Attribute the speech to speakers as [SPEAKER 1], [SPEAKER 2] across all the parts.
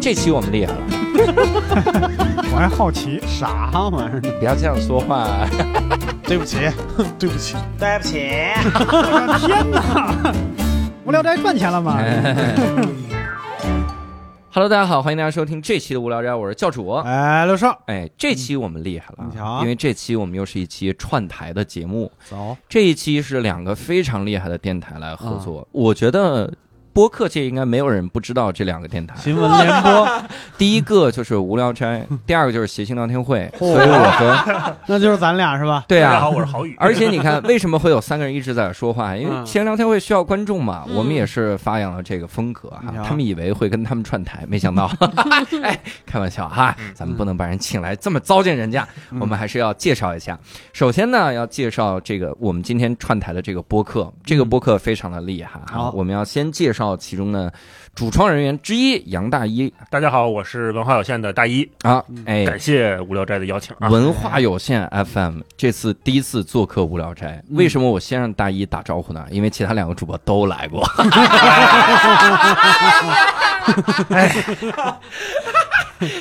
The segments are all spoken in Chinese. [SPEAKER 1] 这期我们厉害了，
[SPEAKER 2] 我还好奇，
[SPEAKER 3] 啥玩意儿？
[SPEAKER 1] 你不要这样说话。
[SPEAKER 3] 对 不起，对不起，
[SPEAKER 4] 对不起，
[SPEAKER 2] 哎天哪！无聊斋赚钱了吗？
[SPEAKER 1] Hello，大家好，欢迎大家收听这期的无聊斋，我是教主。
[SPEAKER 3] 哎，刘少，
[SPEAKER 1] 哎，这期我们厉害了
[SPEAKER 3] 你瞧
[SPEAKER 1] 啊，因为这期我们又是一期串台的节目。
[SPEAKER 3] 走，
[SPEAKER 1] 这一期是两个非常厉害的电台来合作，我觉得播客界应该没有人不知道这两个电台。
[SPEAKER 3] 新闻联播，
[SPEAKER 1] 第一个就是无聊斋，第二个就是谐星聊天会。所以我 和
[SPEAKER 3] 那就是咱俩是吧？
[SPEAKER 1] 对
[SPEAKER 4] 大家
[SPEAKER 1] 啊
[SPEAKER 4] 好，，我是 郝宇。
[SPEAKER 1] 而且你看为什么会有三个人一直在说话？因为
[SPEAKER 3] 嗯
[SPEAKER 1] 谐星聊天会需要观众嘛，
[SPEAKER 5] 嗯
[SPEAKER 1] 我们也是发扬了这个风格哈
[SPEAKER 3] 你瞧。
[SPEAKER 1] 他们以为会跟他们串台，没想 到，哎，开玩笑哈，
[SPEAKER 3] 嗯
[SPEAKER 1] 咱们不能把人请来这么糟践人家，我们还是要介绍一下。首先呢，要介绍这个我们今天串台的这个播客，这个播客非常的厉害哈
[SPEAKER 3] 嗯好。
[SPEAKER 1] 我们要先介绍其中的主创人员之一杨大一
[SPEAKER 4] 大家好，我是文化有限的大一，
[SPEAKER 1] 啊
[SPEAKER 3] 嗯，
[SPEAKER 1] 哎，
[SPEAKER 4] 感谢无聊斋的邀请啊。
[SPEAKER 1] 文化有限 FM 这次第一次做客无聊斋，
[SPEAKER 3] 嗯
[SPEAKER 1] 为什么我先让大一打招呼呢？因为其他两个主播都来 过。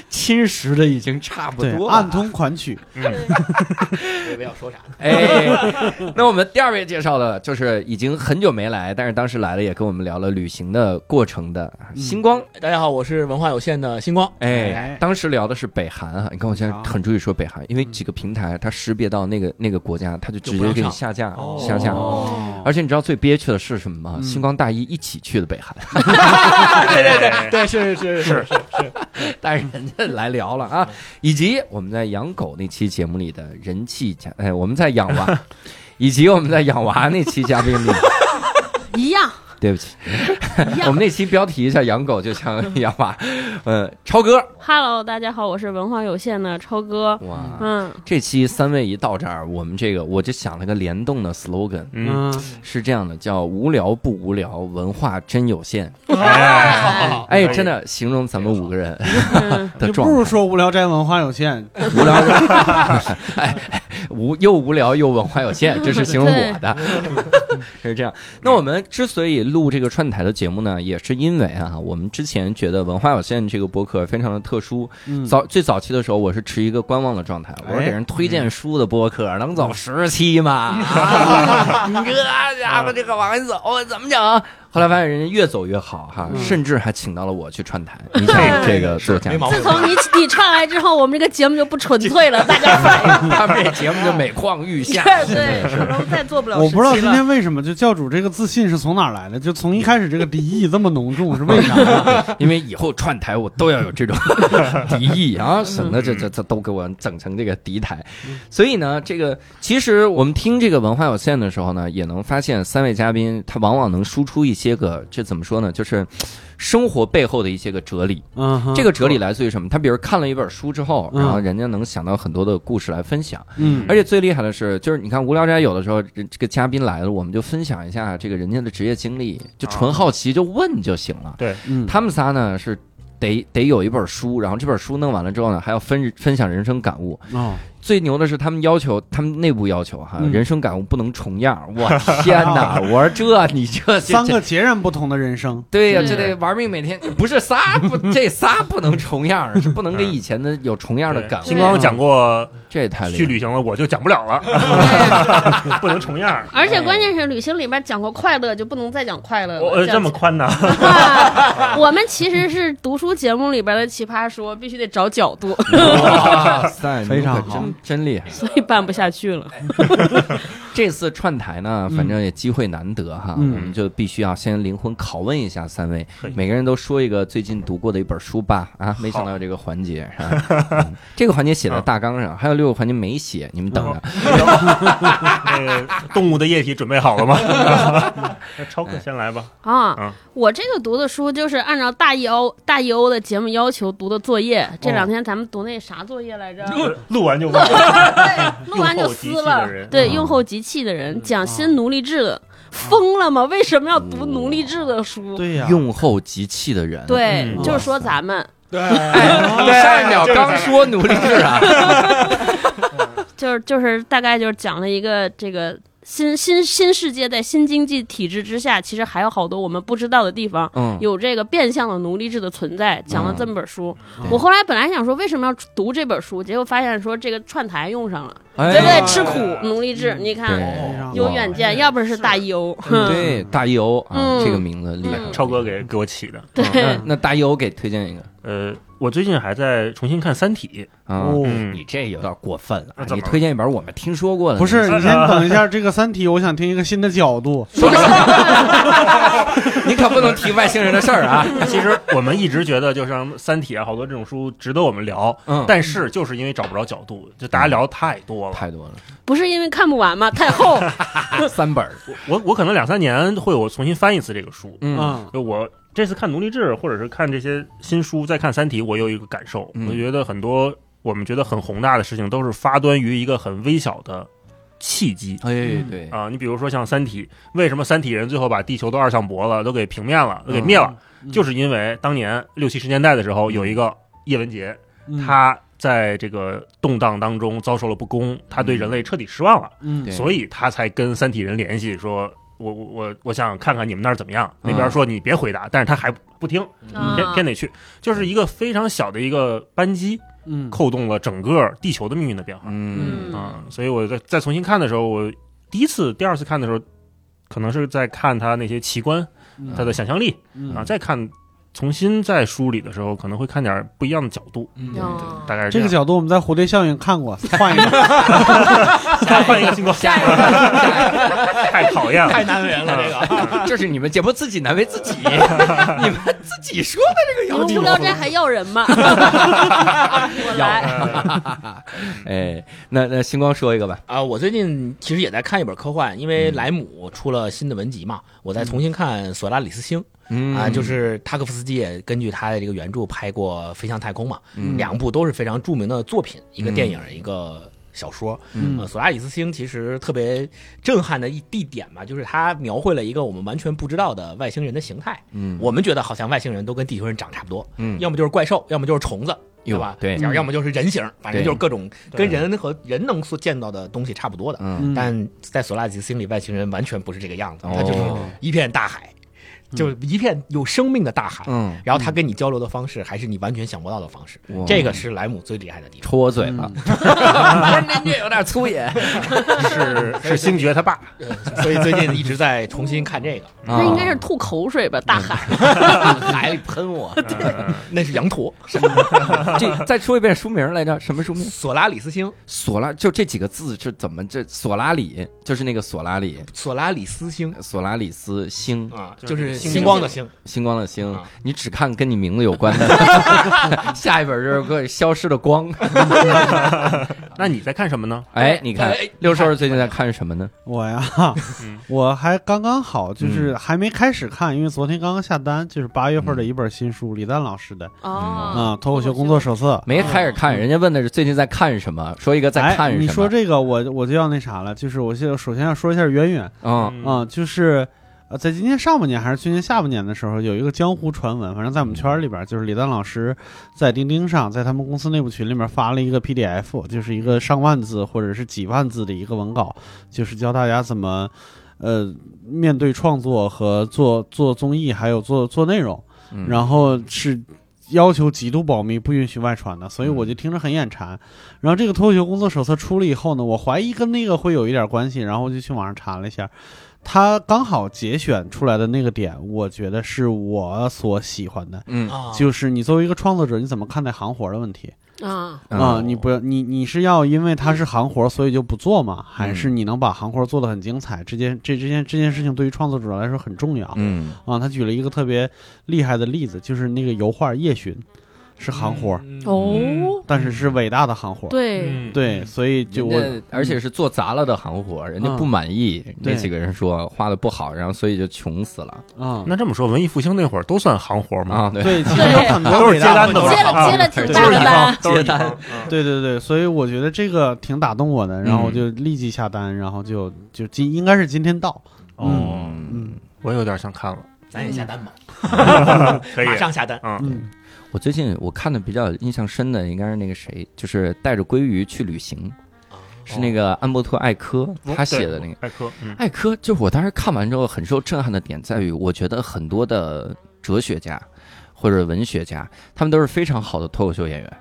[SPEAKER 1] 侵蚀的已经差不
[SPEAKER 3] 对，
[SPEAKER 1] 多了，
[SPEAKER 3] 暗通款曲，
[SPEAKER 4] 也不要说啥，
[SPEAKER 1] 哎，那我们第二位介绍的就是已经很久没来，但是当时来了也跟我们聊了旅行的过程的星光。
[SPEAKER 6] 大家好，我是文化有限的星光。
[SPEAKER 1] 嗯哎
[SPEAKER 3] 哎，
[SPEAKER 1] 当时聊的是北韩啊，你看我现在很注意说北韩，因为几个平台它识别到那个那个国家，它就直接给你下架
[SPEAKER 3] 哦
[SPEAKER 1] 下架。
[SPEAKER 3] 哦
[SPEAKER 1] 而且你知道最憋屈的是什么吗？
[SPEAKER 3] 嗯
[SPEAKER 1] 星光大一一起去的北韩，
[SPEAKER 4] 对对对，
[SPEAKER 6] 对，是是是是，
[SPEAKER 1] 但是人家来聊了啊，以及我们在养狗那期节目里的人气嘉，哎，我们在养娃， 以及我们在养娃那期嘉宾里，
[SPEAKER 5] 一 样
[SPEAKER 1] 对不起，
[SPEAKER 5] 一
[SPEAKER 1] 我
[SPEAKER 5] 样
[SPEAKER 1] 们。那期标题叫养狗就像养娃，呃，超哥，
[SPEAKER 5] Hello，大家好，我是文化有限的超哥。
[SPEAKER 1] 哇，
[SPEAKER 5] 嗯，
[SPEAKER 1] 这期三位一到这儿，我们这个我就想了个联动的 slogan，
[SPEAKER 4] 嗯，，
[SPEAKER 1] 是这样的，叫无聊不无聊，文化真有限。
[SPEAKER 4] 哎好好好
[SPEAKER 1] 嗯哎，
[SPEAKER 4] 可以
[SPEAKER 1] 真的形容咱们五个人
[SPEAKER 5] 嗯
[SPEAKER 1] 的
[SPEAKER 3] 就
[SPEAKER 1] 状
[SPEAKER 3] 不如
[SPEAKER 1] 态，
[SPEAKER 3] 说无聊斋文化有限，
[SPEAKER 1] 无聊， 哎，无又无聊又文化有限，这是形容我的， 是这样。那我们之所以录这个串台的节目呢，也是因为啊，我们之前觉得文化有限这个播客非常的特殊，
[SPEAKER 3] 嗯，
[SPEAKER 1] 早最早期的时候，我是持一个观望的状态，我是给人推荐书的播客，能走十期吗？啊你这家伙这个往走怎么整？后来发现人家越走越好哈，
[SPEAKER 3] 嗯
[SPEAKER 1] 甚至还请到了我去串台。你想这个作家
[SPEAKER 4] 没，毛
[SPEAKER 5] 自
[SPEAKER 4] 病。
[SPEAKER 5] 从你你唱来之后，我们这个节目就不纯粹了，大家 反应
[SPEAKER 1] 他们这节目就每况愈下。
[SPEAKER 5] 对，我们再做不了
[SPEAKER 3] 我
[SPEAKER 5] 十期
[SPEAKER 3] 不知道今
[SPEAKER 5] 了
[SPEAKER 3] 天为什么就教主这个自信是从哪儿来的，就从一开始这个敌意这么浓重是为啥？
[SPEAKER 1] 因为以后串台我都要有这种敌意啊，省得这这这都给我整成这个敌台。所以呢，这个其实我们听这个文化有限的时候呢，也能发现三位嘉宾他往往能输出一些个这怎么说呢，就是生活背后的一些个哲理。
[SPEAKER 3] 嗯哼，
[SPEAKER 1] 这个哲理来自于什么？他比如看了一本书之后，
[SPEAKER 3] 嗯
[SPEAKER 1] 然后人家能想到很多的故事来分享。
[SPEAKER 3] 嗯
[SPEAKER 1] 而且最厉害的是，就是你看无聊斋有的时候人这个嘉宾来了，我们就分享一下这个人家的职业经历，就纯好奇就问就行了。
[SPEAKER 3] 嗯，
[SPEAKER 1] 他们仨呢是得得有一本书，然后这本书弄完了之后呢，还要分分享人生感悟。
[SPEAKER 3] 哦，
[SPEAKER 1] 最牛的是他们要求，他们内部要求哈，
[SPEAKER 3] 嗯
[SPEAKER 1] 人生感悟不能重样。我天 哪！我说这你这
[SPEAKER 3] 三。
[SPEAKER 1] 这
[SPEAKER 3] 个截然不同的人生，
[SPEAKER 1] 对呀、
[SPEAKER 5] 嗯
[SPEAKER 1] 这得玩命每天不是仨 不这仨不能重样，是不能跟以前的有重样的感
[SPEAKER 4] 星
[SPEAKER 1] 悟。
[SPEAKER 4] 光讲过
[SPEAKER 1] 这也太厉
[SPEAKER 4] 去
[SPEAKER 1] 害了！
[SPEAKER 4] 旅行了，我就讲不 了了，不能重样儿。
[SPEAKER 5] 而且关键是，旅行里边讲过快乐，就不能再讲快乐了。
[SPEAKER 4] 我呃
[SPEAKER 5] 讲
[SPEAKER 4] 这么宽呢？
[SPEAKER 5] 我们其实是读书节目里边的奇葩说，必须得找角度，
[SPEAKER 1] 哇 塞，
[SPEAKER 3] 非常
[SPEAKER 1] 你可
[SPEAKER 3] 好
[SPEAKER 1] 真真厉害！
[SPEAKER 5] 所以办不下去了。
[SPEAKER 1] 这次串台呢，反
[SPEAKER 4] 嗯
[SPEAKER 1] 正也机会难得哈，
[SPEAKER 3] 嗯
[SPEAKER 1] 我们就必须要先灵魂拷问一下三位
[SPEAKER 4] 可以，
[SPEAKER 1] 每个人都说一个最近读过的一本书吧啊！没想到有这个环节，啊嗯这个环节写在大纲 上，还有六个环节没写，你们等
[SPEAKER 5] 哦
[SPEAKER 1] 着。
[SPEAKER 4] 那个动物的液体准备好 了吗？那超哥先来吧。
[SPEAKER 5] 啊
[SPEAKER 4] 嗯，
[SPEAKER 5] 我这个读的书就是按照大 E O 大 E O 的节目要求读的作业。这两天咱们读那啥作业来着？
[SPEAKER 4] 录录 完就忘了。
[SPEAKER 5] 录完就撕
[SPEAKER 4] 用后集气
[SPEAKER 5] 了
[SPEAKER 4] 的。人
[SPEAKER 5] 对，
[SPEAKER 1] 嗯啊
[SPEAKER 5] 用后集气的人讲新奴隶制的，疯了吗？为什么要读奴隶制的
[SPEAKER 1] 嗯
[SPEAKER 5] 书？
[SPEAKER 3] 对呀，
[SPEAKER 1] 用后即弃的人，
[SPEAKER 5] 对，
[SPEAKER 4] 嗯
[SPEAKER 5] 就是说咱们，
[SPEAKER 4] 对，
[SPEAKER 3] 哎
[SPEAKER 1] 上一秒刚说 奴隶制啊，
[SPEAKER 5] 就是就是大概就是讲了一个这个新新新世界在新经济体制之下，其实还有好多我们不知道的地方。
[SPEAKER 1] 嗯，
[SPEAKER 5] 有这个变相的奴隶制的存在，讲了这么本书。
[SPEAKER 1] 嗯
[SPEAKER 5] 我后来本来想说为什么要读这本书，结果发现说这个串台用上了，
[SPEAKER 1] 哎
[SPEAKER 5] 对不对？吃苦奴隶制，
[SPEAKER 3] 嗯
[SPEAKER 5] 你看
[SPEAKER 1] 对
[SPEAKER 5] 有远见，要不然是大优。
[SPEAKER 1] 哇对大一欧啊，
[SPEAKER 5] 嗯
[SPEAKER 1] 这个名字厉害，
[SPEAKER 5] 嗯
[SPEAKER 4] 嗯超哥给给我起的。
[SPEAKER 1] 那
[SPEAKER 5] 对，
[SPEAKER 1] 那大一欧给推荐一个
[SPEAKER 4] 呃，我最近还在重新看《三体
[SPEAKER 6] 哦
[SPEAKER 1] 啊。
[SPEAKER 3] 哦
[SPEAKER 4] 嗯
[SPEAKER 1] 你这有点过分了啊
[SPEAKER 4] 那，怎么
[SPEAKER 1] 你
[SPEAKER 4] 了
[SPEAKER 1] 推荐一本我们听说过的，
[SPEAKER 3] 不是，你先等一下，这个《三体》，我想听一个新的角度。
[SPEAKER 1] 你可不能提外星人的事儿 啊。》。
[SPEAKER 4] 其实我们一直觉得，就像《三体》啊，好多这种书值得我们聊，
[SPEAKER 1] 嗯，
[SPEAKER 4] 但是就是因为找不着角度，就大家聊太多了。
[SPEAKER 1] 太多了，
[SPEAKER 5] 不是因为看不完嘛，太 厚。
[SPEAKER 1] 三本儿，
[SPEAKER 4] 我我可能两三年会我重新翻一次这个书。
[SPEAKER 1] 嗯
[SPEAKER 3] 嗯
[SPEAKER 4] 就我这次看《奴隶制》，或者是看这些新书，再看《三体》，我有一个感受，
[SPEAKER 1] 嗯
[SPEAKER 4] 我觉得很多我们觉得很宏大的事情，都是发端于一个很微小的契机。
[SPEAKER 1] 哎对，
[SPEAKER 4] 啊，你比如说像《三体》，为什么三体人最后把地球都二向箔了，都给平面了，都给灭了？
[SPEAKER 3] 嗯
[SPEAKER 4] 就是因为当年六七十年代的时
[SPEAKER 1] 嗯
[SPEAKER 4] 候，有一个叶文洁，
[SPEAKER 3] 嗯
[SPEAKER 4] 他在这个动荡当中遭受了不公，他
[SPEAKER 1] 嗯
[SPEAKER 4] 对人类彻底失望了，
[SPEAKER 3] 嗯
[SPEAKER 1] 对
[SPEAKER 4] 所以他才跟三体人联系，说我我我我想看看你们那儿怎么样。
[SPEAKER 1] 嗯
[SPEAKER 4] 那边说你别回答，但是他还不听，
[SPEAKER 5] 啊
[SPEAKER 4] 偏偏得去，就是一个非常小的一个扳机，
[SPEAKER 3] 嗯
[SPEAKER 4] 扣动了整个地球的命运的变化。
[SPEAKER 1] 嗯
[SPEAKER 5] 嗯
[SPEAKER 4] 啊，所以我在再重新看的时候，我第一次、第二次看的时候，可能是在看他那些奇观、
[SPEAKER 3] 嗯
[SPEAKER 4] 他的想象力
[SPEAKER 3] 嗯
[SPEAKER 4] 啊，再看重新在梳理的时候，可能会看点不一样的角度，
[SPEAKER 1] 嗯，
[SPEAKER 5] 哦
[SPEAKER 4] 大概是
[SPEAKER 3] 这 个
[SPEAKER 4] 样。
[SPEAKER 3] 角度我们在蝴蝶效应看过，换一个。
[SPEAKER 4] 再换一个星座，
[SPEAKER 1] 下一个，
[SPEAKER 4] 太讨厌
[SPEAKER 6] 太
[SPEAKER 4] 了。
[SPEAKER 6] 难为人了，这个。
[SPEAKER 1] 这是你们节目自己难为 自己，你们自己说的这个
[SPEAKER 5] 哎你
[SPEAKER 1] 要
[SPEAKER 5] 们
[SPEAKER 1] 求
[SPEAKER 5] 无。聊斋还要人 吗？我来，
[SPEAKER 4] 呃
[SPEAKER 1] 哎，那那星光说一个吧，
[SPEAKER 6] 啊，我最近其实也在看一本科幻，因为莱姆出了新的文集嘛，我在重新看《索拉里斯星》
[SPEAKER 1] 嗯
[SPEAKER 6] 啊，就是塔科夫斯基也根据他的这个原著拍过《飞向太空》嘛，
[SPEAKER 1] 嗯
[SPEAKER 6] 两部都是非常著名的作品，一个
[SPEAKER 1] 嗯
[SPEAKER 6] 电影，一个小说。
[SPEAKER 1] 嗯
[SPEAKER 6] 呃索拉里斯星其实特别震撼的一地点嘛，就是它描绘了一个我们完全不知道的外星人的形态。
[SPEAKER 1] 嗯
[SPEAKER 6] 我们觉得好像外星人都跟地球人长差不多，
[SPEAKER 1] 嗯
[SPEAKER 6] 要么就是怪兽，要么就是虫子，对
[SPEAKER 1] 哟
[SPEAKER 6] 吧？
[SPEAKER 1] 对
[SPEAKER 6] 然后要么就是人形，反正
[SPEAKER 1] 对
[SPEAKER 6] 就是各种
[SPEAKER 4] 对
[SPEAKER 6] 跟人和人能所见到的东西差不多的。
[SPEAKER 1] 嗯
[SPEAKER 6] 但在索拉里斯星里，外星人完全不是这个样子，
[SPEAKER 1] 哦
[SPEAKER 6] 它就是一片大海，就是一片有生命的大海。
[SPEAKER 1] 嗯，哦
[SPEAKER 6] 然后他跟你交流的方式，还是你完全想不到的方式
[SPEAKER 1] 哇。
[SPEAKER 6] 这个是莱姆最厉害的地方。
[SPEAKER 1] 嗯戳
[SPEAKER 3] 嗯
[SPEAKER 1] 嘴了，
[SPEAKER 6] 人家有点粗野，
[SPEAKER 4] 啊是是星爵他爸，
[SPEAKER 6] 所以最近一直在重新看这个。
[SPEAKER 1] 嗯 啊
[SPEAKER 5] 那应该是吐口水吧？大海，
[SPEAKER 6] 海里喷我，
[SPEAKER 4] 呃
[SPEAKER 6] 那是羊驼。
[SPEAKER 1] 这再说一遍书名来着，什么书名？
[SPEAKER 6] 索拉里斯星，
[SPEAKER 1] 索拉，就这几个字是怎么这索拉里，就是那个索拉里，
[SPEAKER 6] 索拉里斯星
[SPEAKER 1] 索拉里斯星，
[SPEAKER 6] 啊，
[SPEAKER 4] 就是
[SPEAKER 6] 就是
[SPEAKER 4] 星
[SPEAKER 6] 星光的星。
[SPEAKER 1] 星光的星
[SPEAKER 6] 啊，
[SPEAKER 1] 你只看跟你名字有关的，下一本就是个消失的光。
[SPEAKER 4] 那你在看什么呢？
[SPEAKER 1] 哎，你看
[SPEAKER 6] 哎
[SPEAKER 1] 六兽最近在看什么呢？
[SPEAKER 3] 我呀
[SPEAKER 4] 嗯，
[SPEAKER 3] 我还刚刚好，就是
[SPEAKER 1] 嗯
[SPEAKER 3] 还没开始看，因为昨天刚刚下单，就是八月份的一本新书，李诞老师的
[SPEAKER 5] 哦
[SPEAKER 1] 嗯
[SPEAKER 3] 啊，《脱口秀工作手册》。
[SPEAKER 1] 没开始看，人家问的是最近在看什么，说一个在看
[SPEAKER 3] 哦嗯哎，
[SPEAKER 1] 什么。
[SPEAKER 3] 你说这个，我我就要那啥了，就是我就首先要说一下渊源
[SPEAKER 1] 嗯
[SPEAKER 3] 啊，就是。呃，在今年上半年还是去年下半年的时候，有一个江湖传闻，反正在我
[SPEAKER 1] 嗯
[SPEAKER 3] 们圈里边，就是李诞老师在钉钉上，在他们公司内部群里面发了一个 PDF，就是一个上万字或者是几万字的一个文稿，就是教大家怎么，呃，面对创作和做做综艺，还有做做内容，
[SPEAKER 1] 嗯
[SPEAKER 3] 然后是要求极度保密，不允许外传的，所以
[SPEAKER 1] 嗯
[SPEAKER 3] 我就听着很眼馋。然后这个脱口秀工作手册出了以后呢，我怀疑跟那个会有一点关系，然后我就去网上查了一下，它刚好节选出来的那个点，我觉得是我所喜欢的。
[SPEAKER 1] 嗯
[SPEAKER 6] 啊，
[SPEAKER 3] 就是你作为一个创作者，你怎么看待行活的问题
[SPEAKER 5] 啊，
[SPEAKER 1] 嗯
[SPEAKER 3] 啊、你不要你你是要因为它是行活，所以就不做吗？还是你能把行活做得很精彩？这件这这件这件事情对于创作者来说很重要。
[SPEAKER 1] 嗯
[SPEAKER 3] 啊，他举了一个特别厉害的例子，就是那个油画夜巡是行活儿，
[SPEAKER 6] 嗯
[SPEAKER 5] 哦，
[SPEAKER 3] 但是是伟大的行活儿。
[SPEAKER 5] 对，
[SPEAKER 3] 对，所以就我嗯
[SPEAKER 1] 人家而且是做砸了的行活，人家不满意，那
[SPEAKER 3] 对
[SPEAKER 1] 几个人说画的不好，然后所以就穷死了
[SPEAKER 3] 啊，
[SPEAKER 4] 那这么说，文艺复兴那会儿都算行活吗？
[SPEAKER 1] 啊。对，
[SPEAKER 3] 嗯对，其实有很多
[SPEAKER 4] 都是
[SPEAKER 3] 伟
[SPEAKER 4] 接
[SPEAKER 3] 大
[SPEAKER 4] 单
[SPEAKER 3] 的
[SPEAKER 4] 的
[SPEAKER 3] 行
[SPEAKER 1] 嗯
[SPEAKER 4] 嘛
[SPEAKER 3] 活
[SPEAKER 5] 接
[SPEAKER 3] 儿。
[SPEAKER 5] 了接了挺大的单，
[SPEAKER 4] 都是
[SPEAKER 1] 接单
[SPEAKER 3] 对对对，所以我觉得这个挺打动我的，
[SPEAKER 1] 嗯
[SPEAKER 3] 然后我就立即下单，然后就就今应该是今天到，
[SPEAKER 4] 哦，
[SPEAKER 1] 嗯，
[SPEAKER 3] 嗯
[SPEAKER 4] 我有点想看了，
[SPEAKER 6] 咱也下单吧，
[SPEAKER 4] 可以
[SPEAKER 6] 马上下单。
[SPEAKER 4] 啊，
[SPEAKER 3] 嗯
[SPEAKER 1] 我最近我看的比较印象深的应该是那个谁，就是带着鲑鱼去旅行。是
[SPEAKER 3] 哦
[SPEAKER 1] 那个安伯特·艾科
[SPEAKER 4] 嗯
[SPEAKER 1] 他写的那个。
[SPEAKER 4] 艾科，嗯
[SPEAKER 1] 艾科就是我当时看完之后很受震撼的点在于，我觉得很多的哲学家或者文学家，他们都是非常好的脱口秀演员，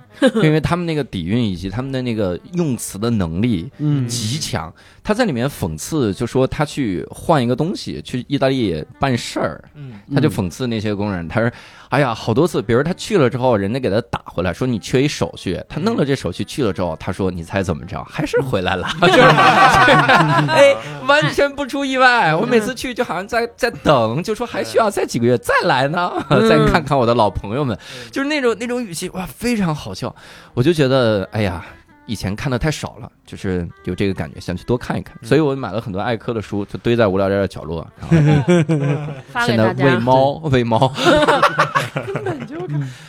[SPEAKER 1] 因为他们那个底蕴以及他们的那个用词的能力
[SPEAKER 3] 嗯
[SPEAKER 1] 极强。他在里面讽刺，就说他去换一个东西，去意大利办事儿，
[SPEAKER 6] 嗯
[SPEAKER 1] 他就讽刺那些工人，他说：“哎呀，好多次，比如他去了之后，人家给他打回来，说你缺一手续，他弄了这手续去了之后，他说你猜怎么着，还是回来了，就是， 哎，完全不出意外。我每次去就好像在在等，就说还需要再几个月再来呢，
[SPEAKER 5] 嗯
[SPEAKER 1] 再看看我的老朋友们，就是那种那种语气，哇，非常好笑。我就觉得，哎呀。”以前看的太少了，就是有这个感觉，想去多看一看，所以我买了很多艾科的书，就堆在无聊斋的角落，然后
[SPEAKER 5] 发给
[SPEAKER 1] 现在
[SPEAKER 5] 大家。
[SPEAKER 1] 喂猫，喂 猫，根本就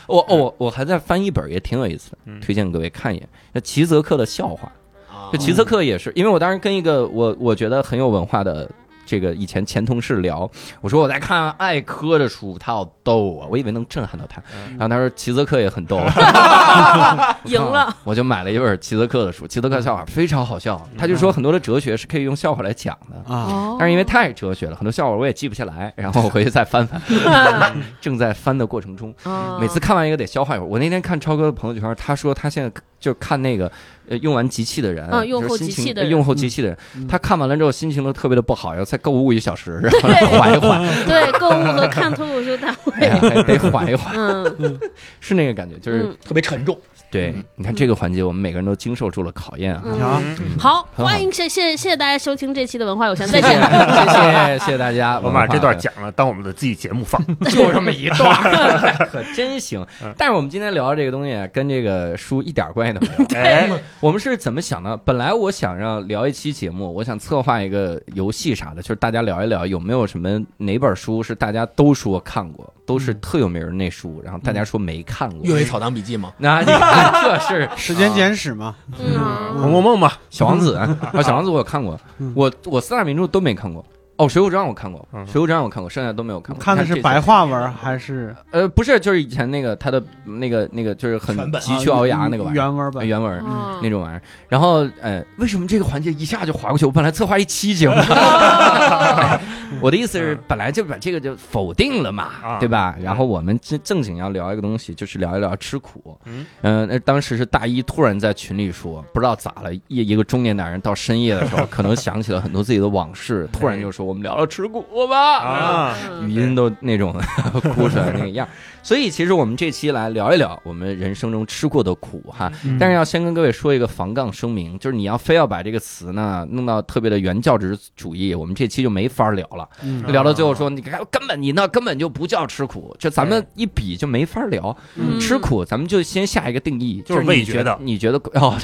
[SPEAKER 1] 我哦我我还在翻一本也挺有意思的，
[SPEAKER 4] 嗯
[SPEAKER 1] 推荐各位看一眼。那齐泽克的笑话，
[SPEAKER 6] 啊
[SPEAKER 1] 就齐泽克也是，因为我当时跟一个我我觉得很有文化的。这个以前前同事聊，我说我在看艾科的书，他好逗啊，我以为能震撼到他。然后他说齐泽克也很逗，啊
[SPEAKER 5] 赢了，
[SPEAKER 1] 我就买了一本齐泽克的书，齐泽克笑话非常好笑。他就说很多的哲学是可以用笑话来讲的，
[SPEAKER 3] 啊，
[SPEAKER 5] 哦
[SPEAKER 1] 但是因为太哲学了，很多笑话我也记不下来， 然后我回去再翻翻。 正在翻的过程中，
[SPEAKER 5] 哦
[SPEAKER 1] 每次看完一个得消化一会儿。我那天看超哥的朋友圈，他说他现在就看那个呃用完集气的人，
[SPEAKER 5] 嗯用
[SPEAKER 1] 就是
[SPEAKER 5] 后
[SPEAKER 1] 心
[SPEAKER 5] 集
[SPEAKER 1] 情
[SPEAKER 5] 气的
[SPEAKER 1] 呃
[SPEAKER 5] 人
[SPEAKER 1] 用后集气的人，
[SPEAKER 3] 嗯
[SPEAKER 1] 他看完了之后心情都特别的不好，然后再购物一小 时，然后
[SPEAKER 5] 对
[SPEAKER 1] 缓一 缓，
[SPEAKER 5] 对购物和看脱口秀大
[SPEAKER 1] 哎
[SPEAKER 5] 会，
[SPEAKER 1] 呀，还得缓一缓，
[SPEAKER 5] 嗯，
[SPEAKER 1] 是那个感觉，就是、
[SPEAKER 5] 嗯
[SPEAKER 6] 特别沉重，
[SPEAKER 1] 对。你看这个环节，我们每个人都经受住了考验啊。
[SPEAKER 3] 啊
[SPEAKER 5] 嗯，
[SPEAKER 4] 嗯
[SPEAKER 5] 好，
[SPEAKER 1] 好
[SPEAKER 5] 欢迎谢谢谢谢大家收听这期的文化有限，
[SPEAKER 1] 谢
[SPEAKER 5] 再
[SPEAKER 1] 谢，谢
[SPEAKER 5] 见。
[SPEAKER 1] 谢，谢谢大家。
[SPEAKER 4] 我
[SPEAKER 1] 们
[SPEAKER 4] 把这段讲了，当我们的自己节目 放。
[SPEAKER 1] 就这么一 段儿，可真行。
[SPEAKER 3] 嗯
[SPEAKER 1] 但是我们今天聊的这个东西啊跟这个书一点儿关系都 没有。
[SPEAKER 4] 哎，
[SPEAKER 1] 我们是怎么想的？本来我想让聊一期节目，我想策划一个游戏啥的，就是大家聊一聊有没有什么哪本书是大家都说看过，都是特有名儿那书，然后大家说没看过
[SPEAKER 6] 《阅。微草堂笔记》吗？
[SPEAKER 1] 那你看，这是
[SPEAKER 3] 时间简史嘛，
[SPEAKER 5] 嗯，
[SPEAKER 4] 红楼梦嘛，
[SPEAKER 1] 小王子啊，啊小王子我看过
[SPEAKER 3] 嗯，
[SPEAKER 1] 我我四大名著都没看过。哦，《水浒传》我看过，
[SPEAKER 4] 嗯
[SPEAKER 1] 《水浒传》我看过，剩下都没有看过。
[SPEAKER 3] 看的是
[SPEAKER 1] 这些
[SPEAKER 3] 白话文还是
[SPEAKER 1] 呃，不是，就是以前那个他的那个那个，就是很
[SPEAKER 6] 全本
[SPEAKER 1] 急需熬牙那个玩意儿，
[SPEAKER 3] 啊原文
[SPEAKER 1] 呃
[SPEAKER 3] 本？
[SPEAKER 1] 原文儿
[SPEAKER 5] 哦
[SPEAKER 1] 那种玩意儿。然后，呃，为什么这个环节一下就划过去？我本来策划一期节目，我的意思是，本来就把这个就否定了嘛，
[SPEAKER 4] 啊
[SPEAKER 1] 对吧？然后我们正正经要聊一个东西，就是聊一聊吃苦。
[SPEAKER 4] 嗯
[SPEAKER 1] 嗯，那当时是大一突然在群里说，不知道咋了，一一个中年男人到深夜的时候，可能想起了很多自己的往事，突然就说我们聊聊吃苦吧。
[SPEAKER 4] 啊，
[SPEAKER 1] 语
[SPEAKER 5] 嗯
[SPEAKER 1] 音都那种 哭出来那个样儿。所以其实我们这期来聊一聊我们人生中吃过的苦哈，
[SPEAKER 5] 嗯
[SPEAKER 3] 嗯
[SPEAKER 1] 但是要先跟各位说一个防杠声明，就是你要非要把这个词呢弄到特别的原教旨主义，我们这期就没法聊了。
[SPEAKER 5] 啊
[SPEAKER 3] 嗯
[SPEAKER 1] 聊到最后说你看根本你那根本就不叫吃苦，这咱们一比就没法聊。
[SPEAKER 5] 嗯
[SPEAKER 1] 吃苦，咱们就先下一个定义，
[SPEAKER 4] 就是
[SPEAKER 1] 是
[SPEAKER 4] 味
[SPEAKER 1] 你觉
[SPEAKER 4] 觉的
[SPEAKER 1] 你觉得哦，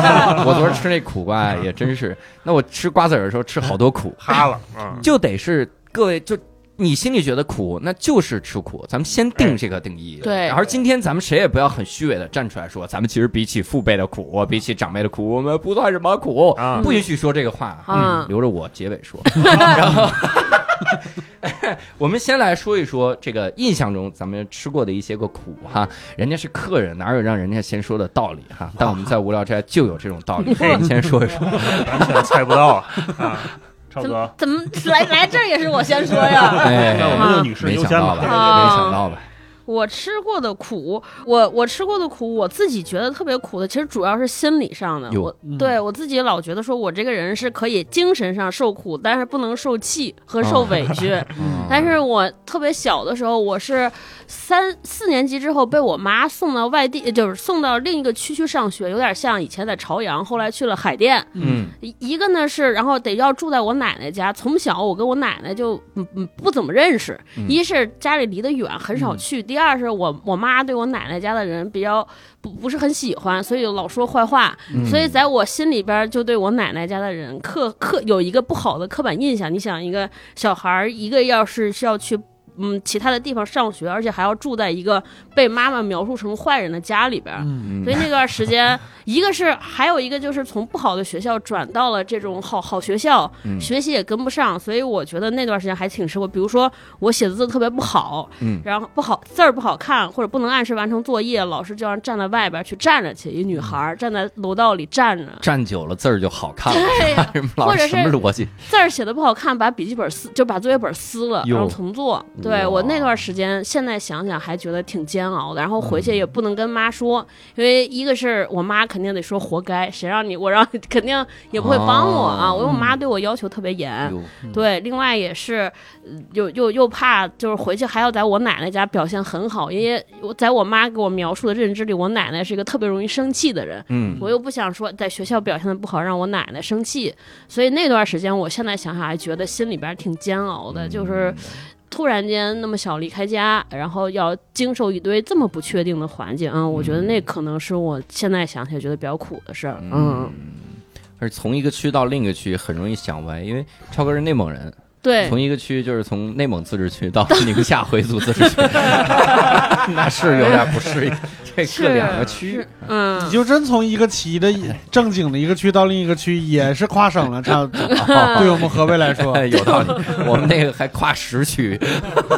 [SPEAKER 1] 我昨儿吃那苦瓜也真是，那我吃瓜子儿的时候吃好多苦，
[SPEAKER 4] 哈了，嗯，
[SPEAKER 1] 就得是各位就。你心里觉得苦，那就是吃苦。咱们先定
[SPEAKER 4] 哎
[SPEAKER 1] 这个定义。
[SPEAKER 5] 对
[SPEAKER 1] 然后今天咱们谁也不要很虚伪的站出来说，咱们其实比起父辈的苦，比起长辈的苦，我们不算什么苦。
[SPEAKER 4] 啊
[SPEAKER 1] 不允许说这个话，
[SPEAKER 5] 嗯
[SPEAKER 1] 留着我结尾说。 然后，我们先来说一说这个印象中咱们吃过的一些个苦哈。人家是客人，哪有让人家先说的道理
[SPEAKER 4] 啊
[SPEAKER 1] 哈？但我们在无聊斋就有这种 道理。哎
[SPEAKER 4] 嘿
[SPEAKER 1] 你先说一说，
[SPEAKER 4] 完全猜不到啊，啊，超
[SPEAKER 5] 怎
[SPEAKER 4] 哥
[SPEAKER 5] 么，嗯怎么来来这儿也是我先说呀？
[SPEAKER 1] 哎，
[SPEAKER 4] 那我们就女士
[SPEAKER 1] 没
[SPEAKER 4] 优
[SPEAKER 1] 想
[SPEAKER 4] 先
[SPEAKER 1] 到吧？
[SPEAKER 4] 吧。
[SPEAKER 1] 没想到吧？
[SPEAKER 5] 我吃过的苦，我我吃过的苦，我自己觉得特别苦的，其实主要是心理上的。
[SPEAKER 1] 哟
[SPEAKER 5] 我
[SPEAKER 3] 嗯
[SPEAKER 5] 对我自己老觉得说我这个人是可以精神上受苦，但是不能受气和受委屈。但是我特别小的时候，我是三四年级之后被我妈送到外地，就是送到另一个区去上学，有点像以前在朝阳，后来去了海淀。
[SPEAKER 1] 嗯
[SPEAKER 5] 一一个呢是，然后得要住在我奶奶家，从小我跟我奶奶就嗯嗯不怎么认识，一是家里离得远，很少去；第二是我我妈对我奶奶家的人比较不不是很喜欢，所以老说坏话，所以在我心里边儿就对我奶奶家的人刻刻有一个不好的刻板印象。你想，一个小孩儿一个要是是要去。嗯其他的地方上学，而且还要住在一个被妈妈描述成坏人的家里边儿。
[SPEAKER 3] 嗯
[SPEAKER 5] 所以那段时间，一个是还有一个就是从不好的学校转到了这种好好学校，
[SPEAKER 1] 嗯
[SPEAKER 5] 学习也跟不上，所以我觉得那段时间还挺吃苦。比如说我写的字特别不好，
[SPEAKER 1] 嗯
[SPEAKER 5] 然后不好字儿不好看，或者不能按时完成作业，老师就让站在外边去站着去，一女孩儿站在楼道里 站着。
[SPEAKER 1] 站久了字儿就好看了，
[SPEAKER 5] 对呀，
[SPEAKER 1] 什么 老
[SPEAKER 5] 或者
[SPEAKER 1] 师
[SPEAKER 5] 是
[SPEAKER 1] 什么逻辑？
[SPEAKER 5] 字儿写的不好看，把笔记本撕，就把作业本撕了，
[SPEAKER 1] 哟
[SPEAKER 5] 然后重做。对
[SPEAKER 1] 哇
[SPEAKER 5] 我那段时间，现在想想还觉得挺煎熬的。然后回去
[SPEAKER 1] 嗯
[SPEAKER 5] 也不能跟妈说，因为一个是我妈肯定得说活该，谁让你我让肯定也不会帮我啊。
[SPEAKER 1] 哦
[SPEAKER 5] 我因为我妈对我要求特别严，
[SPEAKER 1] 哟
[SPEAKER 5] 对，另外也是呃又又又怕就是回去还要在我奶奶家表现很好，因为我在我妈给我描述的认知里，我奶奶是一个特别容易生气的人。
[SPEAKER 1] 嗯，
[SPEAKER 5] 我又不想说在学校表现的不好让我奶奶生气，所以那段时间我现在想想还觉得心里边挺煎熬的，就是突然间那么小离开家，然后要经受一堆这么不确定的环境，嗯，我觉得那可能是我现在想起来觉得比较苦的事儿，嗯，
[SPEAKER 1] 而从一个区到另一个区很容易想歪，因为超哥是内蒙人，
[SPEAKER 5] 对，
[SPEAKER 1] 从一个区就是从内蒙自治区到宁夏回族自 治区， 那是有点不适应。这
[SPEAKER 5] 是
[SPEAKER 1] 这两个区
[SPEAKER 5] 是，嗯，
[SPEAKER 3] 你就真从一个旗的正经的一个区到另一个区，也是跨 省了，差不多对我们河北来说，
[SPEAKER 1] 哎有道理。我们那个还跨时区。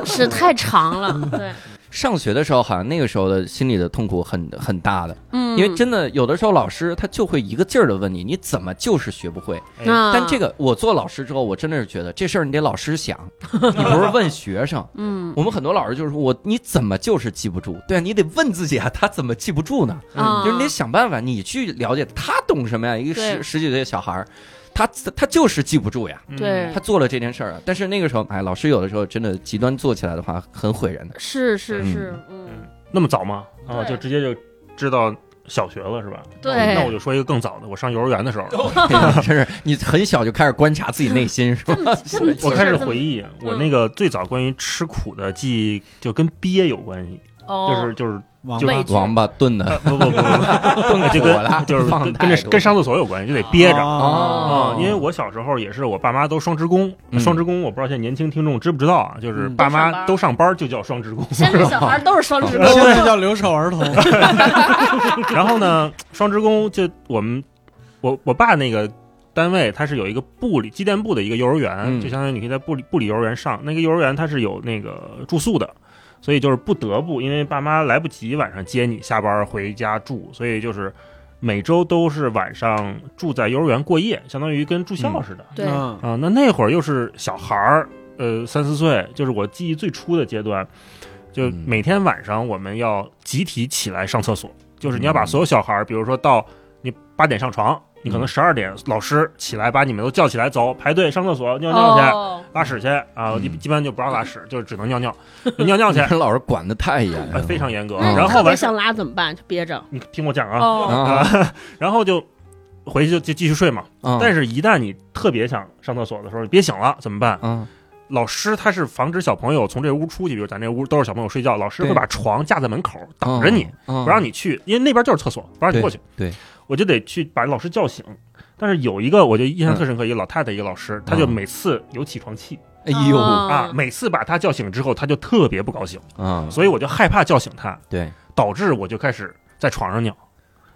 [SPEAKER 5] 是太长了，对，
[SPEAKER 1] 上学的时候，好像那个时候的心里的痛苦很很大的，
[SPEAKER 5] 嗯，
[SPEAKER 1] 因为真的有的时候老师他就会一个劲儿的问你，你怎么就是学不会？
[SPEAKER 5] 那
[SPEAKER 1] 哎但这个我做老师之后，我真的是觉得这事儿你得老师 想，你不是问学生。
[SPEAKER 5] 嗯
[SPEAKER 1] 我们很多老师就是说我你怎么就是记不住？对啊，你得问自己啊，他怎么记不住呢？
[SPEAKER 5] 啊，
[SPEAKER 1] 嗯就是你得想办法，你去了解他懂什么呀？一个
[SPEAKER 5] 对
[SPEAKER 1] 十十几岁的小孩儿，他他就是记不住呀，
[SPEAKER 4] 嗯
[SPEAKER 5] 对
[SPEAKER 1] 他做了这件事儿啊。但是那个时候，哎，老师有的时候真的极端做起来的话，很毁 人的。
[SPEAKER 5] 是是是，嗯，
[SPEAKER 4] 那么早吗？啊，
[SPEAKER 5] 对
[SPEAKER 4] 就直接就知道小学了是吧？
[SPEAKER 1] 嗯
[SPEAKER 4] 啊
[SPEAKER 5] 对
[SPEAKER 4] 那我就说一个更早的，我上幼儿园的时候，
[SPEAKER 1] 真是你很小就开始观察自己内心， 是吧？
[SPEAKER 5] 这么这么
[SPEAKER 4] 我开始回
[SPEAKER 5] 忆，
[SPEAKER 4] 忆啊我那个最早关于吃苦的记忆，就跟憋有关系，
[SPEAKER 5] 哦，
[SPEAKER 4] 就是就是
[SPEAKER 3] 王
[SPEAKER 4] 就
[SPEAKER 3] 八
[SPEAKER 5] 喂
[SPEAKER 1] 王八炖
[SPEAKER 4] 呃
[SPEAKER 1] 的
[SPEAKER 4] 不不不不不，
[SPEAKER 1] 炖
[SPEAKER 4] 就
[SPEAKER 1] 火了
[SPEAKER 4] 跟，就是
[SPEAKER 1] 放
[SPEAKER 4] 跟
[SPEAKER 1] 太
[SPEAKER 4] 跟着
[SPEAKER 1] 多
[SPEAKER 4] 跟上厕所有关系，就得憋着。
[SPEAKER 1] 哦
[SPEAKER 4] 啊，因为我小时候也是，我爸妈都双职工。
[SPEAKER 1] 嗯
[SPEAKER 4] 双职工，我不知道现在年轻听众知不知道啊，就是
[SPEAKER 3] 嗯
[SPEAKER 4] 爸妈
[SPEAKER 5] 都
[SPEAKER 4] 都上班就叫双职工。
[SPEAKER 5] 现在小孩都是双职工
[SPEAKER 1] 哦
[SPEAKER 3] 现，在叫留守儿童，
[SPEAKER 4] 然后呢，双职工就我们，我我爸那个单位，它是有一个部里机电部的一个幼儿园，
[SPEAKER 1] 嗯
[SPEAKER 4] 就相当于你可以在部里部里幼儿园上。那个幼儿园它是有那个住宿的，所以就是不得不，因为爸妈来不及晚上接你下班回家住，所以就是每周都是晚上住在幼儿园过夜，相当于跟住校
[SPEAKER 1] 嗯
[SPEAKER 4] 似的。
[SPEAKER 5] 对，
[SPEAKER 3] 嗯
[SPEAKER 4] 啊，那那会儿又是小孩儿，呃，三四岁，就是我记忆最初的阶段，就
[SPEAKER 1] 嗯
[SPEAKER 4] 每天晚上我们要集体起来上厕所，就是你要把
[SPEAKER 1] 嗯
[SPEAKER 4] 所有小孩儿，比如说到你八点上床，你可能
[SPEAKER 1] 嗯
[SPEAKER 4] 十二点老师起来把你们都叫起来走，排队上厕所尿尿去。
[SPEAKER 5] 哦
[SPEAKER 4] 拉屎去啊！一
[SPEAKER 1] 嗯
[SPEAKER 4] 基本上就不让拉屎，就是只能尿尿，就尿 尿去，
[SPEAKER 1] 人老师管的太严
[SPEAKER 4] 呃
[SPEAKER 1] 了，
[SPEAKER 4] 非常严格。
[SPEAKER 1] 嗯
[SPEAKER 4] 然
[SPEAKER 5] 特
[SPEAKER 4] 后
[SPEAKER 5] 别
[SPEAKER 4] 完事儿，
[SPEAKER 5] 想拉怎么办？就憋着。
[SPEAKER 4] 你听我讲啊，
[SPEAKER 5] 哦，
[SPEAKER 1] 啊。
[SPEAKER 4] 然后就回去就就继续睡嘛。
[SPEAKER 1] 啊
[SPEAKER 4] 但是，一旦你特别想上厕所的时候，你别醒了，怎么办？
[SPEAKER 1] 嗯，
[SPEAKER 4] 老师他是防止小朋友从这屋出去，比如咱这屋都是小朋友睡觉，老师
[SPEAKER 1] 对嗯
[SPEAKER 4] 会把床架在门口挡着你，
[SPEAKER 1] 不
[SPEAKER 4] 不让你去，因为那边就是厕所，不让你过去。
[SPEAKER 1] 对对
[SPEAKER 4] 我就得去把老师叫醒。但是有一个我就印象特深刻，一个老太太，一个老师，她就每
[SPEAKER 1] 嗯
[SPEAKER 4] 次有起床气
[SPEAKER 1] 哎呦
[SPEAKER 5] 啊
[SPEAKER 4] 啊，每次把她叫醒之后，她就特别不高兴，
[SPEAKER 1] 啊，
[SPEAKER 4] 所以我就害怕叫醒她，
[SPEAKER 1] 对，
[SPEAKER 4] 导致我就开始在床上尿，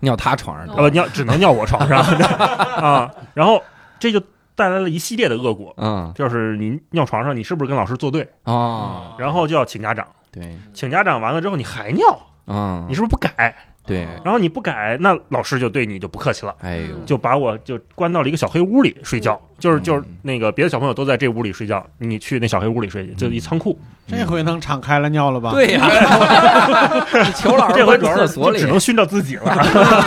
[SPEAKER 1] 尿他床上去
[SPEAKER 4] 啊不尿只能尿我 床上啊，然后这就带来了一系列的恶果，
[SPEAKER 1] 嗯
[SPEAKER 4] 就是你尿床上，你是不是跟老师作对，
[SPEAKER 6] 嗯
[SPEAKER 1] 啊，
[SPEAKER 4] 然后就要请家长。
[SPEAKER 1] 对，
[SPEAKER 4] 请家长完了之后你还尿，
[SPEAKER 1] 嗯
[SPEAKER 4] 你，是不是不改？
[SPEAKER 1] 对，
[SPEAKER 4] 然后你不改，那老师就对你就不客气了，
[SPEAKER 1] 哎呦，
[SPEAKER 4] 就把我就关到了一个小黑屋里睡觉，就是就是
[SPEAKER 1] 嗯
[SPEAKER 4] 那个别的小朋友都在这屋里睡觉，你去那小黑屋里睡去，就一仓库。
[SPEAKER 3] 这回能敞开了尿了吧？，
[SPEAKER 1] 对呀， 你求老师
[SPEAKER 4] 这回
[SPEAKER 1] 关
[SPEAKER 4] 主要
[SPEAKER 1] 厕
[SPEAKER 4] 是
[SPEAKER 1] 所
[SPEAKER 4] 就
[SPEAKER 1] 里
[SPEAKER 4] 只，能熏着自 己了。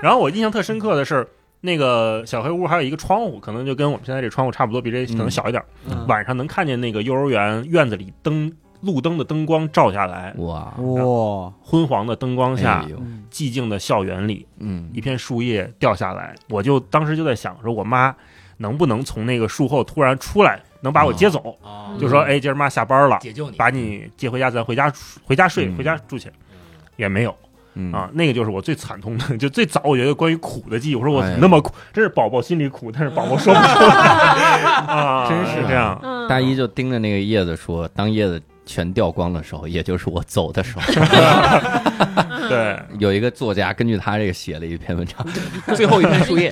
[SPEAKER 4] 然后我印象特深刻的是。那个小黑屋还有一个窗户，可能就跟我们现在这窗户差不多，比这可能小一点。
[SPEAKER 3] 嗯
[SPEAKER 4] 晚上能看见那个幼儿园院子里灯路灯的灯光照下来，
[SPEAKER 1] 哇，
[SPEAKER 3] 哇，
[SPEAKER 4] 昏黄的灯光下
[SPEAKER 1] 哎，呦
[SPEAKER 4] 寂静的校园里，
[SPEAKER 1] 嗯
[SPEAKER 4] 一片树叶掉下来，我就当时就在想说，我妈能不能从那个树后突然出来，能把我接走？
[SPEAKER 6] 啊
[SPEAKER 4] 就
[SPEAKER 1] 嗯
[SPEAKER 4] 说，哎，今儿妈下班了，
[SPEAKER 6] 解救你，
[SPEAKER 4] 把你接回家，咱回家回家睡，
[SPEAKER 1] 嗯
[SPEAKER 4] 回家住去。也没有
[SPEAKER 1] 嗯
[SPEAKER 4] 啊，那个就是我最惨痛的， 就最早我觉得关于苦的记忆。我说我
[SPEAKER 1] 哎
[SPEAKER 4] 怎
[SPEAKER 1] 呀
[SPEAKER 4] 么那么苦，真是宝宝心里苦，但是宝宝 说不出来啊，
[SPEAKER 1] 真是
[SPEAKER 4] 这样。
[SPEAKER 5] 嗯
[SPEAKER 1] 大一就盯着那个叶子说，当叶子全掉光的时候，也就是我走的时候，
[SPEAKER 4] 对，
[SPEAKER 1] 有一个作家根据他这个写了一篇文章，最后一篇树 叶，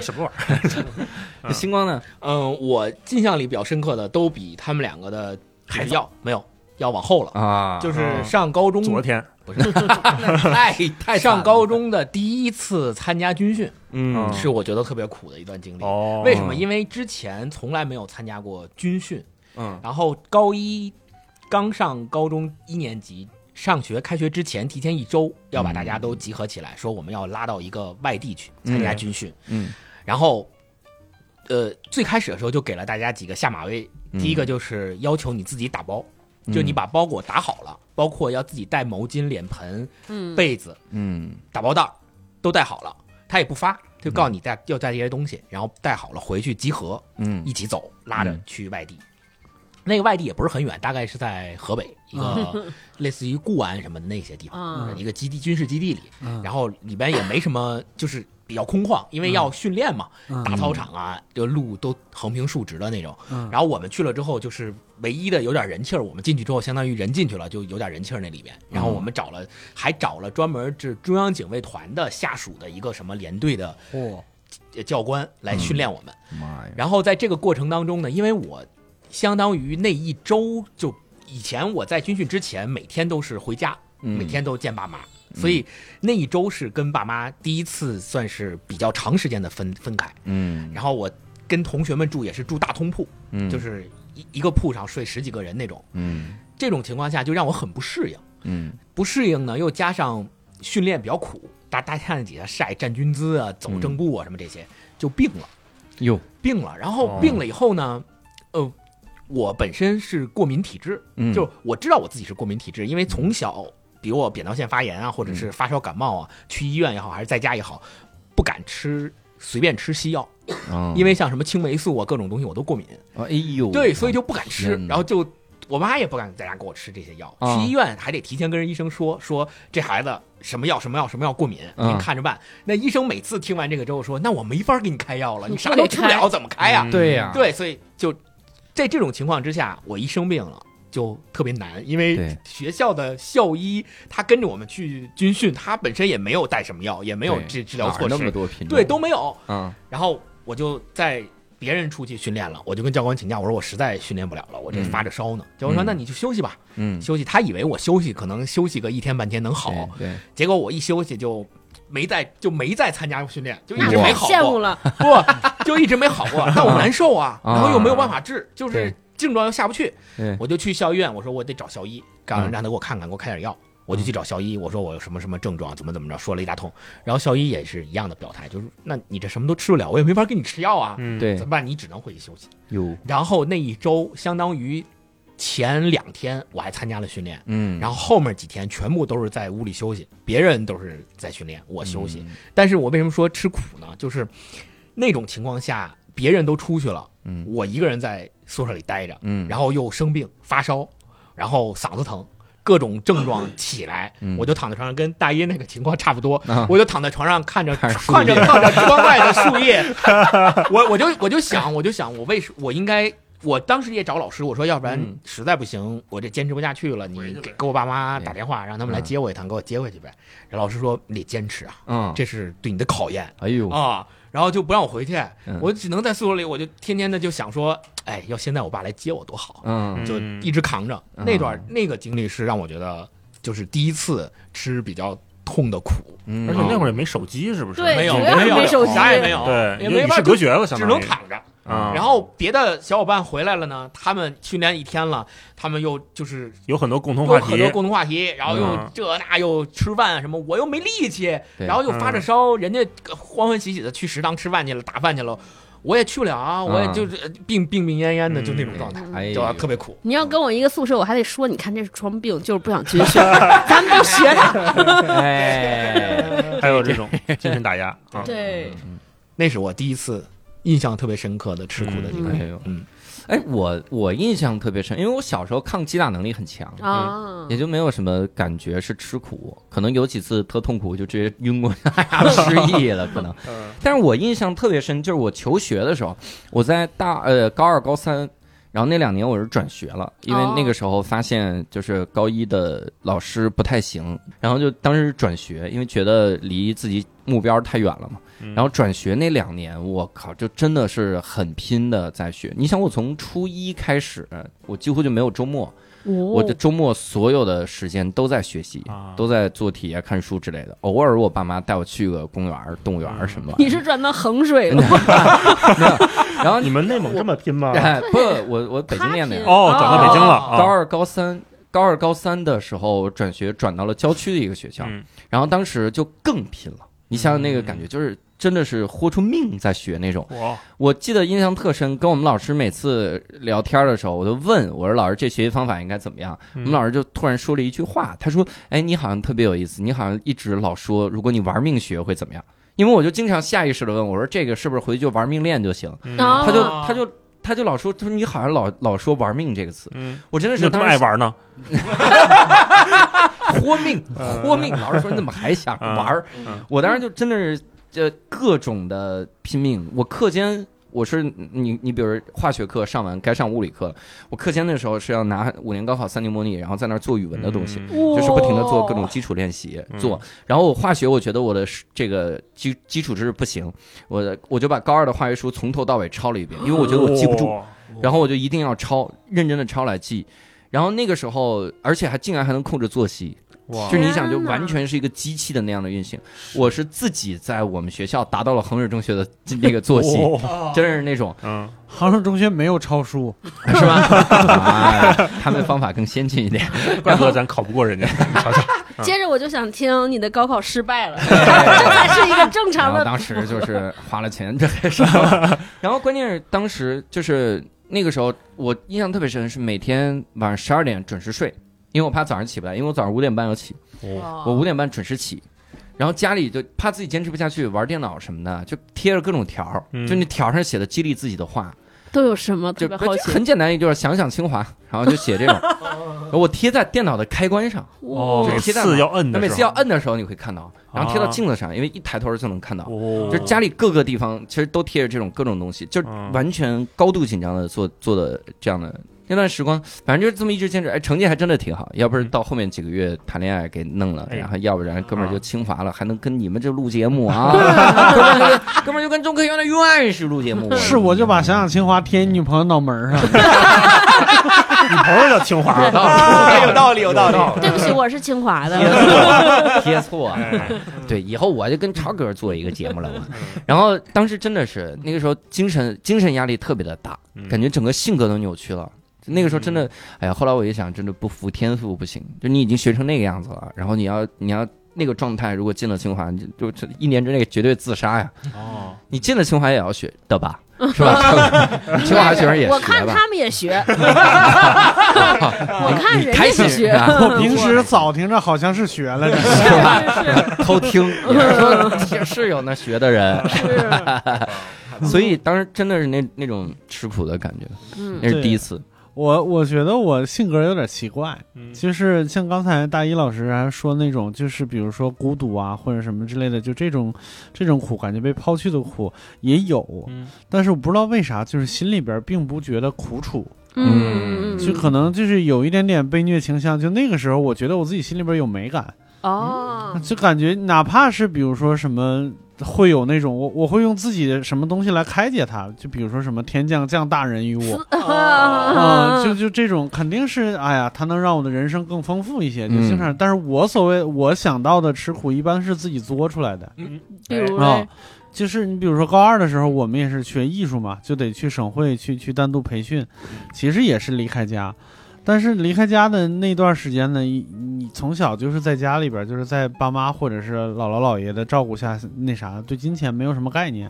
[SPEAKER 4] 什么玩意儿？
[SPEAKER 1] 这星光呢？
[SPEAKER 6] 嗯，我印象里比较深刻的都比他们两个的还要没有要往后了，
[SPEAKER 1] 啊，
[SPEAKER 3] 嗯
[SPEAKER 6] 就是上高中
[SPEAKER 4] 昨天，
[SPEAKER 6] 不是太太上高中的第一次参加军训，
[SPEAKER 1] 嗯
[SPEAKER 4] 嗯
[SPEAKER 6] 是我觉得特别苦的一段经历。
[SPEAKER 4] 哦
[SPEAKER 6] 为什么？因为之前从来没有参加过军训，
[SPEAKER 1] 嗯
[SPEAKER 6] 然后高一刚上高中一年级。上学开学之前，提前一周要把大家都集合起来，说我们要拉到一个外地去参加军训。
[SPEAKER 1] 嗯，
[SPEAKER 6] 然后，呃，最开始的时候就给了大家几个下马威，第
[SPEAKER 1] 嗯
[SPEAKER 6] 一个就是要求你自己打包，就你把包裹打好了，包括要自己带毛巾、脸盆、
[SPEAKER 5] 嗯，
[SPEAKER 6] 被子、
[SPEAKER 1] 嗯
[SPEAKER 6] 打包袋儿都带好了，他也不发，就告诉你带、要带这些东西，然后带好了回去集合，
[SPEAKER 1] 嗯
[SPEAKER 6] 一起走，拉着
[SPEAKER 1] 嗯
[SPEAKER 6] 去外地。那个外地也不是很远，大概是在河北一个 类似于固安什么的那些地方，
[SPEAKER 5] 嗯
[SPEAKER 6] 一个基地军事基地里，然后里边也没什么，就是比较空旷，因为要训练嘛，大操场啊，就路都横平竖直的那种。然后我们去了之后，就是唯一的有点人气儿，我们进去之后相当于人进去了，就有点人气儿那里边。然后
[SPEAKER 1] 嗯
[SPEAKER 6] 我们找了，还找了专门是中央警卫团的下属的一个什么连队的
[SPEAKER 1] 哦
[SPEAKER 6] 呃
[SPEAKER 2] 嚯，
[SPEAKER 6] 教官来训练我们。
[SPEAKER 1] 妈呀，
[SPEAKER 6] 然后在这个过程当中呢，因为我相当于那一周就以前我在军训之前每天都是回家，
[SPEAKER 1] 嗯
[SPEAKER 6] 每天都见爸妈，所以那一周是跟爸妈第一次算是比较长时间的分分开。
[SPEAKER 1] 嗯
[SPEAKER 6] 然后我跟同学们住也是住大通铺，
[SPEAKER 1] 嗯
[SPEAKER 6] 就是一一个铺上睡十几个人那种。
[SPEAKER 1] 嗯
[SPEAKER 6] 这种情况下就让我很不适应，
[SPEAKER 1] 嗯
[SPEAKER 6] 不适应呢又加上训练比较苦，大大太阳底下晒站军姿啊、走正步啊什么这些，就病了。
[SPEAKER 1] 哟哦
[SPEAKER 6] 病了，然后病了以后呢，呃，我本身是过敏体质，
[SPEAKER 1] 嗯
[SPEAKER 6] 就我知道我自己是过敏体质，因为从小比如我扁桃腺发炎啊，或者是
[SPEAKER 1] 嗯
[SPEAKER 6] 发烧感冒啊，去医院也好，还是在家也好，不敢吃随便吃西药，
[SPEAKER 1] 嗯
[SPEAKER 6] 因为像什么青霉素啊各种东西我都过敏，
[SPEAKER 1] 啊哎呦，
[SPEAKER 6] 对，所以就不敢吃
[SPEAKER 1] 天，哪
[SPEAKER 6] 然后就。我妈也不敢在家给我吃这些药，
[SPEAKER 1] 啊
[SPEAKER 6] 去医院还得提前跟人医生说说这孩子什么药什么药什么药过敏，
[SPEAKER 1] 嗯
[SPEAKER 6] 您看着办。那医生每次听完这个之后说，那我没法给你开药了，
[SPEAKER 5] 你
[SPEAKER 6] 你
[SPEAKER 5] 不
[SPEAKER 6] 啥都
[SPEAKER 5] 得
[SPEAKER 6] 吃不
[SPEAKER 5] 开
[SPEAKER 6] 了，怎么开呀、
[SPEAKER 4] 嗯
[SPEAKER 1] 对呀，
[SPEAKER 6] 对，所以就在这种情况之下，我一生病了就特别难，因
[SPEAKER 1] 对
[SPEAKER 6] 为学校的校医他跟着我们去军训，他本身也没有带什么药，也没有
[SPEAKER 1] 对
[SPEAKER 6] 治治疗
[SPEAKER 1] 哪儿
[SPEAKER 6] 措
[SPEAKER 1] 那么
[SPEAKER 6] 施，
[SPEAKER 1] 多品种
[SPEAKER 6] 对，都没有。
[SPEAKER 1] 啊
[SPEAKER 6] 然后我就在别人出去训练了，我就跟教官请假，我说我实在训练不了了，我这
[SPEAKER 1] 嗯
[SPEAKER 6] 发着烧呢。教官说：“
[SPEAKER 1] 嗯
[SPEAKER 6] 那你就休息吧，
[SPEAKER 1] 嗯
[SPEAKER 6] 休息。”他以为我休息可能休息个一天半天能好，
[SPEAKER 1] 对对
[SPEAKER 6] 结果我一休息就没再就没再参加过训练，就一
[SPEAKER 5] 那
[SPEAKER 6] 直
[SPEAKER 5] 太
[SPEAKER 6] 没好
[SPEAKER 5] 羡
[SPEAKER 6] 过
[SPEAKER 5] 慕。了，
[SPEAKER 6] 不，就一直没好 过，但我难受啊，
[SPEAKER 1] 啊
[SPEAKER 6] 然后又没有办法治，就是
[SPEAKER 1] 对
[SPEAKER 6] 症状又下不去
[SPEAKER 1] 对，
[SPEAKER 6] 我就去校医院，我说我得找校医，让
[SPEAKER 1] 嗯
[SPEAKER 6] 让他给我看看，给我开点药。我就去找校医，我说我有什么什么症状，怎么怎么着，说了一大通。然后校医也是一样的表态，就是那你这什么都吃不了，我也没法给你吃药啊，
[SPEAKER 4] 嗯，
[SPEAKER 1] 对
[SPEAKER 6] 怎么办？你只能回去休息。
[SPEAKER 1] 哟
[SPEAKER 6] 然后那一周，相当于前两天我还参加了训练，
[SPEAKER 1] 嗯
[SPEAKER 6] 然
[SPEAKER 1] 后
[SPEAKER 6] 后后面几天全部都是在屋里休息，别人都是在训练，我休
[SPEAKER 1] 嗯
[SPEAKER 6] 息。但是我为什么说吃苦呢？就是那种情况下，别人都出去了，
[SPEAKER 1] 嗯
[SPEAKER 6] 我一个人在宿舍里待着，
[SPEAKER 1] 嗯
[SPEAKER 6] 然后又生病发烧，然后嗓子疼，各种症状起来，
[SPEAKER 1] 嗯
[SPEAKER 6] 我就躺在床上，跟大一那个情况差不多。
[SPEAKER 1] 啊
[SPEAKER 6] 我就躺在床上看 着
[SPEAKER 1] 看着树
[SPEAKER 6] 看着
[SPEAKER 1] 叶
[SPEAKER 6] 看着窗外的 树叶，我我就我就想我就想我为什我应该。我当时也找老师，我说要不然
[SPEAKER 1] 嗯
[SPEAKER 6] 实在不行，我这坚持不下去了，
[SPEAKER 4] 回
[SPEAKER 6] 你
[SPEAKER 4] 去呗
[SPEAKER 6] 给给我爸妈打
[SPEAKER 1] 对
[SPEAKER 6] 电话，让他们来
[SPEAKER 1] 嗯
[SPEAKER 6] 接我一趟，给我接回去呗。然后老师说你得坚持啊，
[SPEAKER 1] 嗯
[SPEAKER 6] 这是对你的考验
[SPEAKER 1] 哎呦
[SPEAKER 6] 啊。然后就不让我回去
[SPEAKER 1] 嗯，
[SPEAKER 6] 我只能在宿舍里，我就天天的就想说，哎，要现在我爸来接我多好，
[SPEAKER 1] 嗯
[SPEAKER 6] 就
[SPEAKER 4] 嗯
[SPEAKER 6] 一直扛着。
[SPEAKER 1] 嗯
[SPEAKER 6] 那段那个经历是让我觉得，就是第一次吃比较痛的苦，
[SPEAKER 1] 嗯
[SPEAKER 4] 而且那会儿也没手机，是不是？
[SPEAKER 5] 对
[SPEAKER 6] 没有
[SPEAKER 5] 主要是
[SPEAKER 6] 没有
[SPEAKER 5] 没手机
[SPEAKER 6] 啥也没有，
[SPEAKER 4] 对，
[SPEAKER 6] 也
[SPEAKER 4] 你就
[SPEAKER 6] 没
[SPEAKER 4] 与
[SPEAKER 6] 法
[SPEAKER 4] 世隔绝了，相
[SPEAKER 6] 只
[SPEAKER 4] 当于
[SPEAKER 6] 能躺着。
[SPEAKER 4] 啊。
[SPEAKER 6] 然后别的小伙伴回来了呢，他们训练一天了，他们又就是
[SPEAKER 4] 有很多共同
[SPEAKER 6] 有
[SPEAKER 4] 话
[SPEAKER 6] 很
[SPEAKER 4] 题
[SPEAKER 6] 多，共同话题，然后又
[SPEAKER 4] 嗯
[SPEAKER 6] 这那又吃饭什么，我又没力气，
[SPEAKER 1] 对嗯
[SPEAKER 6] 然后又发着烧，人家欢欢喜喜的去食堂吃饭去了，打饭去了，我也去不了啊，我也就是呃病病病恹恹的，
[SPEAKER 4] 嗯
[SPEAKER 6] 就那种状态，
[SPEAKER 1] 嗯哎
[SPEAKER 6] 就啊
[SPEAKER 1] 呦
[SPEAKER 6] 特别苦。
[SPEAKER 5] 你要跟我一个宿舍，我还得说，你看这是装病，就是不想军训，咱们都学他。
[SPEAKER 1] 哎
[SPEAKER 4] 还有这种精神打压啊。
[SPEAKER 5] 对，
[SPEAKER 6] 那是我第一次印象特别深刻的吃苦的经历。
[SPEAKER 1] 哎呦
[SPEAKER 6] 嗯
[SPEAKER 1] 哎我我印象特别深，因为我小时候抗击打能力很强。
[SPEAKER 5] 啊
[SPEAKER 1] 嗯也，就没有什么感觉是吃苦，可能有几次特痛苦，就直接晕过去， 失忆了可能。但是我印象特别深，就是我求学的时候，我在大呃高二、高三，然后那两年我是转学了，因为
[SPEAKER 5] 哦
[SPEAKER 1] 那个时候发现就是高一的老师不太行，然后就当时是转学，因为觉得离自己目标太远了嘛。
[SPEAKER 4] 嗯
[SPEAKER 1] 然后转学那两年，我靠，就真的是很拼的在学。你想，我从初一开始，我几乎就没有周末，我
[SPEAKER 5] 我
[SPEAKER 1] 的周末所有的时间都在学习，
[SPEAKER 4] 哦啊
[SPEAKER 1] 都在做题啊、看书之类的。偶尔我爸妈带我去个公园儿、动物园儿什么的。
[SPEAKER 5] 你是转到衡水了吗？
[SPEAKER 1] 然后
[SPEAKER 4] 你们内蒙这么拼吗？
[SPEAKER 1] 哎不，我我北京念的呀，
[SPEAKER 4] 哦，转到北京了
[SPEAKER 1] 高
[SPEAKER 4] 啊！
[SPEAKER 1] 二、高三、高二、高三的时候转学转到了郊区的一个学校，
[SPEAKER 4] 嗯
[SPEAKER 1] 然后当时就更拼了。你想想那个感觉，就是真的是豁出命在学那种。
[SPEAKER 4] 我
[SPEAKER 1] 我记得印象特深，跟我们老师每次聊天的时候，我就问我说：“老师，这学习方法应该怎么样？”我
[SPEAKER 4] 嗯
[SPEAKER 1] 们老师就突然说了一句话，他说：“哎，你好像特别有意思，你好像一直老说，如果你玩命学会怎么样？”因为我就经常下意识的问我说：“这个是不是回去就玩命练就行？”
[SPEAKER 4] 嗯
[SPEAKER 5] 啊
[SPEAKER 1] 他就
[SPEAKER 6] 哦
[SPEAKER 1] 他就他就老说，他说你好像老老说玩命这个词，
[SPEAKER 4] 嗯，
[SPEAKER 1] 我真的
[SPEAKER 4] 你
[SPEAKER 1] 是
[SPEAKER 4] 怎么这
[SPEAKER 1] 当
[SPEAKER 4] 么
[SPEAKER 1] 时
[SPEAKER 4] 爱玩呢？
[SPEAKER 1] 豁命，豁命！老师说你怎么还想玩儿
[SPEAKER 4] 嗯？
[SPEAKER 1] 我当时就真的是呃各种的拼命。我课间我是你你比如化学课上完该上物理课了，我课间的时候是要拿五年高考三级模拟，然后在那儿做语文的东西。
[SPEAKER 4] 嗯
[SPEAKER 1] 就是不停的做
[SPEAKER 5] 哇
[SPEAKER 1] 各种基础练习
[SPEAKER 4] 嗯
[SPEAKER 1] 做，然后我化学我觉得我的是这个基基础知识不行，我我就把高二的化学书从头到尾抄了一遍，
[SPEAKER 4] 哦
[SPEAKER 1] 因为我觉得我记不住，
[SPEAKER 4] 哇
[SPEAKER 1] 然后我就一定要抄，认真的抄来记。然后那个时候，而且还竟然还能控制作息，
[SPEAKER 4] 哇
[SPEAKER 1] 就是你想，就
[SPEAKER 5] 天哪
[SPEAKER 1] 完全是一个机器的那样的运行。我是自己在我们学校达到了衡水中学的那个作息，
[SPEAKER 4] 哦
[SPEAKER 1] 真是那 种
[SPEAKER 4] 嗯，
[SPEAKER 2] 杭州中学没有抄书，
[SPEAKER 1] 是吧？哎他们方法更先进一点。
[SPEAKER 4] 怪不得咱考不过人家。你瞧瞧，
[SPEAKER 5] 接着我就想听你的高考失败了，这才是一个正
[SPEAKER 1] 然
[SPEAKER 5] 常
[SPEAKER 1] 后
[SPEAKER 5] 的。
[SPEAKER 1] 当时就是花了钱，这还 是。然后关键是当时就是那个时候，我印象特别深，是每天晚上十二点准时睡，因为我怕早上起不来，因为我早上五点半要起。
[SPEAKER 5] 哦
[SPEAKER 4] 啊
[SPEAKER 1] 我五点半准时起，然后家里就怕自己坚持不下去，玩电脑什么的，就贴着各种条儿，
[SPEAKER 4] 嗯
[SPEAKER 1] 就那条上写的激励自己的话，
[SPEAKER 5] 都有什么特
[SPEAKER 1] 就
[SPEAKER 5] 别好
[SPEAKER 1] 就
[SPEAKER 5] 奇？
[SPEAKER 1] 很简单，就是想想清华，然后就写 这种。
[SPEAKER 4] 哦
[SPEAKER 1] 然后我贴在电脑的开关上，
[SPEAKER 5] 哇
[SPEAKER 4] 每
[SPEAKER 1] 这贴在
[SPEAKER 4] 次
[SPEAKER 1] 哪
[SPEAKER 4] 要摁
[SPEAKER 1] 那
[SPEAKER 4] 的时候，啊
[SPEAKER 1] 每次要摁的时候你会看到，然后贴到镜子上，因为一抬头就能看到。
[SPEAKER 4] 哦，
[SPEAKER 1] 就是家里各个地方其实都贴着这种各种东西，就
[SPEAKER 4] 嗯
[SPEAKER 1] 完全高度紧张的做做的这样的那段时光，反正就是这么一直坚持，哎，成绩还真的挺好，要不是到后面几个月谈恋爱给弄了，
[SPEAKER 4] 嗯哎
[SPEAKER 1] 然后要不然哥们儿
[SPEAKER 4] 啊
[SPEAKER 1] 就清华了，还能跟你们这录节目 啊，哥们儿就跟哥们儿就跟中科院的院士录节 目，啊
[SPEAKER 3] 是我就把
[SPEAKER 1] 嗯
[SPEAKER 3] 想想清华贴女朋友脑门上，
[SPEAKER 4] 女朋友叫清华，
[SPEAKER 1] 有道
[SPEAKER 6] 啊
[SPEAKER 1] 理
[SPEAKER 6] 有道理，有道 理。
[SPEAKER 5] 对不起，我是清华的。
[SPEAKER 1] 贴错了，
[SPEAKER 5] 嗯
[SPEAKER 1] 对，以后我就跟超哥做一个节目了嘛。然后当时真的是那个时候精神精神压力特别的大，
[SPEAKER 4] 嗯
[SPEAKER 1] 感觉整个性格都扭曲了。那个时候
[SPEAKER 5] 嗯
[SPEAKER 1] 真的，哎呀，后来我一想，真的不服天赋不行，就你已经学成那个样子了，然后你要你要那个状态，如果进了清华，你就就一年之内绝对自杀呀。
[SPEAKER 6] 哦，
[SPEAKER 1] 你进了清华也要学的吧，是 吧？ 清华学生也
[SPEAKER 5] 我
[SPEAKER 1] 学
[SPEAKER 5] 看
[SPEAKER 1] 吧。
[SPEAKER 5] 他们也学，我看
[SPEAKER 1] 你
[SPEAKER 5] 人家
[SPEAKER 1] 开啊
[SPEAKER 5] 也
[SPEAKER 1] 心
[SPEAKER 5] 学
[SPEAKER 1] 是吧
[SPEAKER 3] 我平时早听着好像是学了呢。
[SPEAKER 5] 是 是
[SPEAKER 1] 偷听，也是说是有那学的人，
[SPEAKER 5] 是，
[SPEAKER 1] 所以当时真的是那那种吃苦的感觉，
[SPEAKER 5] 嗯
[SPEAKER 1] 那是第一次。
[SPEAKER 3] 我我觉得我性格有点奇怪，
[SPEAKER 4] 嗯
[SPEAKER 3] 就是像刚才大一老师还说那种，就是比如说孤独啊或者什么之类的，就这种这种苦，感觉被抛弃的苦也有，
[SPEAKER 4] 嗯
[SPEAKER 3] 但是我不知道为啥，就是心里边并不觉得苦楚，
[SPEAKER 1] 嗯
[SPEAKER 5] 嗯，
[SPEAKER 3] 就可能就是有一点点被虐倾向。就那个时候，我觉得我自己心里边有美感，
[SPEAKER 5] 哦，
[SPEAKER 3] 就感觉哪怕是比如说什么。会有那种我我会用自己的什么东西来开解它，就比如说什么天降降大任于我，
[SPEAKER 4] 嗯
[SPEAKER 3] 啊、就就这种肯定是，哎呀，它能让我的人生更丰富一些，就经常。但是我所谓我想到的吃苦，一般是自己作出来的
[SPEAKER 4] 嗯，
[SPEAKER 5] 比如
[SPEAKER 3] 啊、
[SPEAKER 5] 嘞
[SPEAKER 3] 就是你比如说高二的时候，我们也是学艺术嘛，就得去省会去去单独培训，其实也是离开家。但是离开家的那段时间呢，你你从小就是在家里边，就是在爸妈或者是姥姥姥爷的照顾下，那啥，对金钱没有什么概念，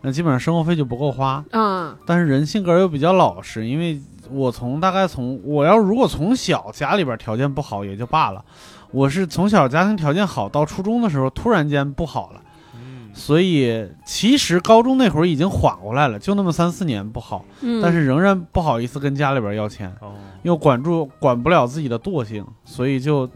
[SPEAKER 3] 那基本上生活费就不够花。
[SPEAKER 5] 嗯，
[SPEAKER 3] 但是人性格又比较老实，因为我从大概从我要如果从小家里边条件不好也就罢了，我是从小家庭条件好到初中的时候突然间不好了，
[SPEAKER 4] 嗯
[SPEAKER 3] 所以其实高中那会儿已经缓过来了，就那么三四年不好，
[SPEAKER 5] 嗯
[SPEAKER 3] 但是仍然不好意思跟家里边要钱，
[SPEAKER 4] 哦，
[SPEAKER 3] 又管住管不了自己的惰性，所以就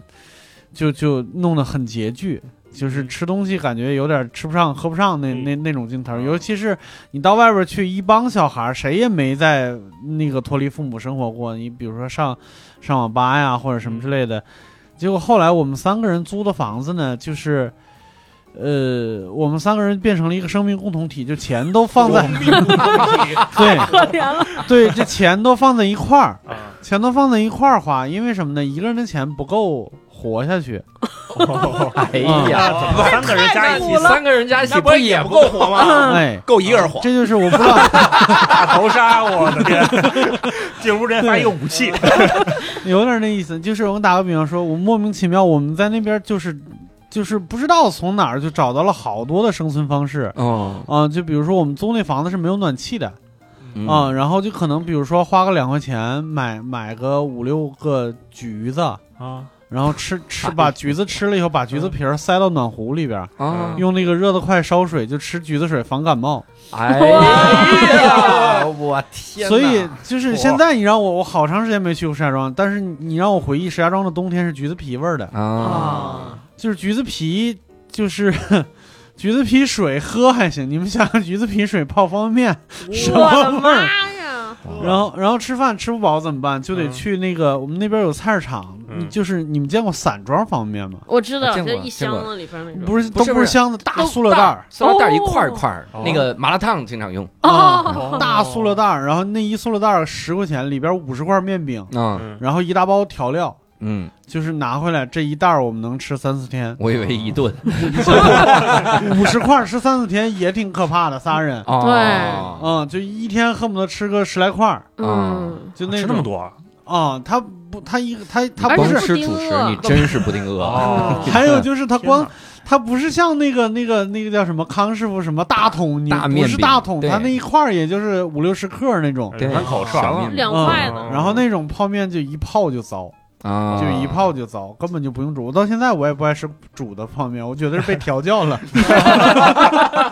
[SPEAKER 3] 就就弄得很拮据。就是吃东西感觉有点吃不上、喝不上那那那种劲头儿。尤其是你到外边去，一帮小孩儿谁也没在那个脱离父母生活过。你比如说上上网吧呀，或者什么之类的。结果后来我们三个人租的房子呢，就是。呃，我们三个人变成了一个生命共同体，就钱都放在 对
[SPEAKER 5] 可怜了，
[SPEAKER 3] 对，这钱都放在一块儿，
[SPEAKER 4] 啊，
[SPEAKER 3] 钱都放在一块儿花，因为什么呢？一个人的钱不够活下去。
[SPEAKER 1] 哎
[SPEAKER 4] 那
[SPEAKER 1] 呀，
[SPEAKER 4] 怎么三个人加一起
[SPEAKER 5] 太苦了
[SPEAKER 1] 三个人加一起
[SPEAKER 6] 那不
[SPEAKER 1] 也
[SPEAKER 6] 也不够火 吗？
[SPEAKER 3] 哎，
[SPEAKER 6] 够一个人火，
[SPEAKER 3] 这就是我不知道，
[SPEAKER 4] 大头杀，我的天！进屋之前发一个武器，
[SPEAKER 3] 有点那意思。就是我们打个比方说，我莫名其妙我们在那边就是就是不知道从哪儿就找到了好多的生存方式。
[SPEAKER 1] 哦
[SPEAKER 3] 啊、就比如说我们租那房子是没有暖气的
[SPEAKER 1] 嗯
[SPEAKER 3] 啊、然后就可能比如说花个两块钱买买个五六个橘子，
[SPEAKER 4] 啊，
[SPEAKER 3] 然后吃吃把橘子吃了以后，把橘子皮儿塞到暖壶里边，
[SPEAKER 1] 啊，
[SPEAKER 3] 用那个热得快烧水就吃橘子水防感冒。
[SPEAKER 1] 哎 呀，我天哪！
[SPEAKER 3] 所以就是现在你让我，我好长时间没去过石家庄，但是你让我回忆石家庄的冬天是橘子皮味儿的，
[SPEAKER 1] 啊，
[SPEAKER 5] 哦
[SPEAKER 6] 啊，
[SPEAKER 3] 就是橘子皮，就是 橘子皮水喝还行，你们想想橘子皮水泡方便面，什
[SPEAKER 5] 我
[SPEAKER 3] 么
[SPEAKER 5] 的
[SPEAKER 3] 味儿？
[SPEAKER 5] 妈呀！
[SPEAKER 1] 哦
[SPEAKER 3] 然后然后吃饭吃不饱怎么办？就得
[SPEAKER 4] 嗯
[SPEAKER 3] 去那个、我们那边有菜市场，
[SPEAKER 4] 嗯
[SPEAKER 3] 就是你们见过散装方便面吗？
[SPEAKER 5] 我知道，
[SPEAKER 1] 见
[SPEAKER 5] 就
[SPEAKER 1] 过
[SPEAKER 5] 一箱子里边那种。
[SPEAKER 3] 不是，
[SPEAKER 1] 不是
[SPEAKER 3] 都
[SPEAKER 1] 不是
[SPEAKER 3] 箱子，大塑料袋儿。
[SPEAKER 1] 塑料袋一块儿一块儿
[SPEAKER 4] 哦，
[SPEAKER 1] 那个麻辣烫经常用
[SPEAKER 3] 啊，大塑料袋儿，然后那一塑料袋儿十块钱，里边五十块面饼，
[SPEAKER 1] 啊，
[SPEAKER 4] 嗯，
[SPEAKER 3] 然后一大包调料，
[SPEAKER 1] 嗯，
[SPEAKER 3] 就是拿回来这一袋儿，我们能吃三四 天。
[SPEAKER 1] 我以为一顿
[SPEAKER 3] 五十块吃三四天也挺可怕的，仨
[SPEAKER 4] 啊
[SPEAKER 3] 人，
[SPEAKER 1] 哦
[SPEAKER 3] 嗯，就一天恨不得吃个十来块儿，
[SPEAKER 5] 嗯，
[SPEAKER 3] 就那
[SPEAKER 4] 吃
[SPEAKER 3] 种
[SPEAKER 4] 那么多啊
[SPEAKER 3] 啊、他不，他一个他他
[SPEAKER 5] 而
[SPEAKER 3] 不
[SPEAKER 5] 且
[SPEAKER 1] 光
[SPEAKER 3] 是，
[SPEAKER 1] 吃主食你真是不定饿，
[SPEAKER 4] 哦
[SPEAKER 3] 还 有就是他
[SPEAKER 4] 天
[SPEAKER 3] 光
[SPEAKER 4] 哪
[SPEAKER 3] 他不是像那个那个那个叫什么康师傅什么大桶，你
[SPEAKER 1] 大
[SPEAKER 3] 不
[SPEAKER 1] 面
[SPEAKER 3] 是
[SPEAKER 1] 饼
[SPEAKER 3] 大桶，
[SPEAKER 1] 对
[SPEAKER 3] 他那一块儿也就是五六十克那种，
[SPEAKER 1] 对
[SPEAKER 4] 两哎口吃完了，
[SPEAKER 5] 两
[SPEAKER 3] 嗯
[SPEAKER 5] 块的，
[SPEAKER 4] 哦
[SPEAKER 3] 然后那种泡面就一泡就糟，
[SPEAKER 1] 啊，
[SPEAKER 3] 就一泡就糟，根本就不用煮。我到现在我也不爱吃煮的泡面，我觉得是被调教了。
[SPEAKER 6] 啊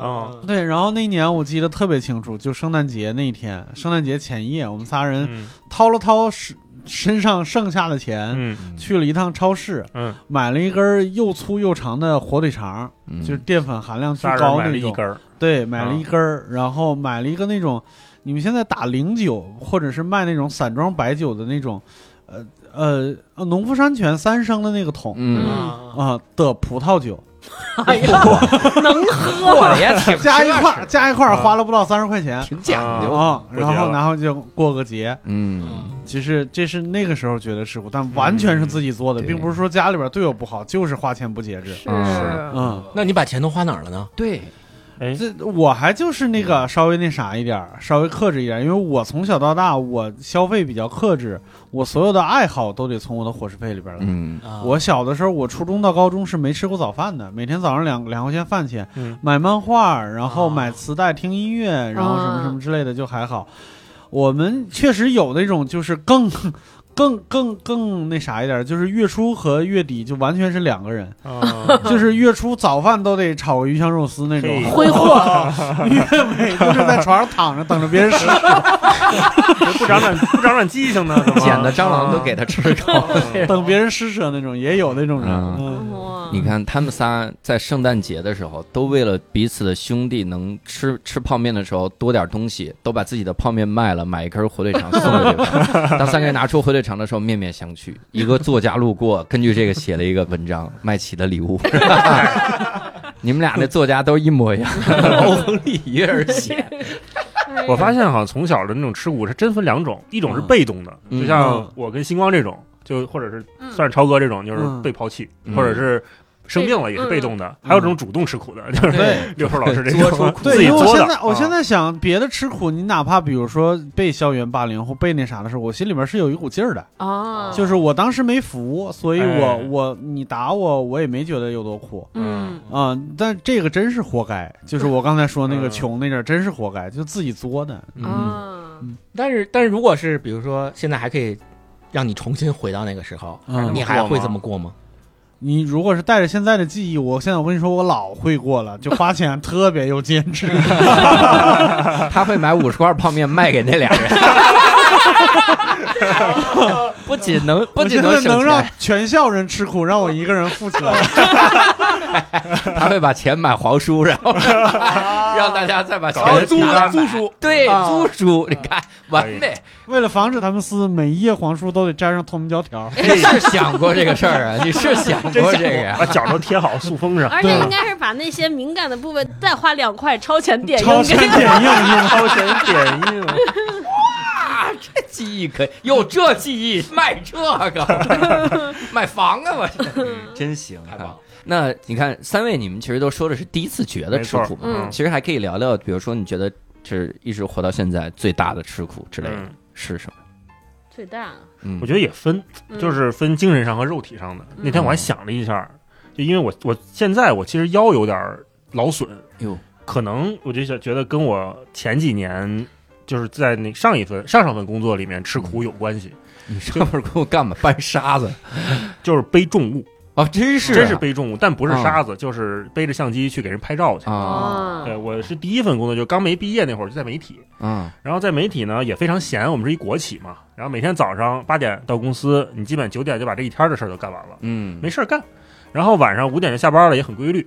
[SPEAKER 4] 哦
[SPEAKER 3] 对，然后那年我记得特别清楚，就圣诞节那一天，圣诞节前夜，我们仨人
[SPEAKER 4] 嗯
[SPEAKER 3] 掏了掏身身上剩下的钱，
[SPEAKER 4] 嗯
[SPEAKER 3] 去了一趟超市，
[SPEAKER 4] 嗯，
[SPEAKER 3] 买了一根又粗又长的火腿肠，
[SPEAKER 1] 嗯
[SPEAKER 3] 就是淀粉含量最
[SPEAKER 4] 仨人
[SPEAKER 3] 高
[SPEAKER 4] 买了
[SPEAKER 3] 那
[SPEAKER 4] 一
[SPEAKER 3] 种。
[SPEAKER 4] 根儿，
[SPEAKER 3] 对，买了
[SPEAKER 4] 啊
[SPEAKER 3] 一根儿，然后买了一个那种，你们现在打零酒或者是卖那种散装白酒的那种，呃呃，呃农夫山泉三升的那个桶
[SPEAKER 1] 嗯，
[SPEAKER 6] 啊
[SPEAKER 3] 啊、的葡萄酒，
[SPEAKER 5] 哎呀，能
[SPEAKER 1] 过
[SPEAKER 5] 喝，
[SPEAKER 1] 了也挺
[SPEAKER 3] 加一块儿加一
[SPEAKER 4] 啊
[SPEAKER 3] 块儿花了不到三十块钱。
[SPEAKER 1] 挺讲究，
[SPEAKER 3] 啊，
[SPEAKER 4] 过节
[SPEAKER 3] 然后
[SPEAKER 4] 了
[SPEAKER 3] 然后就过个节，
[SPEAKER 1] 嗯，
[SPEAKER 3] 其实这是那个时候觉得吃苦，但完全
[SPEAKER 4] 嗯
[SPEAKER 3] 是自己做的，
[SPEAKER 1] 对
[SPEAKER 3] 并不是说家里边对我不好，就是花钱不节制。
[SPEAKER 1] 嗯
[SPEAKER 3] 嗯，
[SPEAKER 6] 那你把钱都花哪儿了呢？
[SPEAKER 1] 对，
[SPEAKER 4] 哎，
[SPEAKER 3] 这嗯我还就是那
[SPEAKER 4] 嗯
[SPEAKER 3] 个稍微那啥一点儿，稍微克制一点儿，因为我从小到大我消费比较克制，我所有的爱好都得从我的伙食费里边来。
[SPEAKER 1] 嗯
[SPEAKER 6] 啊
[SPEAKER 3] 我小的时候，我初中到高中是没吃过早饭的，每天早上两两块钱饭钱，
[SPEAKER 4] 嗯
[SPEAKER 3] 买漫画，然后
[SPEAKER 6] 啊
[SPEAKER 3] 买磁带、听音乐，然后什么什么之类的就还好。我们确实有那种就是更更更更那啥一点儿，就是月初和月底就完全是两个人，
[SPEAKER 4] 啊
[SPEAKER 3] 就是月初早饭都得炒个鱼香肉丝那种，
[SPEAKER 4] 嘿
[SPEAKER 5] 挥霍，
[SPEAKER 3] 月尾就是在床上躺着等着别人吃。
[SPEAKER 4] 不长点不长点记性呢？怎么啊嗯
[SPEAKER 1] 捡的蟑螂都给他吃光。
[SPEAKER 3] 等别人施舍那种，也有那种人。
[SPEAKER 1] 啊
[SPEAKER 3] 嗯，
[SPEAKER 5] 哇
[SPEAKER 1] 你看他们仨在圣诞节的时候，都为了彼此的兄弟能吃吃泡面的时候多点东西，都把自己的泡面卖了，买一根火腿肠送给对方。当三个人拿出火腿肠的时候，面面相觑。一个作家路过，根据这个写了一个文章《麦琪的礼物》。你们俩那作家都一模一样，欧亨利一个人写。
[SPEAKER 4] 我发现好像从小的那种吃苦是真分两种，一种是被动的，
[SPEAKER 1] 嗯
[SPEAKER 4] 就像我跟星光这种，就或者是
[SPEAKER 5] 嗯
[SPEAKER 4] 算是超哥这种，就是
[SPEAKER 3] 嗯
[SPEAKER 4] 被抛弃，
[SPEAKER 1] 嗯
[SPEAKER 4] 或者是生病了也是被动的，还有这种主动吃苦的，就是
[SPEAKER 3] 对
[SPEAKER 4] 六兽老师这
[SPEAKER 1] 作
[SPEAKER 4] 种
[SPEAKER 1] 出苦
[SPEAKER 4] 自
[SPEAKER 3] 对，
[SPEAKER 4] 己
[SPEAKER 3] 因为我
[SPEAKER 4] 作
[SPEAKER 3] 现
[SPEAKER 4] 的。
[SPEAKER 3] 在我现
[SPEAKER 4] 啊
[SPEAKER 3] 在想别的吃苦，你哪怕比如说被校园霸凌或被那啥的时候，我心里边是有一股劲儿的，
[SPEAKER 5] 啊，
[SPEAKER 3] 就是我当时没服，所以我、
[SPEAKER 4] 哎
[SPEAKER 3] 我你打我，我也没觉得有多苦。
[SPEAKER 5] 嗯，
[SPEAKER 3] 啊、但这个真是活该，就是我刚才说那个
[SPEAKER 4] 嗯
[SPEAKER 3] 穷那阵儿，真是活该，就自己作的。
[SPEAKER 1] 嗯
[SPEAKER 5] 啊，
[SPEAKER 6] 但是但是如果是比如说现在还可以让你重新回到那个时候，
[SPEAKER 3] 嗯
[SPEAKER 6] 你还会这么过吗？
[SPEAKER 3] 你如果是带着现在的记忆，我现在我跟你说，我老会过了，就花 钱特别有坚持。
[SPEAKER 1] 他会买五十块泡面卖给那俩 人，不仅能不
[SPEAKER 3] 我
[SPEAKER 1] 仅
[SPEAKER 3] 现在
[SPEAKER 1] 省
[SPEAKER 3] 能让
[SPEAKER 1] 钱，
[SPEAKER 3] 全校人吃苦，让我一个人富起来。
[SPEAKER 1] 他会把钱买黄书，然后让大家再把钱
[SPEAKER 6] 啊搞租
[SPEAKER 1] 拿来
[SPEAKER 6] 租
[SPEAKER 1] 买
[SPEAKER 6] 书
[SPEAKER 1] 对
[SPEAKER 6] 啊
[SPEAKER 1] 租书，你看完美，
[SPEAKER 3] 为了防止他们撕，每一页黄书都得粘上透明胶条。
[SPEAKER 1] 你是想过这个事儿 啊？你是哎想过这个呀？
[SPEAKER 4] 把脚都贴好塑 封上，
[SPEAKER 5] 而且应该是把那些敏感的部位再花两块超前点
[SPEAKER 3] 超
[SPEAKER 5] 映
[SPEAKER 3] 前
[SPEAKER 5] 给。
[SPEAKER 3] 点映，
[SPEAKER 4] 超前点 映。
[SPEAKER 1] 啊，这记忆可以有这记忆卖这 个买房啊！我
[SPEAKER 4] 嗯
[SPEAKER 1] 真行
[SPEAKER 6] 太棒了！
[SPEAKER 1] 啊那你看，三位你们其实都说的是第一次觉得吃苦嘛，
[SPEAKER 5] 没错嗯
[SPEAKER 1] 其实还可以聊聊，比如说你觉得是一直活到现在最大的吃苦之类的
[SPEAKER 4] 嗯，
[SPEAKER 1] 是什么？
[SPEAKER 5] 最大，
[SPEAKER 1] 嗯，
[SPEAKER 4] 我觉得也分，
[SPEAKER 5] 嗯
[SPEAKER 4] 就是分精神上和肉体上的。那天我还想了一下，就因为我我现在我其实腰有点儿劳损，
[SPEAKER 1] 哟，
[SPEAKER 4] 可能我就想觉得跟我前几年就是在那上一份上上份工作里面吃苦有关系，
[SPEAKER 1] 你上面给我干嘛搬沙子
[SPEAKER 4] 就是背重物，
[SPEAKER 1] 哦，真是啊
[SPEAKER 4] 真是嗯背重物，但不是沙子，就是背着相机去给人拍照去。
[SPEAKER 1] 啊
[SPEAKER 5] 哦
[SPEAKER 4] 对，我是第一份工作，就刚没毕业那会儿就在媒体，
[SPEAKER 1] 啊
[SPEAKER 4] 然后在媒体呢也非常闲，我们是一国企嘛，然后每天早上八点到公司，你基本九点就把这一天的事儿都干完了。
[SPEAKER 1] 嗯
[SPEAKER 4] 没事儿干，然后晚上五点就下班了，也很规律。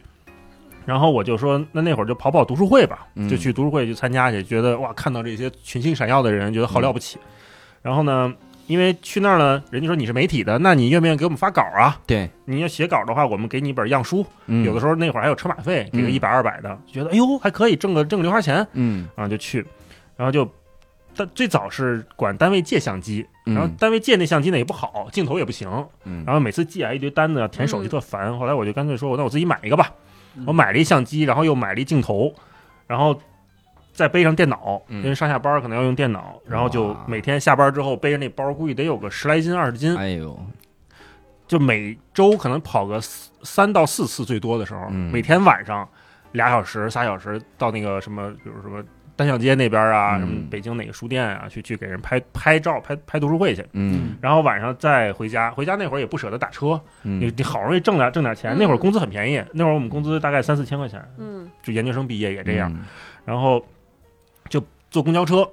[SPEAKER 4] 然后我就说，那那会儿就跑跑读书会吧，
[SPEAKER 1] 嗯
[SPEAKER 4] 就去读书会去参加去，觉得哇，看到这些群星闪耀的人，觉得
[SPEAKER 1] 嗯
[SPEAKER 4] 好了不起。然后呢，因为去那儿呢，人家说你是媒体的，那你愿不愿意给我们发稿啊？
[SPEAKER 1] 对，
[SPEAKER 4] 你要写稿的话，我们给你一本样书，
[SPEAKER 1] 嗯
[SPEAKER 4] 有的时候那会儿还有车马费，给个
[SPEAKER 1] 嗯
[SPEAKER 4] 一百二百的，觉 得哎呦还可以挣个挣个零花钱
[SPEAKER 1] 嗯
[SPEAKER 4] 啊，就去，然后就。但最早是管单位借相机，
[SPEAKER 1] 嗯
[SPEAKER 4] 然后单位借那相机呢也不好，镜头也不行，
[SPEAKER 1] 嗯
[SPEAKER 4] 然后每次寄来一堆单子，填手续
[SPEAKER 5] 嗯
[SPEAKER 4] 特烦。后来我就干脆说，那我自己买一个吧。我买了一相机，然后又买了一镜头，然后再背上电脑，
[SPEAKER 1] 嗯
[SPEAKER 4] 因为上下班可能要用电脑。然后就
[SPEAKER 1] 哇
[SPEAKER 4] 每天下班之后背着那包，估计得有个十来斤、二十斤，
[SPEAKER 1] 哎呦，
[SPEAKER 4] 就每周可能跑个四三到四次，最多的时候，
[SPEAKER 1] 嗯
[SPEAKER 4] 每天晚上俩小时、仨小时到那个什么，比如什么。单向街那边啊，
[SPEAKER 1] 嗯
[SPEAKER 4] 什么北京哪个书店啊，去去给人拍拍照、拍拍读书会去，
[SPEAKER 1] 嗯
[SPEAKER 4] 然后晚上再回家。回家那会儿也不舍得打车，你
[SPEAKER 1] 嗯
[SPEAKER 4] 你好容易挣点挣点钱，
[SPEAKER 5] 嗯
[SPEAKER 4] 那会儿工资很便宜，那会儿我们工资大概三四千块钱，
[SPEAKER 5] 嗯
[SPEAKER 4] 就研究生毕业也这样，，然后就坐公交车，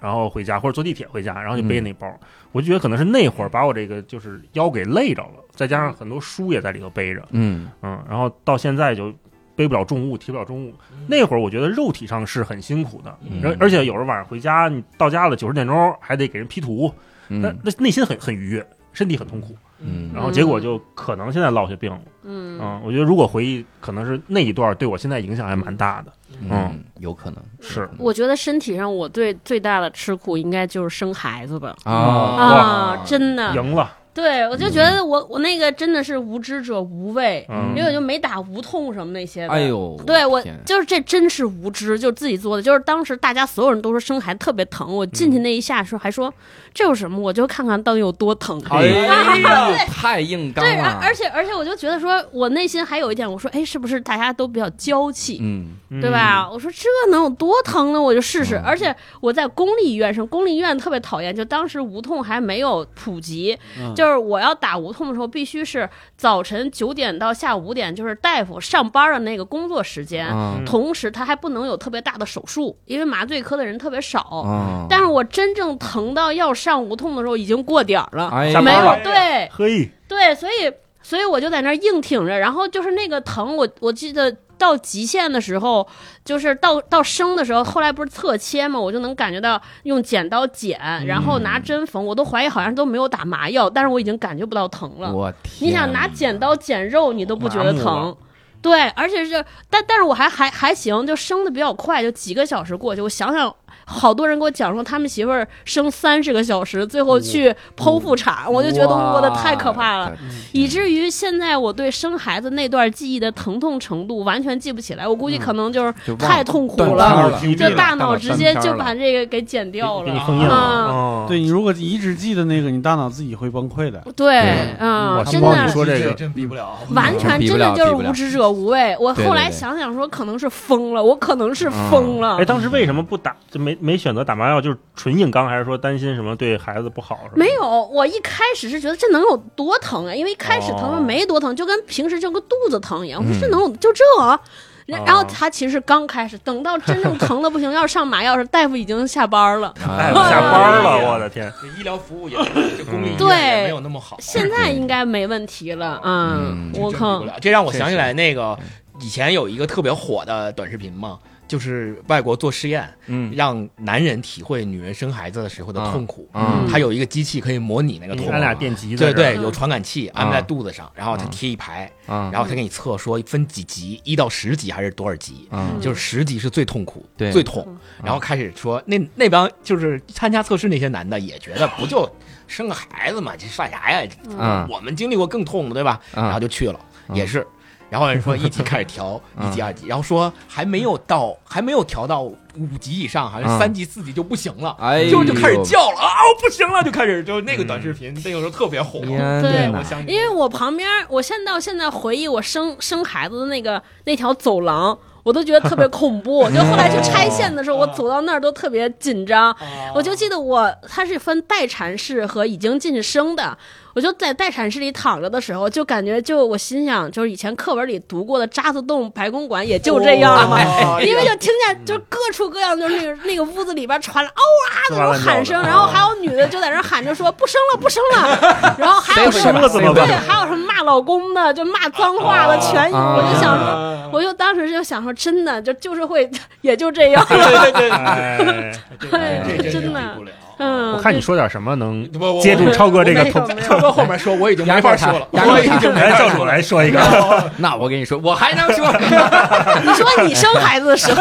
[SPEAKER 4] 然后回家或者坐地铁回家，然后就背那包，
[SPEAKER 1] 嗯
[SPEAKER 4] 我就觉得可能是那会儿把我这个就是腰给累着了，再加上很多书也在里头背着，
[SPEAKER 1] 嗯
[SPEAKER 4] 嗯，然后到现在就背不了重物，提不了重物，那会儿我觉得肉体上是很辛苦的，
[SPEAKER 1] 嗯
[SPEAKER 4] 而、而且有时候晚上回家，你到家了九十点钟还得给人 P 图，
[SPEAKER 1] 嗯
[SPEAKER 4] 那那内心很很愉悦，身体很痛苦，
[SPEAKER 1] 嗯
[SPEAKER 4] 然后结果就可能现在落下病了。
[SPEAKER 5] 嗯
[SPEAKER 4] 嗯，我觉得如果回忆，可能是那一段对我现在影响还蛮大的。
[SPEAKER 1] 嗯，有可能
[SPEAKER 4] 是
[SPEAKER 5] 我觉得身体上我对最大的吃苦应该就是生孩子吧。
[SPEAKER 1] 啊
[SPEAKER 5] 啊，真
[SPEAKER 1] 嗯
[SPEAKER 5] 的，
[SPEAKER 4] 赢了，
[SPEAKER 5] 对我就觉得我我那个真的是无知者无畏，
[SPEAKER 4] 嗯
[SPEAKER 5] 因为我就没打无痛什么那些的。
[SPEAKER 1] 哎呦，
[SPEAKER 5] 对我
[SPEAKER 1] 天
[SPEAKER 5] 就是这真是无知，就是自己做的。就是当时大家所有人都说生孩子特别疼，我进去那一下的时候还说这有什么，我就看看到底有多疼。
[SPEAKER 1] 哎
[SPEAKER 5] 啊
[SPEAKER 1] 呀，太硬刚
[SPEAKER 5] 对，而
[SPEAKER 1] 了，
[SPEAKER 5] 而且而且我就觉得说，我内心还有一点，我说哎，是不是大家都比较娇气？
[SPEAKER 1] 嗯
[SPEAKER 5] 对吧？我说这能有多疼呢？我就试试。
[SPEAKER 1] 嗯
[SPEAKER 5] 而且我在公立医院上，公立医院特别讨厌，就当时无痛还没有普及，
[SPEAKER 3] 嗯
[SPEAKER 5] 就是我要打无痛的时候，必须是早晨九点到下午五点，就是大夫上班的那个工作时间。
[SPEAKER 1] 啊
[SPEAKER 5] 同时，他还不能有特别大的手术，因为麻醉科的人特别少。
[SPEAKER 1] 啊，
[SPEAKER 5] 但是我真正疼到要上无痛的时候，已经过点儿了，
[SPEAKER 1] 哎呀
[SPEAKER 4] 下
[SPEAKER 5] 没
[SPEAKER 4] 班
[SPEAKER 5] 有
[SPEAKER 4] 了
[SPEAKER 5] 对。
[SPEAKER 4] 嘿，
[SPEAKER 5] 对，所以所以我就在那儿硬挺着，然后就是那个疼，我我记得到极限的时候，就是到到生的时候，后来不是侧切嘛，我就能感觉到用剪刀剪，然后拿针缝，我都怀疑好像都没有打麻药，但是我已经感觉不到疼了。
[SPEAKER 1] 我天，
[SPEAKER 5] 你想拿剪刀剪肉，你都不觉
[SPEAKER 4] 麻
[SPEAKER 5] 得
[SPEAKER 4] 木
[SPEAKER 5] 疼
[SPEAKER 4] 了。
[SPEAKER 5] 对，而且是，但但是我还还还行，就生的比较快，就几个小时过去。我想想，好多人给我讲说他们媳妇儿生三十个小时，最后去剖腹产，我就觉得我的太可怕了。以至于现在我对生孩子那段记忆的疼痛程度完全记不起来，我估计可能就是
[SPEAKER 1] 就忘
[SPEAKER 5] 太痛苦
[SPEAKER 1] 断
[SPEAKER 5] 了，
[SPEAKER 1] 片
[SPEAKER 4] 了
[SPEAKER 5] 这大
[SPEAKER 1] 大脑
[SPEAKER 5] 脑直接
[SPEAKER 1] 断片
[SPEAKER 5] 就
[SPEAKER 1] 了
[SPEAKER 5] 把这个给剪掉
[SPEAKER 4] 给你
[SPEAKER 5] 了。
[SPEAKER 4] 封印了。
[SPEAKER 6] 嗯
[SPEAKER 5] 啊
[SPEAKER 4] 哦，
[SPEAKER 3] 对你如果一直记得那个，你大脑自己会崩溃的。
[SPEAKER 5] 对，
[SPEAKER 4] 我
[SPEAKER 5] 嗯，
[SPEAKER 4] 听
[SPEAKER 5] 真
[SPEAKER 4] 包
[SPEAKER 5] 的
[SPEAKER 4] 你说这个
[SPEAKER 6] 真比不了，
[SPEAKER 5] 嗯完全真的就是无知者无畏。我
[SPEAKER 1] 比不了
[SPEAKER 5] 后来想想说，可能是疯了，我可能是疯了
[SPEAKER 4] 哎，，当时为什么不打？就没没选择打麻药，就是纯硬刚，还是说担心什么对孩子不好？是吧
[SPEAKER 5] 没，有。我一开始是觉得这能有多疼啊？因为一开始疼了
[SPEAKER 4] 哦
[SPEAKER 5] 没多疼，就跟平时就跟肚子疼一样。我
[SPEAKER 1] 嗯
[SPEAKER 5] 说这能有就这啊？然
[SPEAKER 4] 哦
[SPEAKER 5] 然后他其实刚开始，等到真正疼的不行， 要是上麻药时，大夫已经下班了。
[SPEAKER 4] 哎，我下班了，我的天！
[SPEAKER 6] 医疗服务也就公立医
[SPEAKER 5] 对
[SPEAKER 6] 院也没有那么好。
[SPEAKER 5] 现在应该没问题了，嗯，
[SPEAKER 1] 嗯
[SPEAKER 5] 我
[SPEAKER 6] 这
[SPEAKER 5] 靠
[SPEAKER 6] 比不，了这让我想起来那个以前有一个特别火的短视频嘛，就是外国做实验，
[SPEAKER 1] 嗯
[SPEAKER 6] 让男人体会女人生孩子的时候的痛苦。
[SPEAKER 1] 嗯
[SPEAKER 6] 他有一个机器可以模拟那个痛
[SPEAKER 4] 你
[SPEAKER 6] 苦，
[SPEAKER 4] 按
[SPEAKER 5] 啊
[SPEAKER 4] 俩电极在
[SPEAKER 6] 对
[SPEAKER 4] 这儿嗯
[SPEAKER 6] 对，有传感器安在肚子上，然后他贴一排，
[SPEAKER 1] 啊
[SPEAKER 6] 然后他给你测说分几级，一到十级还是多少级？
[SPEAKER 1] 嗯
[SPEAKER 6] 就是十级是最痛苦，
[SPEAKER 1] 对
[SPEAKER 6] 最痛
[SPEAKER 5] 嗯。
[SPEAKER 6] 然后开始说，那那帮就是参加测试那些男的也觉得不就生个孩子嘛，这算啥呀？
[SPEAKER 1] 嗯
[SPEAKER 6] 我们经历过更痛的，对吧？
[SPEAKER 1] 嗯
[SPEAKER 6] 然后就去了，
[SPEAKER 1] 嗯
[SPEAKER 6] 也是。 然后人说一级开始调，
[SPEAKER 1] 嗯
[SPEAKER 6] 一级、二级，然后说还没有到，还没有调到五级以上，好像
[SPEAKER 1] 嗯
[SPEAKER 6] 是三级、四级就不行了，
[SPEAKER 1] 哎呦嗯
[SPEAKER 6] 就就开始叫了啊，我不行了，就开始就那个短视频，那个时候特别火。
[SPEAKER 1] 天
[SPEAKER 5] 对
[SPEAKER 1] 哪
[SPEAKER 6] 我想起
[SPEAKER 5] 因为我旁边，我现在到现在回忆我生生孩子的那个那条走廊，我都觉得特别恐怖。就后来去拆线的时候，我走到那儿都特别紧张。
[SPEAKER 6] 啊
[SPEAKER 5] 我就记得我，它是分待产室和已经进生的。我就在待产室里躺着的时候，就感觉就我心想，就是以前课文里读过的渣滓洞、白公馆也就这样了，
[SPEAKER 6] 哦
[SPEAKER 5] 因为就听见就各处各样，就是那个那个屋子里边传来嗷啊那种喊声，然
[SPEAKER 4] 啊
[SPEAKER 5] 后还有女的就在那喊着说不生了不生了，然后还有什
[SPEAKER 4] 生
[SPEAKER 5] 么
[SPEAKER 4] 了怎么办
[SPEAKER 5] 对，还有什么骂老公的，就骂脏话的全有。我就想
[SPEAKER 6] 啊
[SPEAKER 5] 说，我就当时就想说，真的，就旧社会也就这样。
[SPEAKER 6] 对对对，
[SPEAKER 4] 哎，
[SPEAKER 5] 哎
[SPEAKER 6] 这
[SPEAKER 5] 真的
[SPEAKER 6] 比不了。
[SPEAKER 5] 嗯，
[SPEAKER 4] 我看你
[SPEAKER 5] 就
[SPEAKER 4] 说点什么能
[SPEAKER 6] 不不
[SPEAKER 4] 接住超哥这个头
[SPEAKER 5] 我没有没有
[SPEAKER 6] 超哥后面说我已经没法说了，
[SPEAKER 1] 压过
[SPEAKER 6] 我已
[SPEAKER 1] 他
[SPEAKER 6] 经没
[SPEAKER 4] 来，
[SPEAKER 6] 法
[SPEAKER 4] 教
[SPEAKER 6] 说
[SPEAKER 4] 主
[SPEAKER 6] 了。
[SPEAKER 4] 来说一个，
[SPEAKER 1] 那我跟你说， 我还
[SPEAKER 6] 还能说，
[SPEAKER 5] 你说你生孩子的时候，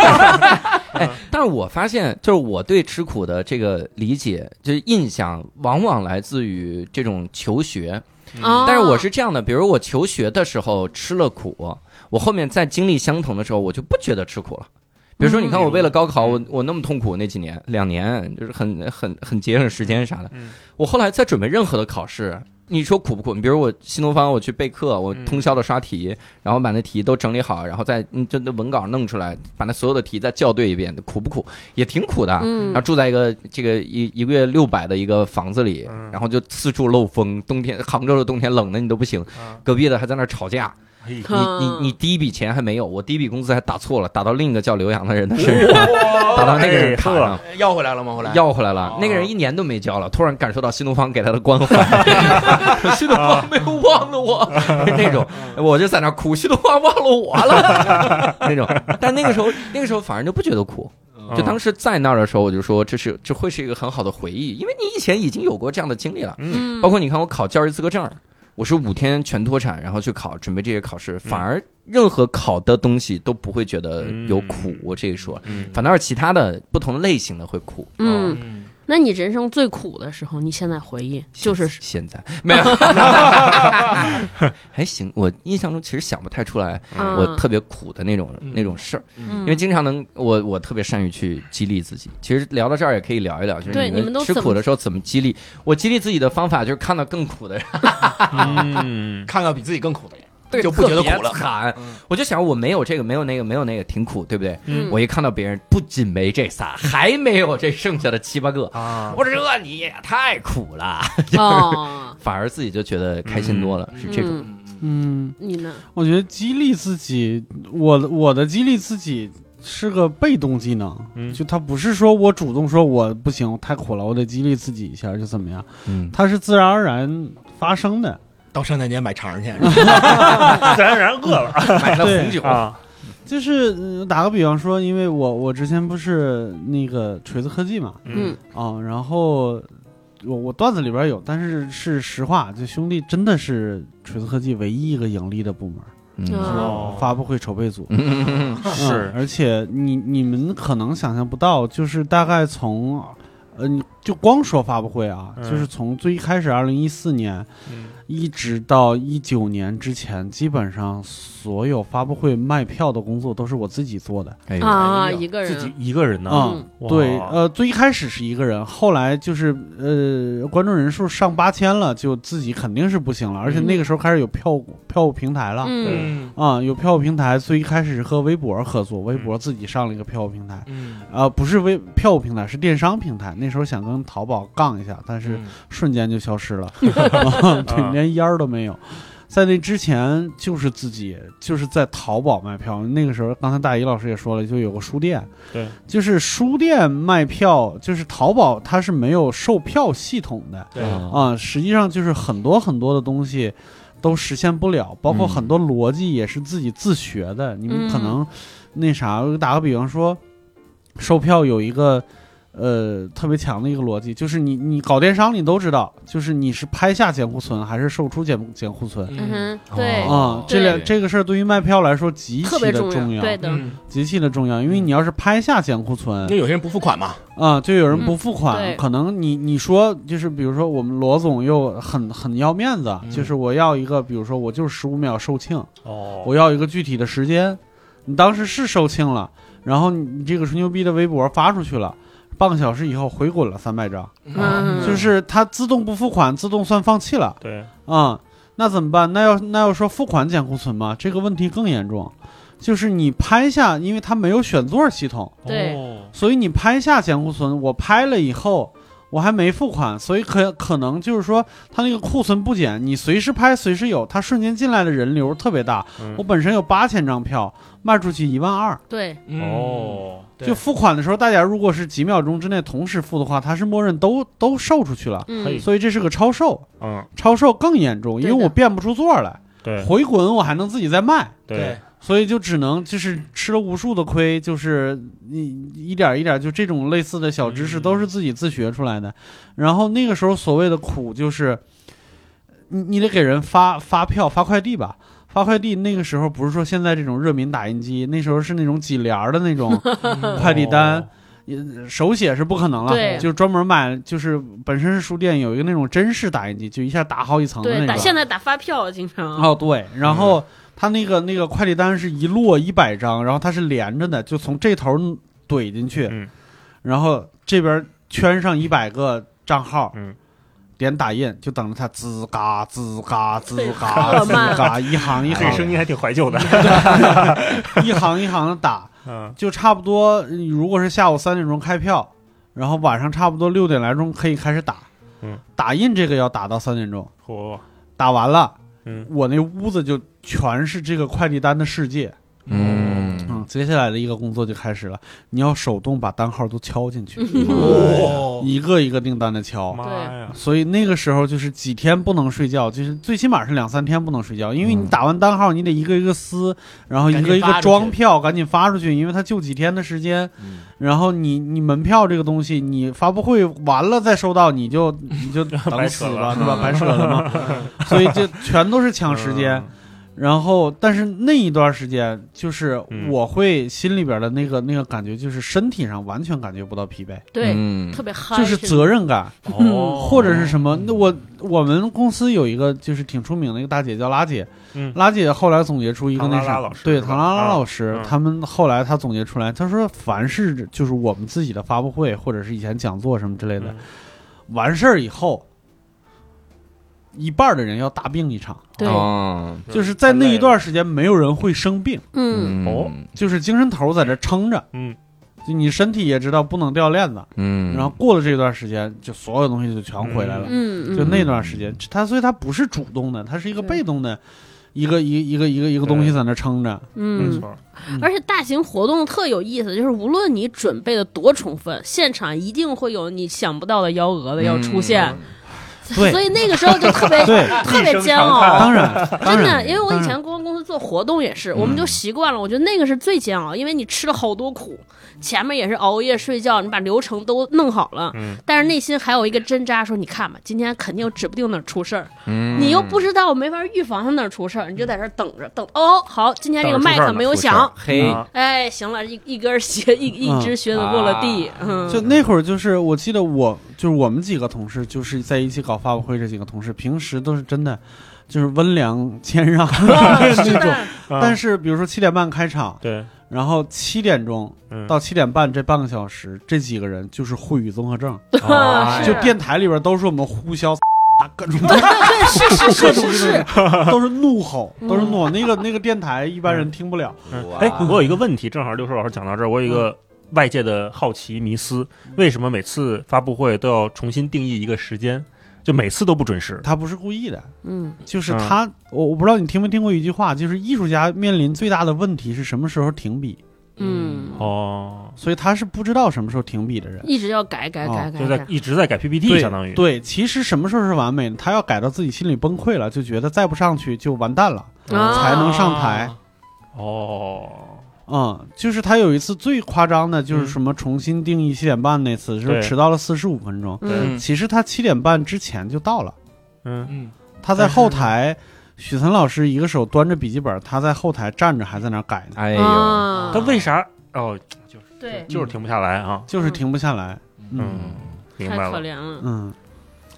[SPEAKER 1] 但是我发现，就是我对吃苦的这个理解，就是印象，往往来自于这种求学。
[SPEAKER 4] 嗯
[SPEAKER 5] 啊
[SPEAKER 1] 但是我是这样的，比如我求学的时候吃了苦，我后面再经历相同的时候，我就不觉得吃苦了。比如说，你看我为了高考，我我那么痛苦那几年，两年就是很很很节省时间啥的
[SPEAKER 4] 嗯。
[SPEAKER 1] 我后来再准备任何的考试，你说苦不苦？你比如我新东方，我去备课，我
[SPEAKER 4] 嗯
[SPEAKER 1] 通宵的刷题，然后把那题都整理好，然后再嗯就那文稿弄出来，把那所有的题再校对一遍，苦不苦？也挺苦的。
[SPEAKER 5] 嗯
[SPEAKER 1] 然后住在一个这个一一个月六百的一个房子里，
[SPEAKER 4] 嗯
[SPEAKER 1] 然后就四处漏风，冬天杭州的冬天冷的你都不行，
[SPEAKER 6] 嗯
[SPEAKER 4] 啊
[SPEAKER 1] 隔壁的还在那儿吵架，
[SPEAKER 4] 嘿
[SPEAKER 1] 你你
[SPEAKER 5] 嗯
[SPEAKER 1] 你第一笔钱还没有，我第一笔工资还打错了，打到另一个叫刘洋的人的 身上，打到那个人卡上。
[SPEAKER 6] 要回来哎了吗？后来
[SPEAKER 1] 要回来了
[SPEAKER 6] 哦，
[SPEAKER 1] 那个人一年都没交了，突然感受到新东方给他的关怀， 新东方没有忘了我，
[SPEAKER 6] 哦
[SPEAKER 1] 那种，
[SPEAKER 6] 嗯
[SPEAKER 1] 我就在那儿哭，新东方忘了我了， 那种。但那个时候，那个时候反而就不觉得苦，就当时在那儿的时候，我就说这是这会是一个很好的回忆，因为你以前已经有过这样的经历了。
[SPEAKER 5] 嗯
[SPEAKER 1] 包括你看我考教师资格证，我是五天全脱产，然后去考准备这些考试，反而任何考的东西都不会觉得有苦。我这一说，
[SPEAKER 4] 嗯
[SPEAKER 1] 反倒是其他的不同类型的会苦。
[SPEAKER 5] 嗯，
[SPEAKER 6] 嗯
[SPEAKER 5] 那你人生最苦的时候，你现在回忆就是
[SPEAKER 1] 现在没有， 还行。我印象中其实想不太出来
[SPEAKER 5] 嗯
[SPEAKER 1] 我特别苦的那种、
[SPEAKER 6] 嗯
[SPEAKER 1] 那种事儿，因
[SPEAKER 5] 因
[SPEAKER 1] 为经常能我我特别善于去激励自己。其实聊到这儿也可以聊一聊，就
[SPEAKER 5] 对
[SPEAKER 1] 是
[SPEAKER 5] 你们都
[SPEAKER 1] 吃
[SPEAKER 5] 怎么
[SPEAKER 1] 苦的时候怎么激励。我激励自己的方法就是看到更苦的人。
[SPEAKER 4] 嗯，
[SPEAKER 6] 看看比自己更苦的人，
[SPEAKER 1] 对，
[SPEAKER 6] 就不觉得苦
[SPEAKER 1] 特别
[SPEAKER 6] 了
[SPEAKER 1] 惨
[SPEAKER 6] 嗯，
[SPEAKER 1] 我就想我没有这个，没有那个，没有那个，挺苦，对不对？
[SPEAKER 5] 嗯
[SPEAKER 1] 我一看到别人不仅没这仨，还没有这剩下的七八个，
[SPEAKER 5] 嗯
[SPEAKER 4] 啊，
[SPEAKER 1] 我这你也太苦了，
[SPEAKER 5] 哦，
[SPEAKER 1] 反而自己就觉得开心多了，是这种。
[SPEAKER 5] 嗯
[SPEAKER 3] 嗯，
[SPEAKER 5] 你呢？
[SPEAKER 3] 我觉得激励自己，我的我的激励自己是个被动技能，
[SPEAKER 4] 嗯
[SPEAKER 3] 就它不是说我主动说我不行，太苦了，我得激励自己一下，就怎么样，
[SPEAKER 1] 嗯，
[SPEAKER 3] 它是自然而然发生的。
[SPEAKER 6] 到商店街买肠去，啊
[SPEAKER 4] 啊 自然而然饿
[SPEAKER 5] 哎
[SPEAKER 4] 了
[SPEAKER 6] 买了
[SPEAKER 3] 对
[SPEAKER 6] 红酒，
[SPEAKER 4] 啊，
[SPEAKER 3] 就是嗯打个比方说，因为我我之前不是那个锤子科技嘛，
[SPEAKER 5] 嗯
[SPEAKER 3] 啊、然后我我段子里边有，但是是实话，就兄弟真的是锤子科技唯一一个盈利的部门，啊
[SPEAKER 1] 嗯
[SPEAKER 4] 哦
[SPEAKER 3] 发布会筹备组。
[SPEAKER 1] 嗯，
[SPEAKER 4] 是
[SPEAKER 3] 嗯而且你你们可能想象不到，就是大概从，呃，你就光说发布会啊，
[SPEAKER 4] 嗯
[SPEAKER 3] 就是从最一开始二零一四年
[SPEAKER 4] 嗯
[SPEAKER 3] 一直到一九年之前，基本上所有发布会卖票的工作都是我自己做的。
[SPEAKER 1] 哎呦，
[SPEAKER 5] 啊，
[SPEAKER 6] 哎呦
[SPEAKER 5] 一个
[SPEAKER 4] 自己
[SPEAKER 5] 人，
[SPEAKER 4] 一个人呢，
[SPEAKER 3] 啊、
[SPEAKER 4] 哇
[SPEAKER 3] 对，呃，最一开始是一个人，后来就是呃，观众人数上八千了，就自己肯定是不行了，而且那个时候开始有票务票务平台了。
[SPEAKER 5] 嗯
[SPEAKER 6] 嗯
[SPEAKER 3] 啊、有票务平台，最一开始是和微博合作，微博自己上了一个票务平台，
[SPEAKER 6] 嗯，
[SPEAKER 3] 啊，不是微票务平台，是电商平台。那时候想跟
[SPEAKER 6] 嗯
[SPEAKER 3] 淘宝杠一下，但是瞬间就消失了，对，连烟儿都没有。在那之前就是自己就是在淘宝卖票，那个时候刚才大姨老师也说了，就有个书店，
[SPEAKER 4] 对，
[SPEAKER 3] 就是书店卖票，就是淘宝它是没有售票系统的
[SPEAKER 6] 对
[SPEAKER 5] 嗯
[SPEAKER 1] 嗯
[SPEAKER 5] 哦
[SPEAKER 3] 啊，实际上就是很多很多的东西。都实现不了，包括
[SPEAKER 1] 嗯
[SPEAKER 3] 很多逻辑也是自己自学的。你们可
[SPEAKER 5] 嗯
[SPEAKER 3] 能那啥，我打个比方说，售票有一个呃特别强的一个逻辑，就是你你搞电商你都知道，就是你是拍下监护存还是售出监监护存
[SPEAKER 5] 嗯哼，
[SPEAKER 6] 哦
[SPEAKER 5] 对，
[SPEAKER 3] 啊、这
[SPEAKER 5] 对
[SPEAKER 3] 两这个事儿对于卖票来说极
[SPEAKER 5] 特
[SPEAKER 3] 其
[SPEAKER 5] 别
[SPEAKER 3] 的
[SPEAKER 5] 重
[SPEAKER 3] 重
[SPEAKER 5] 对嗯的，
[SPEAKER 4] 嗯，
[SPEAKER 3] 极其的重要，因为你要是拍下监护存
[SPEAKER 6] 因为有些人不付款嘛，
[SPEAKER 3] 啊、就有人
[SPEAKER 5] 嗯
[SPEAKER 3] 不付款，
[SPEAKER 5] 对
[SPEAKER 3] 可能你你说就是比如说我们罗总又很很要面子，
[SPEAKER 6] 嗯
[SPEAKER 3] 就是我要一个，比如说我就是十五秒售罄，
[SPEAKER 4] 哦，
[SPEAKER 3] 我要一个具体的时间。你当时是售罄了，然后你你这个吹牛逼的微博发出去了，半个小时以后回滚了三百张，
[SPEAKER 5] 嗯
[SPEAKER 3] 就是它自动不付款，自动算放弃了
[SPEAKER 4] 对，
[SPEAKER 3] 啊、那怎么办？那要那要说付款减库存吗？这个问题更严重，就是你拍下，因为它没有选座系统，
[SPEAKER 5] 对
[SPEAKER 4] 哦
[SPEAKER 3] 所以你拍下减库存，我拍了以后。我还没付款，所以可可能就是说，它那个库存不减，你随时拍随时有，它瞬间进来的人流特别大，
[SPEAKER 4] 嗯
[SPEAKER 3] 我本身有八千张票，卖出去一万二，
[SPEAKER 5] 对，
[SPEAKER 6] 嗯，
[SPEAKER 4] 哦，
[SPEAKER 6] 对
[SPEAKER 3] 就付款的时候，大家如果是几秒钟之内同时付的话，它是默认都都售出去了，
[SPEAKER 4] 可
[SPEAKER 5] 嗯
[SPEAKER 4] 以，
[SPEAKER 3] 所以这是个超售，
[SPEAKER 4] 嗯，
[SPEAKER 3] 超售更严重，因为
[SPEAKER 5] 对的
[SPEAKER 3] 我变不出座来，
[SPEAKER 4] 对
[SPEAKER 3] 回滚我还能自己再卖，
[SPEAKER 6] 对，
[SPEAKER 3] 所以就只能就是吃了无数的亏，就是一一点一点，就这种类似的小知识
[SPEAKER 4] 嗯
[SPEAKER 3] 都是自己自学出来的。然后那个时候所谓的苦就是，你你得给人发发票、发快递吧。发快递那个时候不是说现在这种热敏打印机，那时候是那种几联儿的那种
[SPEAKER 4] 嗯
[SPEAKER 3] 快递
[SPEAKER 4] 哦
[SPEAKER 3] 单，也手写是不可能了，
[SPEAKER 5] 嗯对
[SPEAKER 3] 就专门买，就是本身是书店有一个那种真式打印机，就一下打好几层的
[SPEAKER 5] 对，
[SPEAKER 3] 那
[SPEAKER 5] 打
[SPEAKER 3] 种
[SPEAKER 5] 现。在打发票经常，
[SPEAKER 3] 哦，对，然后
[SPEAKER 4] 嗯
[SPEAKER 3] 他那个那个快递单是一摞一百张，然后它是连着的，就从这头怼进去，
[SPEAKER 4] 嗯
[SPEAKER 3] 然后这边圈上一百个账号，
[SPEAKER 4] 嗯
[SPEAKER 3] 点打印，就等着它吱嘎吱嘎吱
[SPEAKER 5] 太
[SPEAKER 3] 嘎
[SPEAKER 5] 浪漫
[SPEAKER 3] 吱嘎，一行一
[SPEAKER 4] 这个
[SPEAKER 3] 行
[SPEAKER 4] 声音还挺怀旧的，
[SPEAKER 3] 一行一行的打，
[SPEAKER 4] 嗯，
[SPEAKER 3] 就差不多。嗯如果是下午三点钟开票，然后晚上差不多六点来钟可以开始打，
[SPEAKER 4] 嗯
[SPEAKER 3] 打印这个要打到三点钟，
[SPEAKER 4] 嚯，
[SPEAKER 3] 打完了，
[SPEAKER 4] 嗯，
[SPEAKER 3] 我那屋子就全是这个快递单的世界。
[SPEAKER 1] 嗯，
[SPEAKER 3] 嗯，接下来的一个工作就开始了，你要手动把单号都敲进去，
[SPEAKER 6] 哦，
[SPEAKER 3] 一个一个订单的敲。
[SPEAKER 4] 哦妈呀，
[SPEAKER 3] 所以那个时候就是几天不能睡觉，就是最起码是两三天不能睡觉，因为你
[SPEAKER 1] 嗯
[SPEAKER 3] 打完单号，你得一个一个撕，然后一
[SPEAKER 6] 赶紧
[SPEAKER 3] 个一个
[SPEAKER 6] 发出去
[SPEAKER 3] 装票，赶紧发出去，因为它就几天的时间。
[SPEAKER 6] 嗯
[SPEAKER 3] 然后你你门票这个东西，你发布会完了再收到，你就你 就等
[SPEAKER 4] 白
[SPEAKER 3] 死
[SPEAKER 4] 扯
[SPEAKER 3] 吧，
[SPEAKER 4] 了
[SPEAKER 3] 对吧？白扯了 嘛。所以这全都是抢时间。
[SPEAKER 4] 嗯
[SPEAKER 3] 然后，但是那一段时间，就是
[SPEAKER 4] 嗯
[SPEAKER 3] 我会心里边的那个那个感觉，就是身体上完全感觉不到疲惫，
[SPEAKER 5] 对，
[SPEAKER 1] 嗯
[SPEAKER 5] 特别嗨，
[SPEAKER 3] 就是责任感，
[SPEAKER 4] 嗯，哦，
[SPEAKER 3] 或者是什么。那我我们公司有一个就是挺出名的一个大姐叫拉姐，
[SPEAKER 4] 嗯
[SPEAKER 3] 拉姐后来总结出一个
[SPEAKER 4] 唐
[SPEAKER 3] 那
[SPEAKER 4] 拉拉
[SPEAKER 3] 啥，
[SPEAKER 4] 老师
[SPEAKER 3] 对
[SPEAKER 4] 是吧
[SPEAKER 3] 唐拉拉
[SPEAKER 4] 啊
[SPEAKER 3] 老师，
[SPEAKER 4] 嗯
[SPEAKER 3] 他们后来她总结出来，她说凡是就是我们自己的发布会或者是以前讲座什么之类的，
[SPEAKER 4] 嗯
[SPEAKER 3] 完事儿以后，一半儿的人要大病一场，
[SPEAKER 5] 对，
[SPEAKER 1] 哦，
[SPEAKER 3] 就是在那一段时间没有人会生病。
[SPEAKER 5] 嗯，
[SPEAKER 4] 哦
[SPEAKER 3] 就是精神头儿在这撑着，
[SPEAKER 4] 嗯，
[SPEAKER 3] 就你身体也知道不能掉链子。
[SPEAKER 1] 嗯，
[SPEAKER 3] 然后过了这段时间，就所有东西就全回来了。
[SPEAKER 5] 嗯
[SPEAKER 3] 就
[SPEAKER 5] 嗯，
[SPEAKER 3] 那段时间，他所以他不是主动的，他是一个被动的，一个一一个一个一个东西在那撑着。
[SPEAKER 4] 没
[SPEAKER 5] 嗯，
[SPEAKER 4] 错，
[SPEAKER 5] 而且大型活动特有意思，就是无论你准备的多充分，现场一定会有你想不到的幺蛾子要出现，
[SPEAKER 3] 嗯对
[SPEAKER 5] 所以那个时候就 特别
[SPEAKER 3] 对，
[SPEAKER 5] 特别煎熬。
[SPEAKER 3] 当然，当
[SPEAKER 5] 真的，
[SPEAKER 3] 然，
[SPEAKER 5] 因为我以
[SPEAKER 3] 当
[SPEAKER 5] 前
[SPEAKER 3] 然嗯
[SPEAKER 5] 公关公司做活动也是，我们就习惯了。我觉得那个是最煎熬，因为你吃了好多苦，前面也是熬夜睡觉，你把流程都弄好了，
[SPEAKER 4] 嗯
[SPEAKER 5] 但是内心还有一个针扎，说你看吧，今天肯定指不定哪儿出事儿，
[SPEAKER 1] 嗯，
[SPEAKER 5] 你又不知道，没法预防它哪儿出事儿，你就在这儿等着，等哦，好，今天这个
[SPEAKER 4] 等着
[SPEAKER 5] 麦
[SPEAKER 4] 出事儿
[SPEAKER 5] 克
[SPEAKER 4] 呢
[SPEAKER 5] 没有
[SPEAKER 1] 出事儿
[SPEAKER 5] 响，
[SPEAKER 1] 嘿，
[SPEAKER 4] 啊
[SPEAKER 5] 哎，行了，一一根鞋，一一只靴子落了地，嗯，
[SPEAKER 3] 就那会儿，就是我记得我就是我们几个同事，就是在一起搞发布会，这几个同事平时都是真的，就是温良谦让那
[SPEAKER 5] 是
[SPEAKER 3] 种。
[SPEAKER 5] 的，
[SPEAKER 4] 啊
[SPEAKER 3] 但是比如说七点半开场，
[SPEAKER 4] 对，
[SPEAKER 3] 然后七点钟
[SPEAKER 4] 嗯，
[SPEAKER 3] 到七点半这半个小时，这几个人就是沪语综合症，
[SPEAKER 1] 啊
[SPEAKER 5] 是
[SPEAKER 3] 就电台里边都是我们呼啸， 各种
[SPEAKER 5] 对，是是是是 是，
[SPEAKER 3] 都是怒吼，都是怒吼。那个那个电台一般人听不了，
[SPEAKER 4] 嗯 哎，我有一个问题，正好六叔老师讲到这儿，我有一
[SPEAKER 3] 嗯
[SPEAKER 4] 个外界的好奇迷思，为什么每次发布会都要重新定义一个时间？就每次都不准时。
[SPEAKER 3] 他不是故意的，
[SPEAKER 5] 嗯
[SPEAKER 3] 就是他，我我不知道你听没听过一句话，就是艺术家面临最大的问题是什么时候停笔，
[SPEAKER 5] 嗯，
[SPEAKER 4] 哦，
[SPEAKER 3] 所以他是不知道什么时候停笔的人。
[SPEAKER 5] 一直要改改改改
[SPEAKER 4] 就在
[SPEAKER 5] 改，
[SPEAKER 4] 一直在改 PPT，
[SPEAKER 3] 对
[SPEAKER 4] 相当于
[SPEAKER 3] 对，其实什么时候是完美的？他要改到自己心里崩溃了，就觉得再不上去就完蛋了。
[SPEAKER 5] 啊
[SPEAKER 3] 才能上台
[SPEAKER 4] 哦，
[SPEAKER 3] 嗯，就是他有一次最夸张的，就是
[SPEAKER 4] 嗯
[SPEAKER 3] 什么重新定义七点半那次，就是
[SPEAKER 4] 对
[SPEAKER 3] 迟到了四十五分钟。
[SPEAKER 5] 嗯
[SPEAKER 3] 其实他七点半之前就到了，
[SPEAKER 4] 嗯，
[SPEAKER 6] 嗯，
[SPEAKER 3] 他在后台，许岑老师一个手端着笔记本，他在后台站着还在那儿改呢，
[SPEAKER 1] 哎呦，
[SPEAKER 5] 啊，
[SPEAKER 4] 他为啥？哦，
[SPEAKER 5] 对，
[SPEAKER 4] 就是停不下来啊。
[SPEAKER 3] 就是停不下来。嗯
[SPEAKER 4] 嗯，明
[SPEAKER 5] 太
[SPEAKER 4] 白
[SPEAKER 5] 可
[SPEAKER 4] 了。
[SPEAKER 5] 怜了，
[SPEAKER 3] 嗯，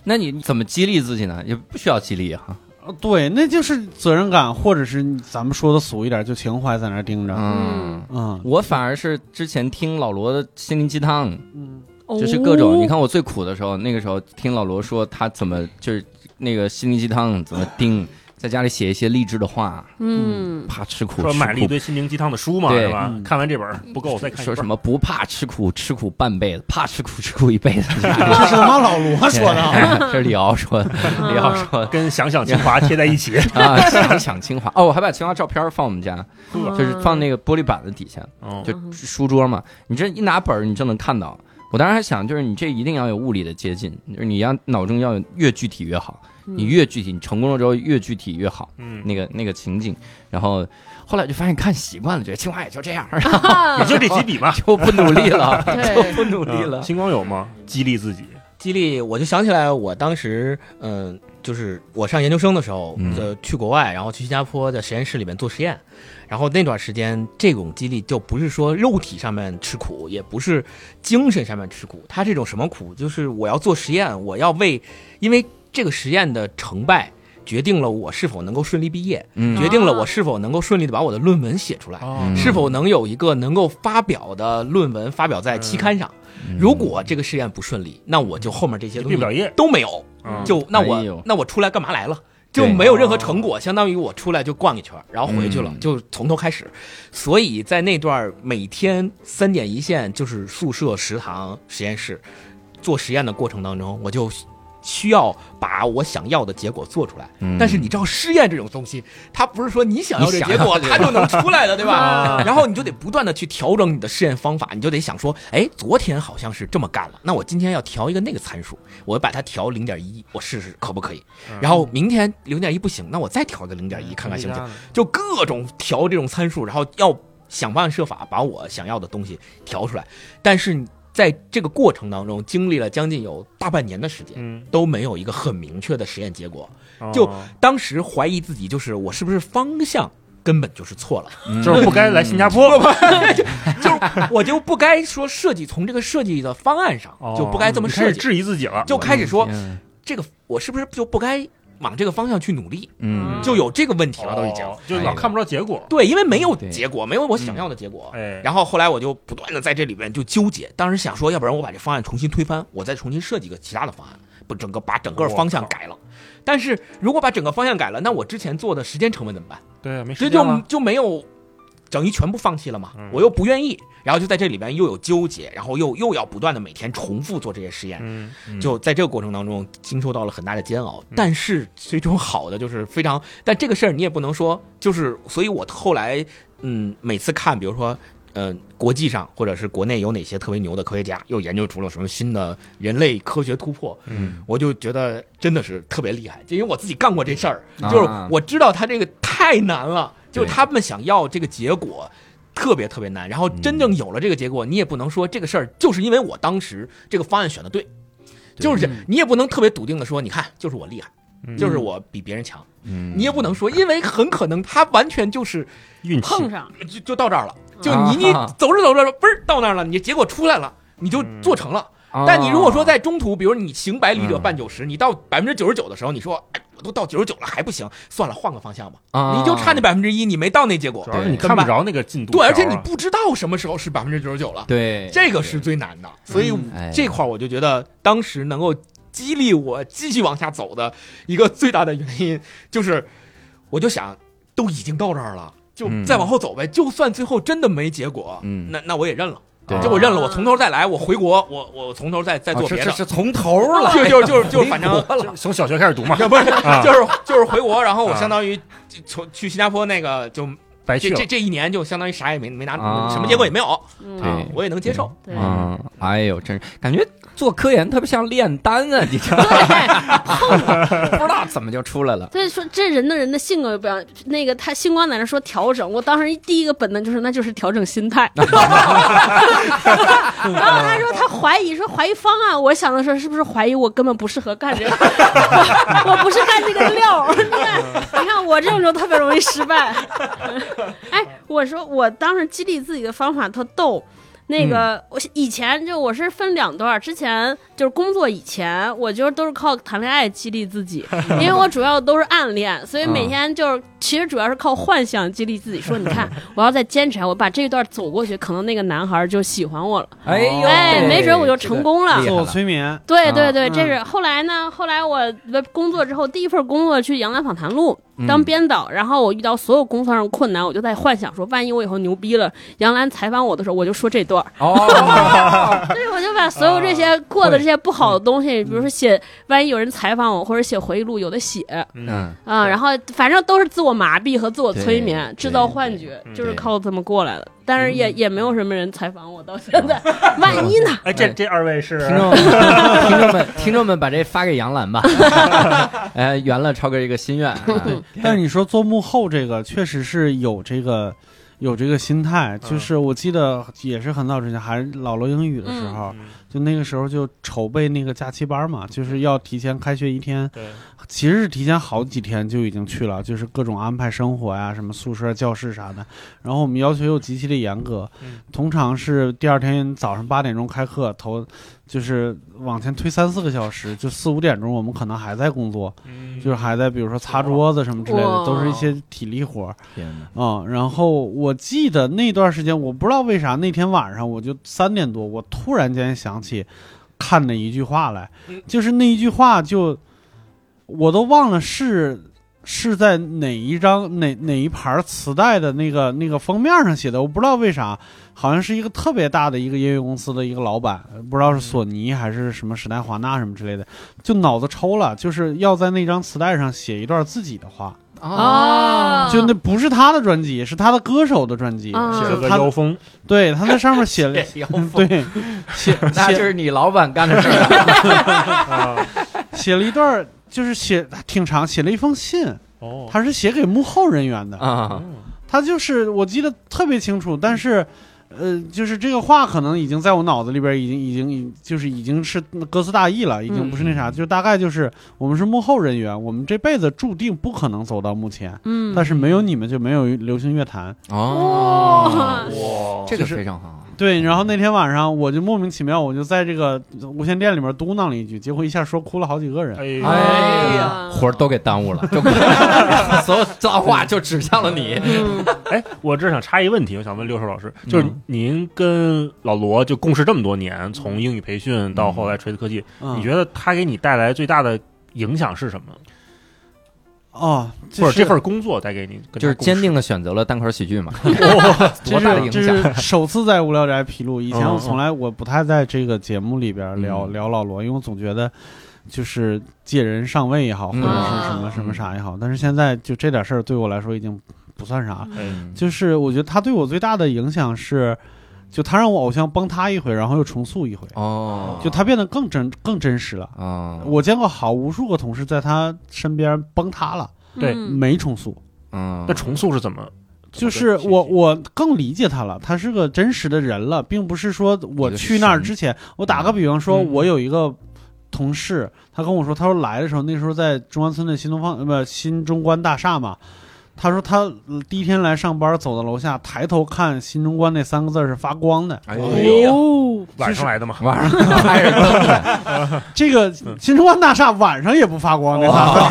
[SPEAKER 1] 那你怎么激励自己呢？也不需要激励啊哈。
[SPEAKER 3] 呃对，那就是责任感，或者是咱们说的俗一点，就情怀在那儿盯着。
[SPEAKER 1] 嗯，
[SPEAKER 3] 嗯
[SPEAKER 1] 我反而是之前听老罗的心灵鸡汤，
[SPEAKER 3] 嗯
[SPEAKER 4] 哦
[SPEAKER 1] 就是各种。你
[SPEAKER 5] 看，
[SPEAKER 1] 看我最苦的时候，那个时候听老罗说他怎么就是那个心灵鸡汤怎么 盯，在家里写一些励志的话，
[SPEAKER 5] 嗯，
[SPEAKER 1] 怕吃苦，
[SPEAKER 4] 说
[SPEAKER 1] 吃
[SPEAKER 4] 买了一
[SPEAKER 1] 苦
[SPEAKER 4] 堆心灵鸡汤的书嘛，
[SPEAKER 1] 对
[SPEAKER 4] 是吧
[SPEAKER 3] 嗯？
[SPEAKER 4] 看完这本儿不够，我再看一
[SPEAKER 1] 说
[SPEAKER 4] 本
[SPEAKER 1] 什么不怕吃苦，吃苦半辈子；怕吃苦，吃苦一 辈子。
[SPEAKER 3] 这是他妈老罗说的 啊。
[SPEAKER 1] 这是李敖说 的，
[SPEAKER 4] 啊
[SPEAKER 1] 李敖说的
[SPEAKER 4] 跟想想清华贴在 一起，
[SPEAKER 1] 啊，想想清华哦，我还把清华照片放我们家，就是放那个玻璃板子底下，
[SPEAKER 4] 哦
[SPEAKER 1] 就书桌嘛。你这一拿本儿，你就能看到。我当时还想，就是你这一定要有物理的接近，就是你要脑中要有越具体越好，你越具体，你成功了之后越具体越好。
[SPEAKER 4] 嗯，
[SPEAKER 1] 那个那个情景，然后后来就发现看习惯了，觉得清华也就这样，
[SPEAKER 5] 啊
[SPEAKER 4] 也就这几笔 吧。
[SPEAKER 1] 就不努力了，就
[SPEAKER 5] 对
[SPEAKER 1] 不努力
[SPEAKER 4] 嗯
[SPEAKER 1] 了。
[SPEAKER 4] 星光有吗？激励自己，
[SPEAKER 6] 激励，我就想起来我当时，嗯、就是我上研究生的时候，
[SPEAKER 1] 嗯
[SPEAKER 6] 就去国外，然后去新加坡的实验室里面做实验，然后那段时间这种激励就不是说肉体上面吃苦，也不是精神上面吃苦，它这种什么苦，就是我要做实验，我要为，因为这个实验的成败决定了我是否能够顺利毕业，
[SPEAKER 1] 嗯
[SPEAKER 6] 决定了我是否能够顺利的把我的论文写出来。
[SPEAKER 1] 嗯
[SPEAKER 6] 是否能有一个能够发表的论文发表在
[SPEAKER 1] 嗯
[SPEAKER 6] 期刊上？如果这个试验不顺利，那我就后面这些
[SPEAKER 4] 就
[SPEAKER 6] 东
[SPEAKER 4] 毕
[SPEAKER 6] 西
[SPEAKER 4] 不了业。
[SPEAKER 6] 都没有，
[SPEAKER 4] 嗯
[SPEAKER 6] 就那
[SPEAKER 1] 哎
[SPEAKER 6] 我
[SPEAKER 1] 呦
[SPEAKER 6] 那我出来干嘛来了？就
[SPEAKER 1] 对
[SPEAKER 6] 没有任何成果，相当于我出来就逛一圈，然后回去了
[SPEAKER 1] 嗯，
[SPEAKER 6] 就从头开始。所以在那段每天三点一线，就是宿舍、食堂、实验室做实验的过程当中，我就需要把我想要的结果做出来。
[SPEAKER 1] 嗯
[SPEAKER 6] 但是你知道，试验这种东西，它不是说你想要这
[SPEAKER 1] 你想
[SPEAKER 6] 结
[SPEAKER 1] 要
[SPEAKER 6] 果，它就能出 来的，对吧
[SPEAKER 5] 啊？
[SPEAKER 6] 然后你就得不断的去调整你的试验方法，你就得想说，哎，昨天好像是这么干了，那我今天要调一个那个参数，我把它调零点一，我试试可不可以？
[SPEAKER 4] 嗯
[SPEAKER 1] 嗯
[SPEAKER 6] 然后明天零点一不行，那我再调一个零点一，看看行不行？就各种调这种参数，然后要想方设法把我想要的东西调出来。但是你在这个过程当中，经历了将近有大半年的时间，
[SPEAKER 4] 嗯，
[SPEAKER 6] 都没有一个很明确的实验结果。
[SPEAKER 1] 嗯
[SPEAKER 6] 就
[SPEAKER 4] 哦
[SPEAKER 6] 当时怀疑自己，就是我是不是方向根本就是错了，
[SPEAKER 1] 嗯
[SPEAKER 4] 就是不该来新加坡。
[SPEAKER 6] 就是我就不该说设计从这个设计的方案上
[SPEAKER 4] 哦
[SPEAKER 6] 嗯 就不该这么
[SPEAKER 4] 你开
[SPEAKER 6] 设
[SPEAKER 4] 始
[SPEAKER 6] 计，
[SPEAKER 4] 质疑自己了。
[SPEAKER 6] 就开始说
[SPEAKER 1] 嗯
[SPEAKER 6] 这个我是不是就不该往这个方向去努力，
[SPEAKER 1] 嗯
[SPEAKER 6] 就有这个问题了，都已经。哎
[SPEAKER 4] 哦嗯就老看不着结果。
[SPEAKER 6] 对，因为没有
[SPEAKER 1] 对
[SPEAKER 6] 结果，没有我想要的结果。
[SPEAKER 4] 哎，
[SPEAKER 6] 然后后来我就不断的在这里边就纠结，当时想说，要不然我把这方案重新推翻，我再重新设计个其他的方案，不整个把整个方向改了。但是如果把整个方向改了，那我之前做的时间成本怎么办？
[SPEAKER 4] 对，啊没
[SPEAKER 6] 这
[SPEAKER 4] 时间
[SPEAKER 6] 就
[SPEAKER 4] 了。
[SPEAKER 6] 就没有等于全部放弃了嘛
[SPEAKER 4] 嗯？
[SPEAKER 6] 我又不愿意，然后就在这里边又有纠结，然后又又要不断的每天重复做这些实验，
[SPEAKER 4] 嗯，
[SPEAKER 6] 就在这个过程当中，经受到了很大的煎熬。但是最终好的就是非常，但这个事儿你也不能说，就是所以我后来嗯，每次看，比如说。呃，国际上或者是国内有哪些特别牛的科学家又研究出了什么新的人类科学突破？
[SPEAKER 4] 嗯，
[SPEAKER 6] 我就觉得真的是特别厉害，就因为我自己干过这事儿，
[SPEAKER 1] 啊
[SPEAKER 6] 就是我知道他这个太难了，就
[SPEAKER 1] 对
[SPEAKER 6] 是他们想要这个结果。特别特别难，然后真正有了这个结果，你也不能说这个事儿就是因为我当时这个方案选的对，就是这，
[SPEAKER 1] 嗯
[SPEAKER 6] 你也不能特别笃定的说，你看，就是我厉害，
[SPEAKER 4] 嗯
[SPEAKER 6] 就是我比别人强，
[SPEAKER 1] 嗯
[SPEAKER 6] 你也不能说，因为很可能他完全就是
[SPEAKER 4] 运气。
[SPEAKER 5] 碰上
[SPEAKER 6] 就就到这儿了，就
[SPEAKER 1] 啊
[SPEAKER 6] 你你走着走着，嘣儿到那儿了，你结果出来了，你就
[SPEAKER 4] 嗯
[SPEAKER 6] 做成了。
[SPEAKER 1] 啊
[SPEAKER 6] 但你如果说在中途，比如你行百里者半九十，你到百分之九十九的时候，你说，哎，我都到九十九了还不行，算了，换个方向吧。
[SPEAKER 1] 啊
[SPEAKER 6] 你就差那百分之一，你没到那结果
[SPEAKER 4] 主，要是你
[SPEAKER 6] 对
[SPEAKER 4] 看不着那个进度条
[SPEAKER 6] 对，
[SPEAKER 4] 啊。
[SPEAKER 6] 而且你不知道什么时候是百分之九十九了，
[SPEAKER 1] 对
[SPEAKER 6] 这个是最难的。所以
[SPEAKER 3] 嗯
[SPEAKER 1] 哎
[SPEAKER 6] 这块儿我就觉得当时能够激励我继续往下走的一个最大的原因，就是我就想，都已经到这儿了，就
[SPEAKER 1] 嗯
[SPEAKER 6] 再往后走呗。就算最后真的没结果，
[SPEAKER 1] 嗯
[SPEAKER 6] 那那我也认了。
[SPEAKER 1] 对
[SPEAKER 6] 就我认了，我从头再来，我回国，我我从头再再
[SPEAKER 4] 啊
[SPEAKER 6] 做别的，
[SPEAKER 1] 是从头了，
[SPEAKER 6] 就就就就反正
[SPEAKER 4] 就从小学开始读嘛，
[SPEAKER 6] 不是
[SPEAKER 4] 啊
[SPEAKER 6] 就是就是回国，然后我
[SPEAKER 4] 啊
[SPEAKER 6] 相当于就从去新加坡那个就
[SPEAKER 4] 白
[SPEAKER 6] 这
[SPEAKER 4] 去了
[SPEAKER 6] 这。这一年就相当于啥也没没拿
[SPEAKER 1] 啊，
[SPEAKER 6] 什么结果也没有
[SPEAKER 5] 嗯，
[SPEAKER 6] 啊
[SPEAKER 1] 对，
[SPEAKER 6] 我也能接受。
[SPEAKER 5] 对。
[SPEAKER 1] 嗯，哎呦，真是感觉做科研特别像炼丹啊！你 这不知道怎么就出来了。
[SPEAKER 5] 所以说，这人的人的性格也不一样。那个他星光在那说调整，我当时第一个本能就是，那就是调整心态。然后他说他怀疑，说怀疑方案。我想的是，是不是怀疑我根本不适合干这个，我我不是干这个料儿。你看，你看我这种就特别容易失败。哎，我说我当时激励自己的方法特逗。那个，我以前就我是分两段儿，之前就是工作以前，我就是都是靠谈恋爱激励自己，因为我主要都是暗恋，所以每天就是其实主要是靠幻想激励自己，说你看我要再坚持，下去，我把这一段走过去，可能那个男孩儿就喜欢我了，
[SPEAKER 1] 哎呦，
[SPEAKER 5] 哎，
[SPEAKER 1] 对
[SPEAKER 5] 没准我就成。功了
[SPEAKER 1] 厉。害
[SPEAKER 3] 自我
[SPEAKER 1] 了
[SPEAKER 3] 催眠，
[SPEAKER 5] 对对
[SPEAKER 1] 啊
[SPEAKER 5] 对，这
[SPEAKER 3] 嗯
[SPEAKER 5] 是后来呢。后来我的工作之后，第一份工作去《杨澜访谈录
[SPEAKER 1] 嗯》
[SPEAKER 5] 当编导，然后我遇到所有工作上的困难，我就在幻想说，万一我以后牛逼了，杨澜采访我的时候，我就说这段儿。
[SPEAKER 1] 这个 哦，
[SPEAKER 5] 对，我就把所有这些过的这些不好的东西，比如说写，万一有人采访我或者写回忆录，有的写
[SPEAKER 4] 嗯，
[SPEAKER 1] 嗯，
[SPEAKER 5] 啊，然后反正都是自我麻痹和自我催眠，
[SPEAKER 1] 对
[SPEAKER 5] 制造幻觉
[SPEAKER 4] 对，
[SPEAKER 5] 就是
[SPEAKER 1] 嗯
[SPEAKER 5] 靠这么过来的。但是也也没有什么人采访我，到现在，万一呢？
[SPEAKER 4] 哎，这这二位是
[SPEAKER 1] 听 众听众们，听众们把这发给杨澜吧。 哎，圆了超哥一个心 愿。啊
[SPEAKER 3] 对但是你说做幕后这个，确实是有这个有这个心态。就是我记得也是很早之前，还是老罗英语的时候，
[SPEAKER 6] 啊
[SPEAKER 4] 嗯
[SPEAKER 3] 就那个时候就筹备那个假期班嘛，就是要提前开学一天，
[SPEAKER 4] 对，
[SPEAKER 3] 其实是提前好几天就已经去了，就是各种安排生活呀、什么宿舍、教室啥的。然后我们要求又极其的严格
[SPEAKER 4] 嗯，
[SPEAKER 3] 通常是第二天早上八点钟开课，头就是往前推三四个小时，就四五点钟我们可能还在工作。
[SPEAKER 4] 嗯
[SPEAKER 3] 就是还在比如说擦桌子什么之类的，
[SPEAKER 5] 哇
[SPEAKER 3] 都是一些体力活儿
[SPEAKER 1] 天哪，
[SPEAKER 3] 啊、然后我记得那段时间，我不知道为啥那天晚上我就三点多，我突然间想起看了一句话来
[SPEAKER 6] 嗯，，
[SPEAKER 3] 就是那一句话就我都忘了是。是在哪一张哪哪一盘磁带的那个那个封面上写的？我不知道为啥，好像是一个特别大的一个音乐公司的一个老板，不知道是索尼还是什么时代华纳什么之类的，就脑子抽了，就是要在那张磁带上写一段自己的话，
[SPEAKER 5] 哦，
[SPEAKER 3] 就那不是他的专辑，是他的歌手的专辑。
[SPEAKER 5] 啊
[SPEAKER 4] 写了个
[SPEAKER 3] 他
[SPEAKER 4] 妖风，
[SPEAKER 3] 对，他在上面写了
[SPEAKER 6] 对， 要疯
[SPEAKER 3] 对，写
[SPEAKER 1] 那就
[SPEAKER 3] 写
[SPEAKER 1] 是你老板干的事儿。
[SPEAKER 4] 啊
[SPEAKER 3] 写了一段，就是写挺长，写了一封信，
[SPEAKER 4] 哦，
[SPEAKER 3] 他是写给幕后人员 的。
[SPEAKER 1] 啊，
[SPEAKER 3] 他就是我记得特别清楚，但是。呃，就是这个话可能已经在我脑子里边已经已经已就是已经是歌词大意了，已经不是那啥，就大概就是我们是幕后人员，我们这辈子注定不可能走到幕前，
[SPEAKER 5] 嗯，
[SPEAKER 3] 但是没有你们就没有流行乐坛，
[SPEAKER 1] 哦，
[SPEAKER 4] 哇，
[SPEAKER 1] 这个非常好。
[SPEAKER 3] 对，然后那天晚上我就莫名其妙，我就在这个无线电里面嘟囔了一句，结果一下说哭了好几个人。
[SPEAKER 4] 哎
[SPEAKER 1] 哎
[SPEAKER 4] 呀，
[SPEAKER 1] 呀，活儿都给耽误了，就 所有脏话就指向了你。
[SPEAKER 4] 哎，我这想插一问题，我想问六兽老师，就是您跟老罗就共事这么多年，从英语培训到后来锤子科技，
[SPEAKER 3] 嗯、
[SPEAKER 4] 你觉得他给你带来最大的影响是什么？
[SPEAKER 3] 哦，
[SPEAKER 4] 或者这
[SPEAKER 3] 这
[SPEAKER 4] 份工作带给你跟他
[SPEAKER 1] 就是
[SPEAKER 4] 共
[SPEAKER 1] 坚
[SPEAKER 4] 事
[SPEAKER 1] 定的选择了单口喜 剧嘛，
[SPEAKER 3] 这
[SPEAKER 1] 多大的
[SPEAKER 3] 是
[SPEAKER 1] 影
[SPEAKER 3] 这
[SPEAKER 1] 响？
[SPEAKER 3] 是首次在无聊斋披露，以前
[SPEAKER 4] 嗯
[SPEAKER 3] 我从来我不太在这个节目里边聊、
[SPEAKER 1] 嗯
[SPEAKER 3] 聊老罗，因为我总觉得就是借人上位也好，或
[SPEAKER 1] 嗯
[SPEAKER 3] 者是什么
[SPEAKER 5] 啊
[SPEAKER 3] 什么啥也好，但是现在就这点事儿对我来说已经不算啥了。
[SPEAKER 4] 哎
[SPEAKER 1] 嗯
[SPEAKER 3] 就是我觉得他对我最大的影响是，就他让我偶像崩塌一回，然后又重塑一回，
[SPEAKER 1] 哦，
[SPEAKER 3] 就他变得更真更真实了。
[SPEAKER 4] 嗯
[SPEAKER 1] 哦，
[SPEAKER 3] 我见过好无数个同事在他身边崩塌了，
[SPEAKER 4] 对
[SPEAKER 5] 嗯
[SPEAKER 3] 没重塑。
[SPEAKER 1] 嗯
[SPEAKER 4] 那，重塑是怎么？
[SPEAKER 3] 就是我，我更理解他了，他是个真实的人了，并不是说我去那儿之前，我打个比方说，
[SPEAKER 4] 嗯
[SPEAKER 3] 我有一个同事，他跟我说，他说来的时候，那时候在中关村的新东方，呃，不，新中关大厦嘛，他说他第一天来上班，走到楼下，抬头看新中关那三个字儿是发光的，
[SPEAKER 1] 哎
[SPEAKER 6] 哎
[SPEAKER 1] 呦，
[SPEAKER 6] 呦
[SPEAKER 5] 哦，
[SPEAKER 4] 晚上来的嘛，
[SPEAKER 1] 晚上开始 弄的
[SPEAKER 3] 这个
[SPEAKER 4] 嗯
[SPEAKER 3] 新中关大厦晚上也不发光，
[SPEAKER 4] 哦
[SPEAKER 3] 那仨字儿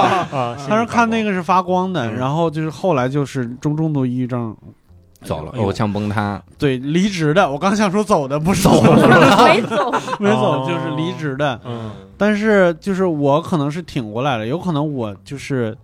[SPEAKER 4] 啊，
[SPEAKER 3] 他是看那
[SPEAKER 4] 个，
[SPEAKER 3] 个是发光的，
[SPEAKER 4] 嗯
[SPEAKER 3] 然后就是后来就是中重度抑郁症，
[SPEAKER 1] 走了，
[SPEAKER 4] 哎呦
[SPEAKER 1] 偶像崩塌，
[SPEAKER 3] 对，离职的。我刚想说走的，不是走，
[SPEAKER 5] 没走，
[SPEAKER 3] 没走，
[SPEAKER 4] 哦
[SPEAKER 3] 就是离职的。
[SPEAKER 4] 嗯
[SPEAKER 3] 但是就是我可能是挺过来了，有可能我就是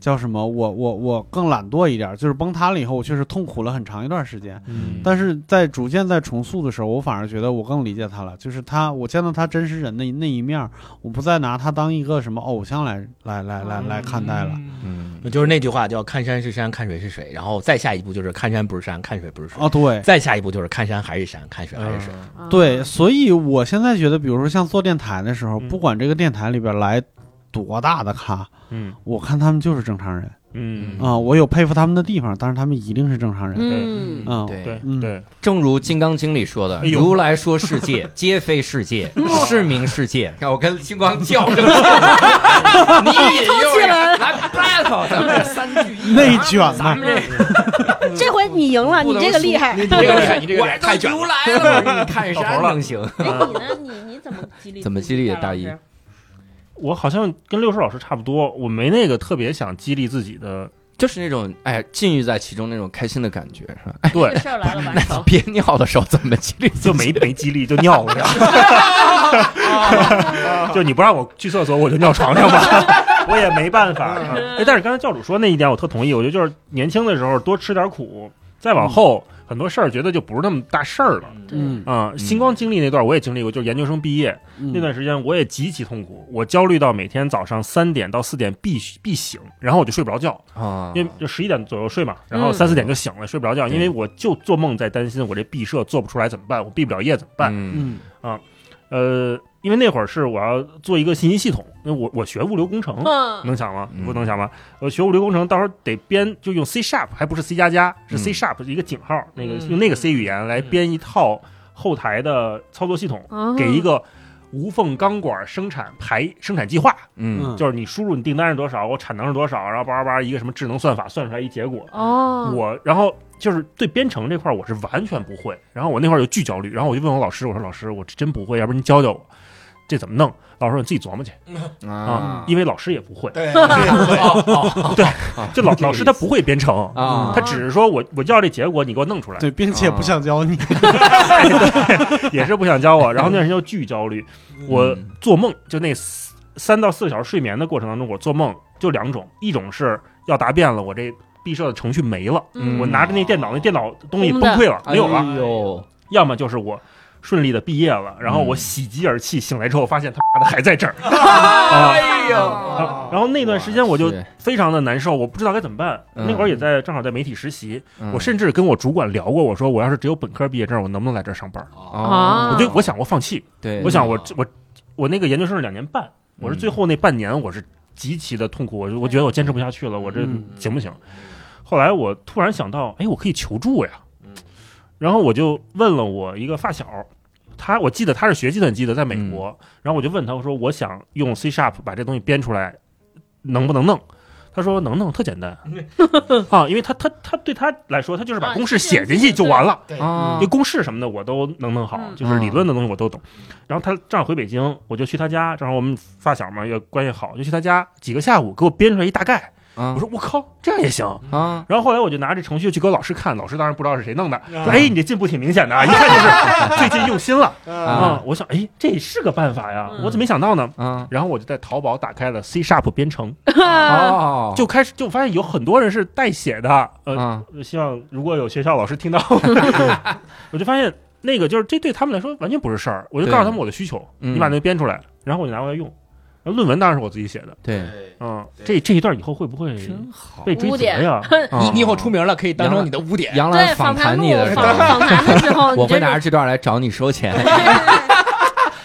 [SPEAKER 3] 叫什么？我我我更懒惰一点，就是崩塌了以后，我确实痛苦了很长一段时间。
[SPEAKER 6] 嗯
[SPEAKER 3] 但是在逐渐在重塑的时候，我反而觉得我更理解他了，就是他，我见到他真实人的那一面儿，我不再拿他当一个什么偶像来来来来来看待了。
[SPEAKER 1] 嗯，
[SPEAKER 6] 就是那句话叫“看山是山，看水是水”，然后再下一步就是“看山不是山，看水不是水”，
[SPEAKER 3] 哦，对
[SPEAKER 6] 再下一步就是“看山还是山，看水还是水”
[SPEAKER 5] 啊
[SPEAKER 3] 对，所以我现在觉得，比如说像做电台的时候，
[SPEAKER 4] 嗯
[SPEAKER 3] 不管这个电台里边来多大的咖，
[SPEAKER 4] 嗯
[SPEAKER 3] 我看他们就是正常人
[SPEAKER 4] 嗯
[SPEAKER 3] 啊、我有佩服他们的地方，但是他们一定是正常人。
[SPEAKER 5] 嗯，
[SPEAKER 3] 嗯，
[SPEAKER 1] 对
[SPEAKER 4] 对
[SPEAKER 3] 嗯
[SPEAKER 4] 对，
[SPEAKER 1] 正如《金刚经》里说的
[SPEAKER 4] 哎：“呦
[SPEAKER 1] 如来说世 界，皆非世界，是名世界。”看我跟星光较着， 你引诱人来 battle，咱们这三句一
[SPEAKER 3] 内卷呐
[SPEAKER 1] 嗯咱们这
[SPEAKER 5] 这回你赢啊了，你这个厉 害。
[SPEAKER 1] 你
[SPEAKER 6] 这个厉害你这个厉害太卷了
[SPEAKER 1] 如来了，我说你 看啥能行？
[SPEAKER 5] 哎，你呢？你你怎么激励？
[SPEAKER 1] 怎么激励大一？
[SPEAKER 4] 我好像跟六叔老师差不多，我没那个特别想激励自己的，
[SPEAKER 1] 就是那种哎，浸浴在其中那种开心的感觉，是吧？哎，
[SPEAKER 5] 这个事儿来 了完成。
[SPEAKER 1] 憋尿的时候怎么激励自己？
[SPEAKER 4] 就没没激励就尿了， 就你不让我去厕所我就尿床上吧，我也没办法。啊哎，但是刚才教主说那一点我特同意，我觉得就是年轻的时候多吃点苦，再往后很多事儿觉得就不是那么大事儿了。
[SPEAKER 6] 嗯
[SPEAKER 5] 对，
[SPEAKER 4] 啊、星光经历那段我也经历过，就是研究生毕业、
[SPEAKER 3] 嗯
[SPEAKER 4] 那段时间，我也极其痛苦，我焦虑到每天早上三点到四点必须必醒，然后我就睡不着觉，
[SPEAKER 1] 啊
[SPEAKER 4] 因为就十一点左右睡嘛，然后
[SPEAKER 5] 嗯
[SPEAKER 4] 三四点就醒了，睡不着觉，
[SPEAKER 1] 对
[SPEAKER 4] 因为我就做梦在担心我这毕设做不出来怎么办，我毕不了业怎么办？
[SPEAKER 1] 嗯
[SPEAKER 3] 嗯
[SPEAKER 4] 呃，因为那会儿是我要做一个信息系统，因为我我学物流工程，
[SPEAKER 5] 嗯，
[SPEAKER 4] 能想吗
[SPEAKER 1] 嗯？
[SPEAKER 4] 不能想吗？我学物流工程，到时候得编，就用 C sharp，还不是 C 加加，是
[SPEAKER 1] 嗯
[SPEAKER 4] C sharp 一个井号，那个
[SPEAKER 5] 嗯
[SPEAKER 4] 用那个 C 语言来编一套后台的操作系统，
[SPEAKER 5] 哦
[SPEAKER 1] 嗯
[SPEAKER 4] 给一个无缝钢管生产排生产计划，
[SPEAKER 1] 嗯
[SPEAKER 3] 嗯，
[SPEAKER 4] 就是你输入你订单是多少，我产能是多少，然后叭叭叭一个什么智能算法算出来一结果。
[SPEAKER 5] 哦，
[SPEAKER 4] 我然后就是对编程这块儿我是完全不会，然后我那会儿就巨焦虑，然后我就问我老师，我说老师我真不会，要不然您教教我这怎么弄？老师说你自己琢磨去啊，因为老师也不会。
[SPEAKER 6] 对， 哦
[SPEAKER 4] 就老老师他不会编程，
[SPEAKER 1] 啊
[SPEAKER 4] 他只是说我我要这结果，你给我弄出来，
[SPEAKER 3] 对，并且不想教你。
[SPEAKER 4] 也是不想教我。然后那段时间就巨焦虑，我
[SPEAKER 6] 嗯
[SPEAKER 4] 做梦就那四三到四个小时睡眠的过程当中，我做梦就两种，一种是要答辩了，我这毕设的程序没了，
[SPEAKER 5] 嗯
[SPEAKER 4] 我拿着那电脑，那电脑东西崩溃了，
[SPEAKER 1] 哎
[SPEAKER 4] 没有啊了；
[SPEAKER 1] 呦，
[SPEAKER 4] 要么就是我。顺利的毕业了，然后我
[SPEAKER 1] 嗯
[SPEAKER 4] 喜极而泣，醒来之后发现他妈的还在这儿，
[SPEAKER 1] 哎
[SPEAKER 6] 哦
[SPEAKER 4] 啊 然后那段时间我就非常的难受，我不知道该怎么办。
[SPEAKER 1] 嗯
[SPEAKER 4] 那会儿也在正好在媒体实习，我
[SPEAKER 1] 是
[SPEAKER 4] 甚至跟我主管聊过，我说我要是只有本科毕业证，我能不能来这儿上班？
[SPEAKER 6] 哦
[SPEAKER 5] 啊
[SPEAKER 4] 我就我想过放弃，
[SPEAKER 1] 对，
[SPEAKER 4] 我想我我我那个研究生是两年半，我是最后那半年我是极其的痛苦，我就我觉得我坚持不下去了，我这
[SPEAKER 3] 嗯
[SPEAKER 4] 行不行？后来我突然想到，哎，我可以求助呀，然后我就问了我一个发小。他我记得他是学计算机的，在美国。然后我就问他，我说我想用 C Sharp 把这东西编出来，能不能弄？他说能弄，特简 单啊，因为他他他对他来说，他就是把
[SPEAKER 5] 啊
[SPEAKER 4] 公式
[SPEAKER 5] 这
[SPEAKER 4] 写
[SPEAKER 5] 样
[SPEAKER 4] 进
[SPEAKER 5] 子
[SPEAKER 4] 去就
[SPEAKER 5] 对
[SPEAKER 4] 完了。
[SPEAKER 1] 啊
[SPEAKER 4] 因为公式什么的我都能弄好，
[SPEAKER 5] 嗯
[SPEAKER 4] 就是理论的东西我都懂。然后他正好回北京，我就去他家，正好我们发小嘛也关系好，就去他家几个下午给我编出来一大概。
[SPEAKER 1] 啊
[SPEAKER 4] 我说我靠，这样也行。
[SPEAKER 1] 啊，
[SPEAKER 4] 然后后来我就拿这程序去给我老师看，老师当然不知道是谁弄的，
[SPEAKER 6] 嗯
[SPEAKER 4] 说哎你这进步挺明显的，啊，一看就是 最近用心了啊
[SPEAKER 6] 嗯
[SPEAKER 1] 啊。
[SPEAKER 4] 我想哎这是个办法呀，
[SPEAKER 5] 嗯
[SPEAKER 4] 我怎么没想到呢？
[SPEAKER 1] 啊
[SPEAKER 4] 然后我就在淘宝打开了 C Sharp 编程，
[SPEAKER 5] 啊
[SPEAKER 1] 哦，
[SPEAKER 4] 就开始就发现有很多人是代写的，呃，
[SPEAKER 1] 啊
[SPEAKER 4] 希望如果有学校老师听到，我就发现那个就是这对他们来说完全不是事儿。我就告诉他们我的需求，
[SPEAKER 1] 嗯
[SPEAKER 4] 你把那个编出来，然后我就拿过来用。然后论文当然是我自己写的，
[SPEAKER 1] 对，
[SPEAKER 6] 对
[SPEAKER 4] 嗯，
[SPEAKER 6] 对
[SPEAKER 4] 这这一段以后会不会
[SPEAKER 1] 好
[SPEAKER 4] 被追责呀？
[SPEAKER 6] 你你以后出名了，可以当成你的污点。
[SPEAKER 1] 杨
[SPEAKER 5] 对
[SPEAKER 1] 澜
[SPEAKER 5] 访
[SPEAKER 1] 谈
[SPEAKER 5] 录
[SPEAKER 1] 你的时
[SPEAKER 5] 访
[SPEAKER 1] 候，
[SPEAKER 5] 访谈的时候，
[SPEAKER 1] 我
[SPEAKER 5] 你
[SPEAKER 1] 会
[SPEAKER 5] 这
[SPEAKER 1] 拿
[SPEAKER 5] 种
[SPEAKER 1] 着这段来找你收钱。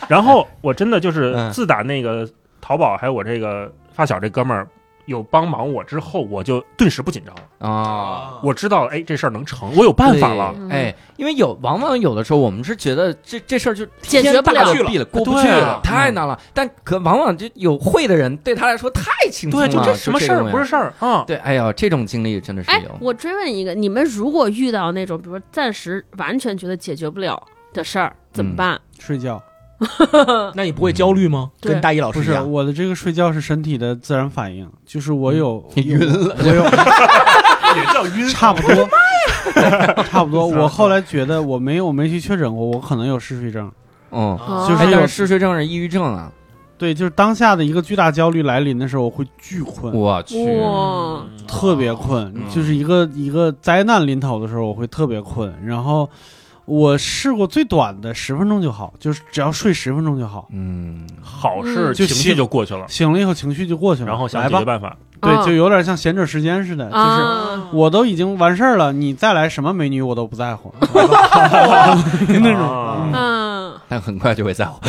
[SPEAKER 4] 然后我真的就是
[SPEAKER 1] 嗯
[SPEAKER 4] 自打那个淘宝还有我这个发小这哥们儿有帮忙我之后，我就顿时不紧张了。
[SPEAKER 1] 啊。
[SPEAKER 6] 哦
[SPEAKER 4] 我知道，哎，这事儿能成，我有办法了。
[SPEAKER 1] 对哎，因为有往往有的时候，我们是觉得这这事儿就
[SPEAKER 5] 解决不了
[SPEAKER 1] 天大地了，过不去
[SPEAKER 4] 对
[SPEAKER 1] 了
[SPEAKER 4] 啊，
[SPEAKER 1] 太难了。但可往往就有会的人，对他来说太轻松了。
[SPEAKER 4] 对，就
[SPEAKER 1] 这
[SPEAKER 4] 这什么事儿
[SPEAKER 1] 个
[SPEAKER 4] 不是事儿啊
[SPEAKER 1] 东西？对，哎呦，这种经历真的是
[SPEAKER 5] 哎
[SPEAKER 1] 有，。
[SPEAKER 5] 我追问一个，你们如果遇到那种，比如说暂时完全觉得解决不了的事儿，怎么办？
[SPEAKER 3] 睡觉
[SPEAKER 6] 那你不会焦虑吗？
[SPEAKER 5] 对
[SPEAKER 6] 跟大一老
[SPEAKER 3] 不
[SPEAKER 6] 师一
[SPEAKER 3] 是
[SPEAKER 6] 样，
[SPEAKER 3] 我的这个睡觉是身体的自然反应，就是我有
[SPEAKER 1] 你晕
[SPEAKER 3] 了，我有
[SPEAKER 4] 也叫晕
[SPEAKER 3] 差不多，差不多。我后来觉得我没有没去确诊过，我可能有嗜睡症，
[SPEAKER 1] 嗯，
[SPEAKER 5] 哦
[SPEAKER 3] 就
[SPEAKER 1] 哎
[SPEAKER 3] 是
[SPEAKER 1] 但是
[SPEAKER 3] 有
[SPEAKER 1] 嗜睡症是抑郁症啊，
[SPEAKER 3] 对，就是当下的一个巨大焦虑来临的时候，我会巨困，
[SPEAKER 1] 我去，
[SPEAKER 5] 哇，
[SPEAKER 3] 特别困，
[SPEAKER 1] 嗯
[SPEAKER 3] 就是一个一个灾难临头的时候，我会特别困。然后我试过最短的十分钟就好，就是只要睡十分钟就好，
[SPEAKER 1] 嗯，
[SPEAKER 4] 好事
[SPEAKER 5] 嗯
[SPEAKER 4] 情
[SPEAKER 3] 就
[SPEAKER 4] 绪
[SPEAKER 3] 醒
[SPEAKER 4] 就过去了，
[SPEAKER 3] 醒了以后情绪就过去了，
[SPEAKER 4] 然后想
[SPEAKER 3] 来
[SPEAKER 4] 解决
[SPEAKER 3] 吧，
[SPEAKER 4] 办法。啊
[SPEAKER 3] 对，
[SPEAKER 5] 嗯
[SPEAKER 3] 就有点像闲者时间似的，就是。
[SPEAKER 5] 啊，
[SPEAKER 3] 我都已经完事儿了，你再来什么美女我都不在乎，
[SPEAKER 4] 那种，
[SPEAKER 5] 嗯，
[SPEAKER 1] 但很快就会在乎。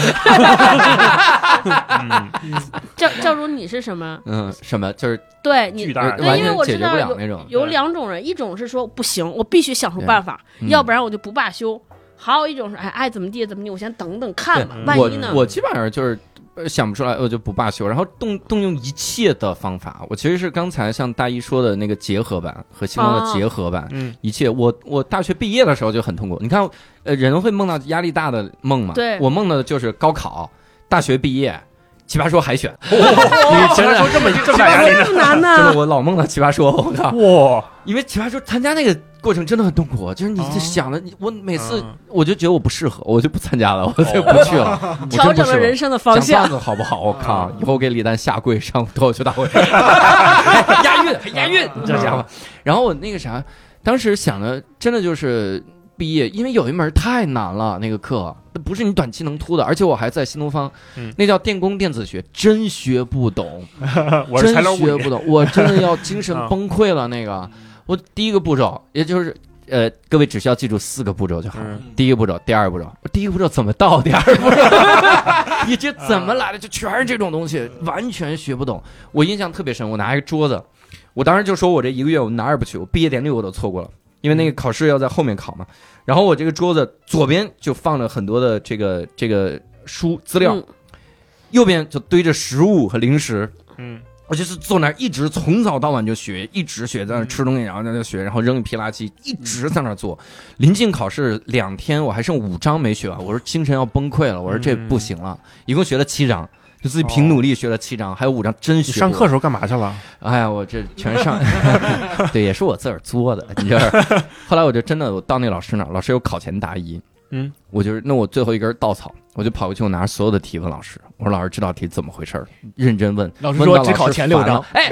[SPEAKER 4] 嗯，
[SPEAKER 5] 教教主你是什么？
[SPEAKER 1] 嗯，什么就是
[SPEAKER 5] 对你
[SPEAKER 4] 巨，大
[SPEAKER 5] 对
[SPEAKER 1] 完
[SPEAKER 5] 因为
[SPEAKER 1] 全
[SPEAKER 5] 我
[SPEAKER 1] 解
[SPEAKER 5] 知
[SPEAKER 1] 决不
[SPEAKER 5] 道
[SPEAKER 1] 了
[SPEAKER 5] 有
[SPEAKER 1] 那种。
[SPEAKER 5] 有两种人，一种是说不行，我必须想出办法，
[SPEAKER 1] 对嗯
[SPEAKER 5] 要不然我就不罢休；还有一种是哎爱怎么地怎么地，我先等等看吧
[SPEAKER 4] 对，
[SPEAKER 5] 万
[SPEAKER 1] 我
[SPEAKER 5] 一呢？
[SPEAKER 1] 我基本上就是呃想不出来，我就不罢休，然后动动用一切的方法。我其实是刚才像大一说的那个结合版和星光的结合版，
[SPEAKER 4] 嗯，
[SPEAKER 1] 一切。我我大学毕业的时候就很痛苦。你看，呃，人会梦到压力大的梦嘛？
[SPEAKER 5] 对
[SPEAKER 1] 我梦到的就是高考、大学毕业、奇葩说海选。
[SPEAKER 6] 哦
[SPEAKER 4] 你
[SPEAKER 1] 真的
[SPEAKER 4] 说这么这么
[SPEAKER 5] 这
[SPEAKER 4] 大压力啊呢？
[SPEAKER 5] 不难
[SPEAKER 1] 真
[SPEAKER 5] 呢
[SPEAKER 1] 的，，我老梦到奇葩说，我靠！
[SPEAKER 4] 哇，
[SPEAKER 1] 因为奇葩说参加那个过程真的很痛苦，就是你
[SPEAKER 4] 哦
[SPEAKER 1] 这想了，你我每次
[SPEAKER 4] 嗯哦
[SPEAKER 1] 我就觉得我不适合，我就不参加了，我就不去 了。我真不
[SPEAKER 5] 调整
[SPEAKER 1] 适合
[SPEAKER 5] 了人生的方
[SPEAKER 1] 讲段
[SPEAKER 5] 向。
[SPEAKER 1] 子好不好？我靠！
[SPEAKER 4] 啊
[SPEAKER 1] 以后给李诞下跪上脱口秀大 会，押韵，还押韵，
[SPEAKER 4] 啊
[SPEAKER 1] 你这家伙。然后我那个啥，当时想的真的就是毕业，因为有一门太难了，那个课那不是你短期能突的，而且我还在新东方
[SPEAKER 4] 嗯，
[SPEAKER 1] 那叫电工电子学，真学不懂，
[SPEAKER 4] 呃我是材
[SPEAKER 1] 真
[SPEAKER 4] 料物
[SPEAKER 1] 学
[SPEAKER 4] 理
[SPEAKER 1] 不，懂，我真的 要精神
[SPEAKER 4] 啊
[SPEAKER 1] 崩溃了。那个，我第一个步骤，也就是。呃，各位只需要记住四个步骤就好。
[SPEAKER 4] 嗯
[SPEAKER 1] 第一个步骤，第二个步骤，第一个步骤怎么到？第二个步骤，你这怎么来的？就全是这种东西，完全学不懂。我印象特别深，我拿一个桌子，我当时就说我这一个月我哪儿也不去，我毕业典礼我都错过了，因为那个考试要在后面考嘛。然后我这个桌子左边就放着很多的这个这个书资料，
[SPEAKER 5] 嗯
[SPEAKER 1] 右边就堆着食物和零食。
[SPEAKER 4] 嗯，
[SPEAKER 1] 我就是坐那儿一直从早到晚就学，一直学，
[SPEAKER 4] 嗯
[SPEAKER 1] 在那儿吃东西，然后在那儿学，然后扔一批垃圾，一直在那儿做。临近考试两天，我还剩五章没学完，我说精神要崩溃了，我说这
[SPEAKER 4] 嗯
[SPEAKER 1] 不行了，一共学了七章。就自己凭努力学了七章，还有五章真学。
[SPEAKER 4] 哦你上课，时候干嘛去了？
[SPEAKER 1] 哎呀，我这全 上， 对，也是我自个儿作的。你知道， 后来我就真的我到那老师那儿，老师有考前答疑，
[SPEAKER 4] 嗯，
[SPEAKER 1] 我就是那我最后一根稻草，我就跑过去，我拿所有的题问老师，我说老师这道题怎么回事儿？认真问，
[SPEAKER 6] 老师
[SPEAKER 1] 问
[SPEAKER 6] 说
[SPEAKER 1] 到
[SPEAKER 6] 只考
[SPEAKER 1] 师
[SPEAKER 6] 前六
[SPEAKER 1] 烦了
[SPEAKER 6] 章，嗯
[SPEAKER 1] 哎，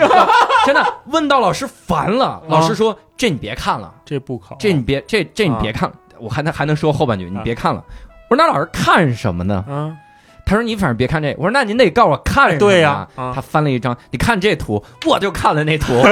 [SPEAKER 1] 真的问到老师烦了，老师说这你别看了，
[SPEAKER 4] 这不考，啊
[SPEAKER 1] 这你别这这你
[SPEAKER 6] 嗯
[SPEAKER 1] 别看了，我还能还能说后半句，你别看了。我说那老师看什么呢？
[SPEAKER 4] 啊，
[SPEAKER 1] 他说你反正别看这。我说那您得告诉我看什么、
[SPEAKER 4] 对呀啊
[SPEAKER 1] 他翻了一张，你看这图，我就看了那图，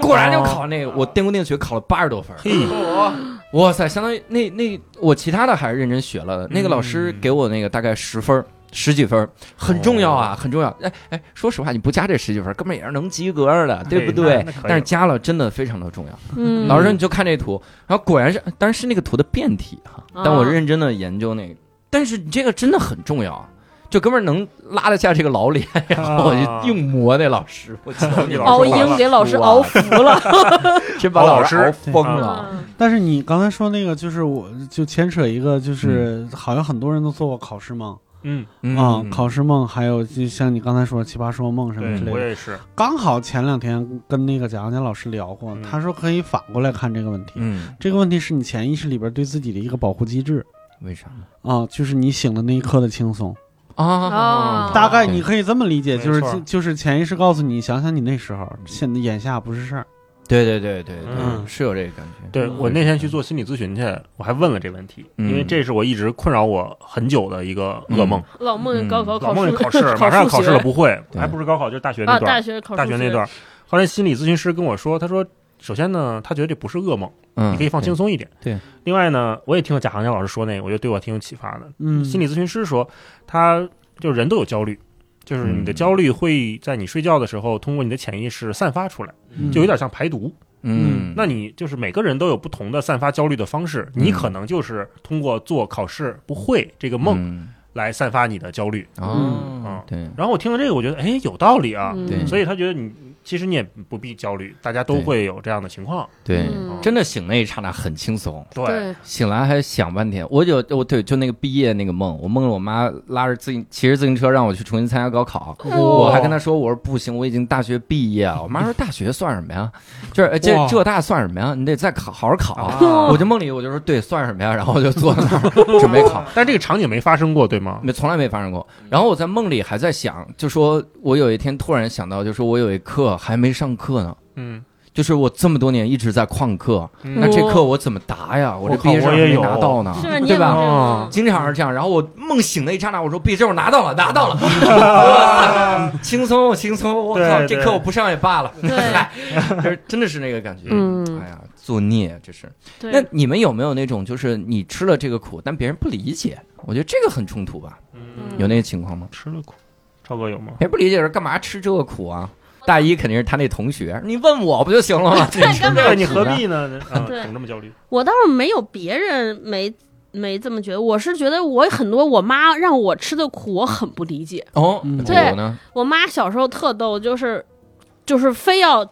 [SPEAKER 1] 果然就考那个。我电工电学考了八十多分儿，
[SPEAKER 4] 哦 嘿，
[SPEAKER 1] 哇塞，相当于那那我其他的还是认真学了
[SPEAKER 4] 嗯
[SPEAKER 1] 的。那个老师给我那个大概十分儿。十几分儿很重要
[SPEAKER 4] 哦
[SPEAKER 1] 啊，很重要。哎哎，说实话，你不加这十几分儿，根本也是能及格儿的，对不对
[SPEAKER 4] 哎那那可以？
[SPEAKER 1] 但是加了真的非常的重要。
[SPEAKER 5] 嗯，
[SPEAKER 1] 老师说你就看这图，然后果然是，当然是那个图的变体哈、
[SPEAKER 5] 啊
[SPEAKER 1] 但我认真的研究那个，但是你这个真的很重要，啊就哥们儿能拉得下这个老脸，然
[SPEAKER 4] 啊
[SPEAKER 1] 后我就硬磨那老师，我操你
[SPEAKER 4] 老师
[SPEAKER 5] 熬鹰给老师熬服
[SPEAKER 4] 啊
[SPEAKER 5] 了，
[SPEAKER 1] 真把
[SPEAKER 4] 老
[SPEAKER 1] 师
[SPEAKER 4] 师啊
[SPEAKER 1] 熬疯了。
[SPEAKER 5] 嗯
[SPEAKER 3] 但是你刚才说那个，就是我就牵扯一个，就是好像很多人都做过考试梦
[SPEAKER 4] 嗯，
[SPEAKER 1] 嗯
[SPEAKER 3] 啊、考试梦，还有就像你刚才说奇葩说梦什么之
[SPEAKER 4] 对
[SPEAKER 3] 类
[SPEAKER 4] 我
[SPEAKER 3] 的。
[SPEAKER 4] 也是，
[SPEAKER 3] 刚好前两天跟那个贾行家老师聊过，
[SPEAKER 4] 嗯
[SPEAKER 3] 他说可以反过来看这个问题。
[SPEAKER 1] 嗯，
[SPEAKER 3] 这个问题是你潜意识里边对自己的一个保护机制
[SPEAKER 1] 为啥
[SPEAKER 3] 啊，就是你醒的那一刻的轻松。
[SPEAKER 1] 啊
[SPEAKER 5] 哦？
[SPEAKER 3] 大概你可以这么理解，
[SPEAKER 4] 没
[SPEAKER 3] 就是
[SPEAKER 4] 错
[SPEAKER 3] 就是潜意识告诉你，想想你那时候，现在眼下不是事儿。
[SPEAKER 1] 对对对对对，
[SPEAKER 4] 嗯
[SPEAKER 1] 是有这个感觉。
[SPEAKER 4] 对我那天去做心理咨询去，我还问了这问题，
[SPEAKER 1] 嗯
[SPEAKER 4] 因为这是我一直困扰我很久的一个噩梦。
[SPEAKER 5] 老梦高考
[SPEAKER 4] 嗯老
[SPEAKER 5] 考
[SPEAKER 4] 梦见
[SPEAKER 5] 数
[SPEAKER 4] 考试，马上要考试了，
[SPEAKER 5] 数学
[SPEAKER 4] 不会，
[SPEAKER 1] 对
[SPEAKER 4] 还不是高考，就是大学那
[SPEAKER 5] 啊，
[SPEAKER 4] 段
[SPEAKER 5] 大
[SPEAKER 4] 儿，
[SPEAKER 5] 学考
[SPEAKER 4] 大
[SPEAKER 5] 数
[SPEAKER 4] 学那
[SPEAKER 5] 学
[SPEAKER 4] 段儿。后来心理咨询师跟我说，他说，首先呢，他觉得这不是噩梦，
[SPEAKER 1] 嗯，
[SPEAKER 4] 你可以放轻
[SPEAKER 1] 松。
[SPEAKER 4] 松一点。
[SPEAKER 1] 对。
[SPEAKER 4] 另外呢，我也听贾行家老师说那个，我觉得对我挺有启发的。
[SPEAKER 3] 嗯，
[SPEAKER 4] 心理咨询师说，
[SPEAKER 1] 嗯
[SPEAKER 4] 他就是人都有焦虑，就是你的焦虑会在你睡觉的时候通过你的潜意识散发出来，就有点像排毒。
[SPEAKER 1] 嗯，
[SPEAKER 4] 那你就是每个人都有不同的散发焦虑的方式，你可能就是通过做考试不会这个梦
[SPEAKER 1] 梦
[SPEAKER 4] 来散发你的焦虑。
[SPEAKER 1] 嗯哦，对，
[SPEAKER 4] 然后我听了这个，我觉得哎有道理啊，
[SPEAKER 5] 嗯
[SPEAKER 1] 对
[SPEAKER 4] 所以他觉得你其实你也不必焦虑，大家都
[SPEAKER 1] 对
[SPEAKER 4] 会有这样的情况。哦
[SPEAKER 1] 对，
[SPEAKER 5] 嗯
[SPEAKER 1] 真的醒那一刹那很轻松，
[SPEAKER 4] 对，
[SPEAKER 5] 对，
[SPEAKER 1] 醒来还想半天。我有我对，就那个毕业那个梦，我梦着我妈拉着自行骑着自行车让我去重新参加高考。我还跟她说，我说不行，我已经大学毕业 了。我妈说大学算什么呀？就是哎这
[SPEAKER 3] 哇
[SPEAKER 1] 浙大算什么呀？你得再考，好好考。啊
[SPEAKER 4] 啊
[SPEAKER 5] 哦
[SPEAKER 1] 我就梦里我就说对，算什么呀？然后我就坐在那 儿准备考。
[SPEAKER 4] 但这个场景没发生过，对吗？
[SPEAKER 1] 没从来没发生过。然后我在梦里还在想，就说我有一天突然想到，就说我有一课还没上课呢，
[SPEAKER 4] 嗯，
[SPEAKER 1] 就是我这么多年一直在旷课，
[SPEAKER 4] 嗯
[SPEAKER 1] 那这课我怎么答呀？我这
[SPEAKER 4] 我
[SPEAKER 1] 毕
[SPEAKER 4] 靠
[SPEAKER 1] 业证
[SPEAKER 4] 我也
[SPEAKER 1] 没
[SPEAKER 4] 有
[SPEAKER 1] 拿到呢，
[SPEAKER 5] 是你
[SPEAKER 1] 对
[SPEAKER 5] 也
[SPEAKER 1] 吧？
[SPEAKER 4] 哦
[SPEAKER 5] 有
[SPEAKER 1] 经常是这样，然后我梦醒的一刹那，我说毕业证我拿到了，拿到了， 轻松轻松，我靠，
[SPEAKER 4] 对
[SPEAKER 1] 这
[SPEAKER 4] 对
[SPEAKER 1] 课我不上也罢了，哎
[SPEAKER 5] 这 种，对
[SPEAKER 1] 就是真的是那个感觉，
[SPEAKER 5] 嗯
[SPEAKER 1] 哎呀，作孽这是。
[SPEAKER 5] 对，
[SPEAKER 1] 那你们有没有那种就是你吃了这个苦，但别人不理解？我觉得这个很冲突吧，
[SPEAKER 5] 嗯
[SPEAKER 1] 有那个情况吗？
[SPEAKER 4] 吃了苦，超哥有吗？
[SPEAKER 1] 也不理解人干嘛吃这个苦啊？大一肯定是他那同学，你问我不就行了 吗？
[SPEAKER 5] 干嘛
[SPEAKER 4] 对哎你何必呢？啊，
[SPEAKER 5] 对
[SPEAKER 4] 怎么这么焦虑？
[SPEAKER 5] 我倒是没有别人没没这么觉得，我是觉得我很多我妈让我吃的苦，我很不理解。
[SPEAKER 1] 哦，
[SPEAKER 3] 嗯
[SPEAKER 1] 比如呢？
[SPEAKER 5] 我妈小时候特逗，就是就是非要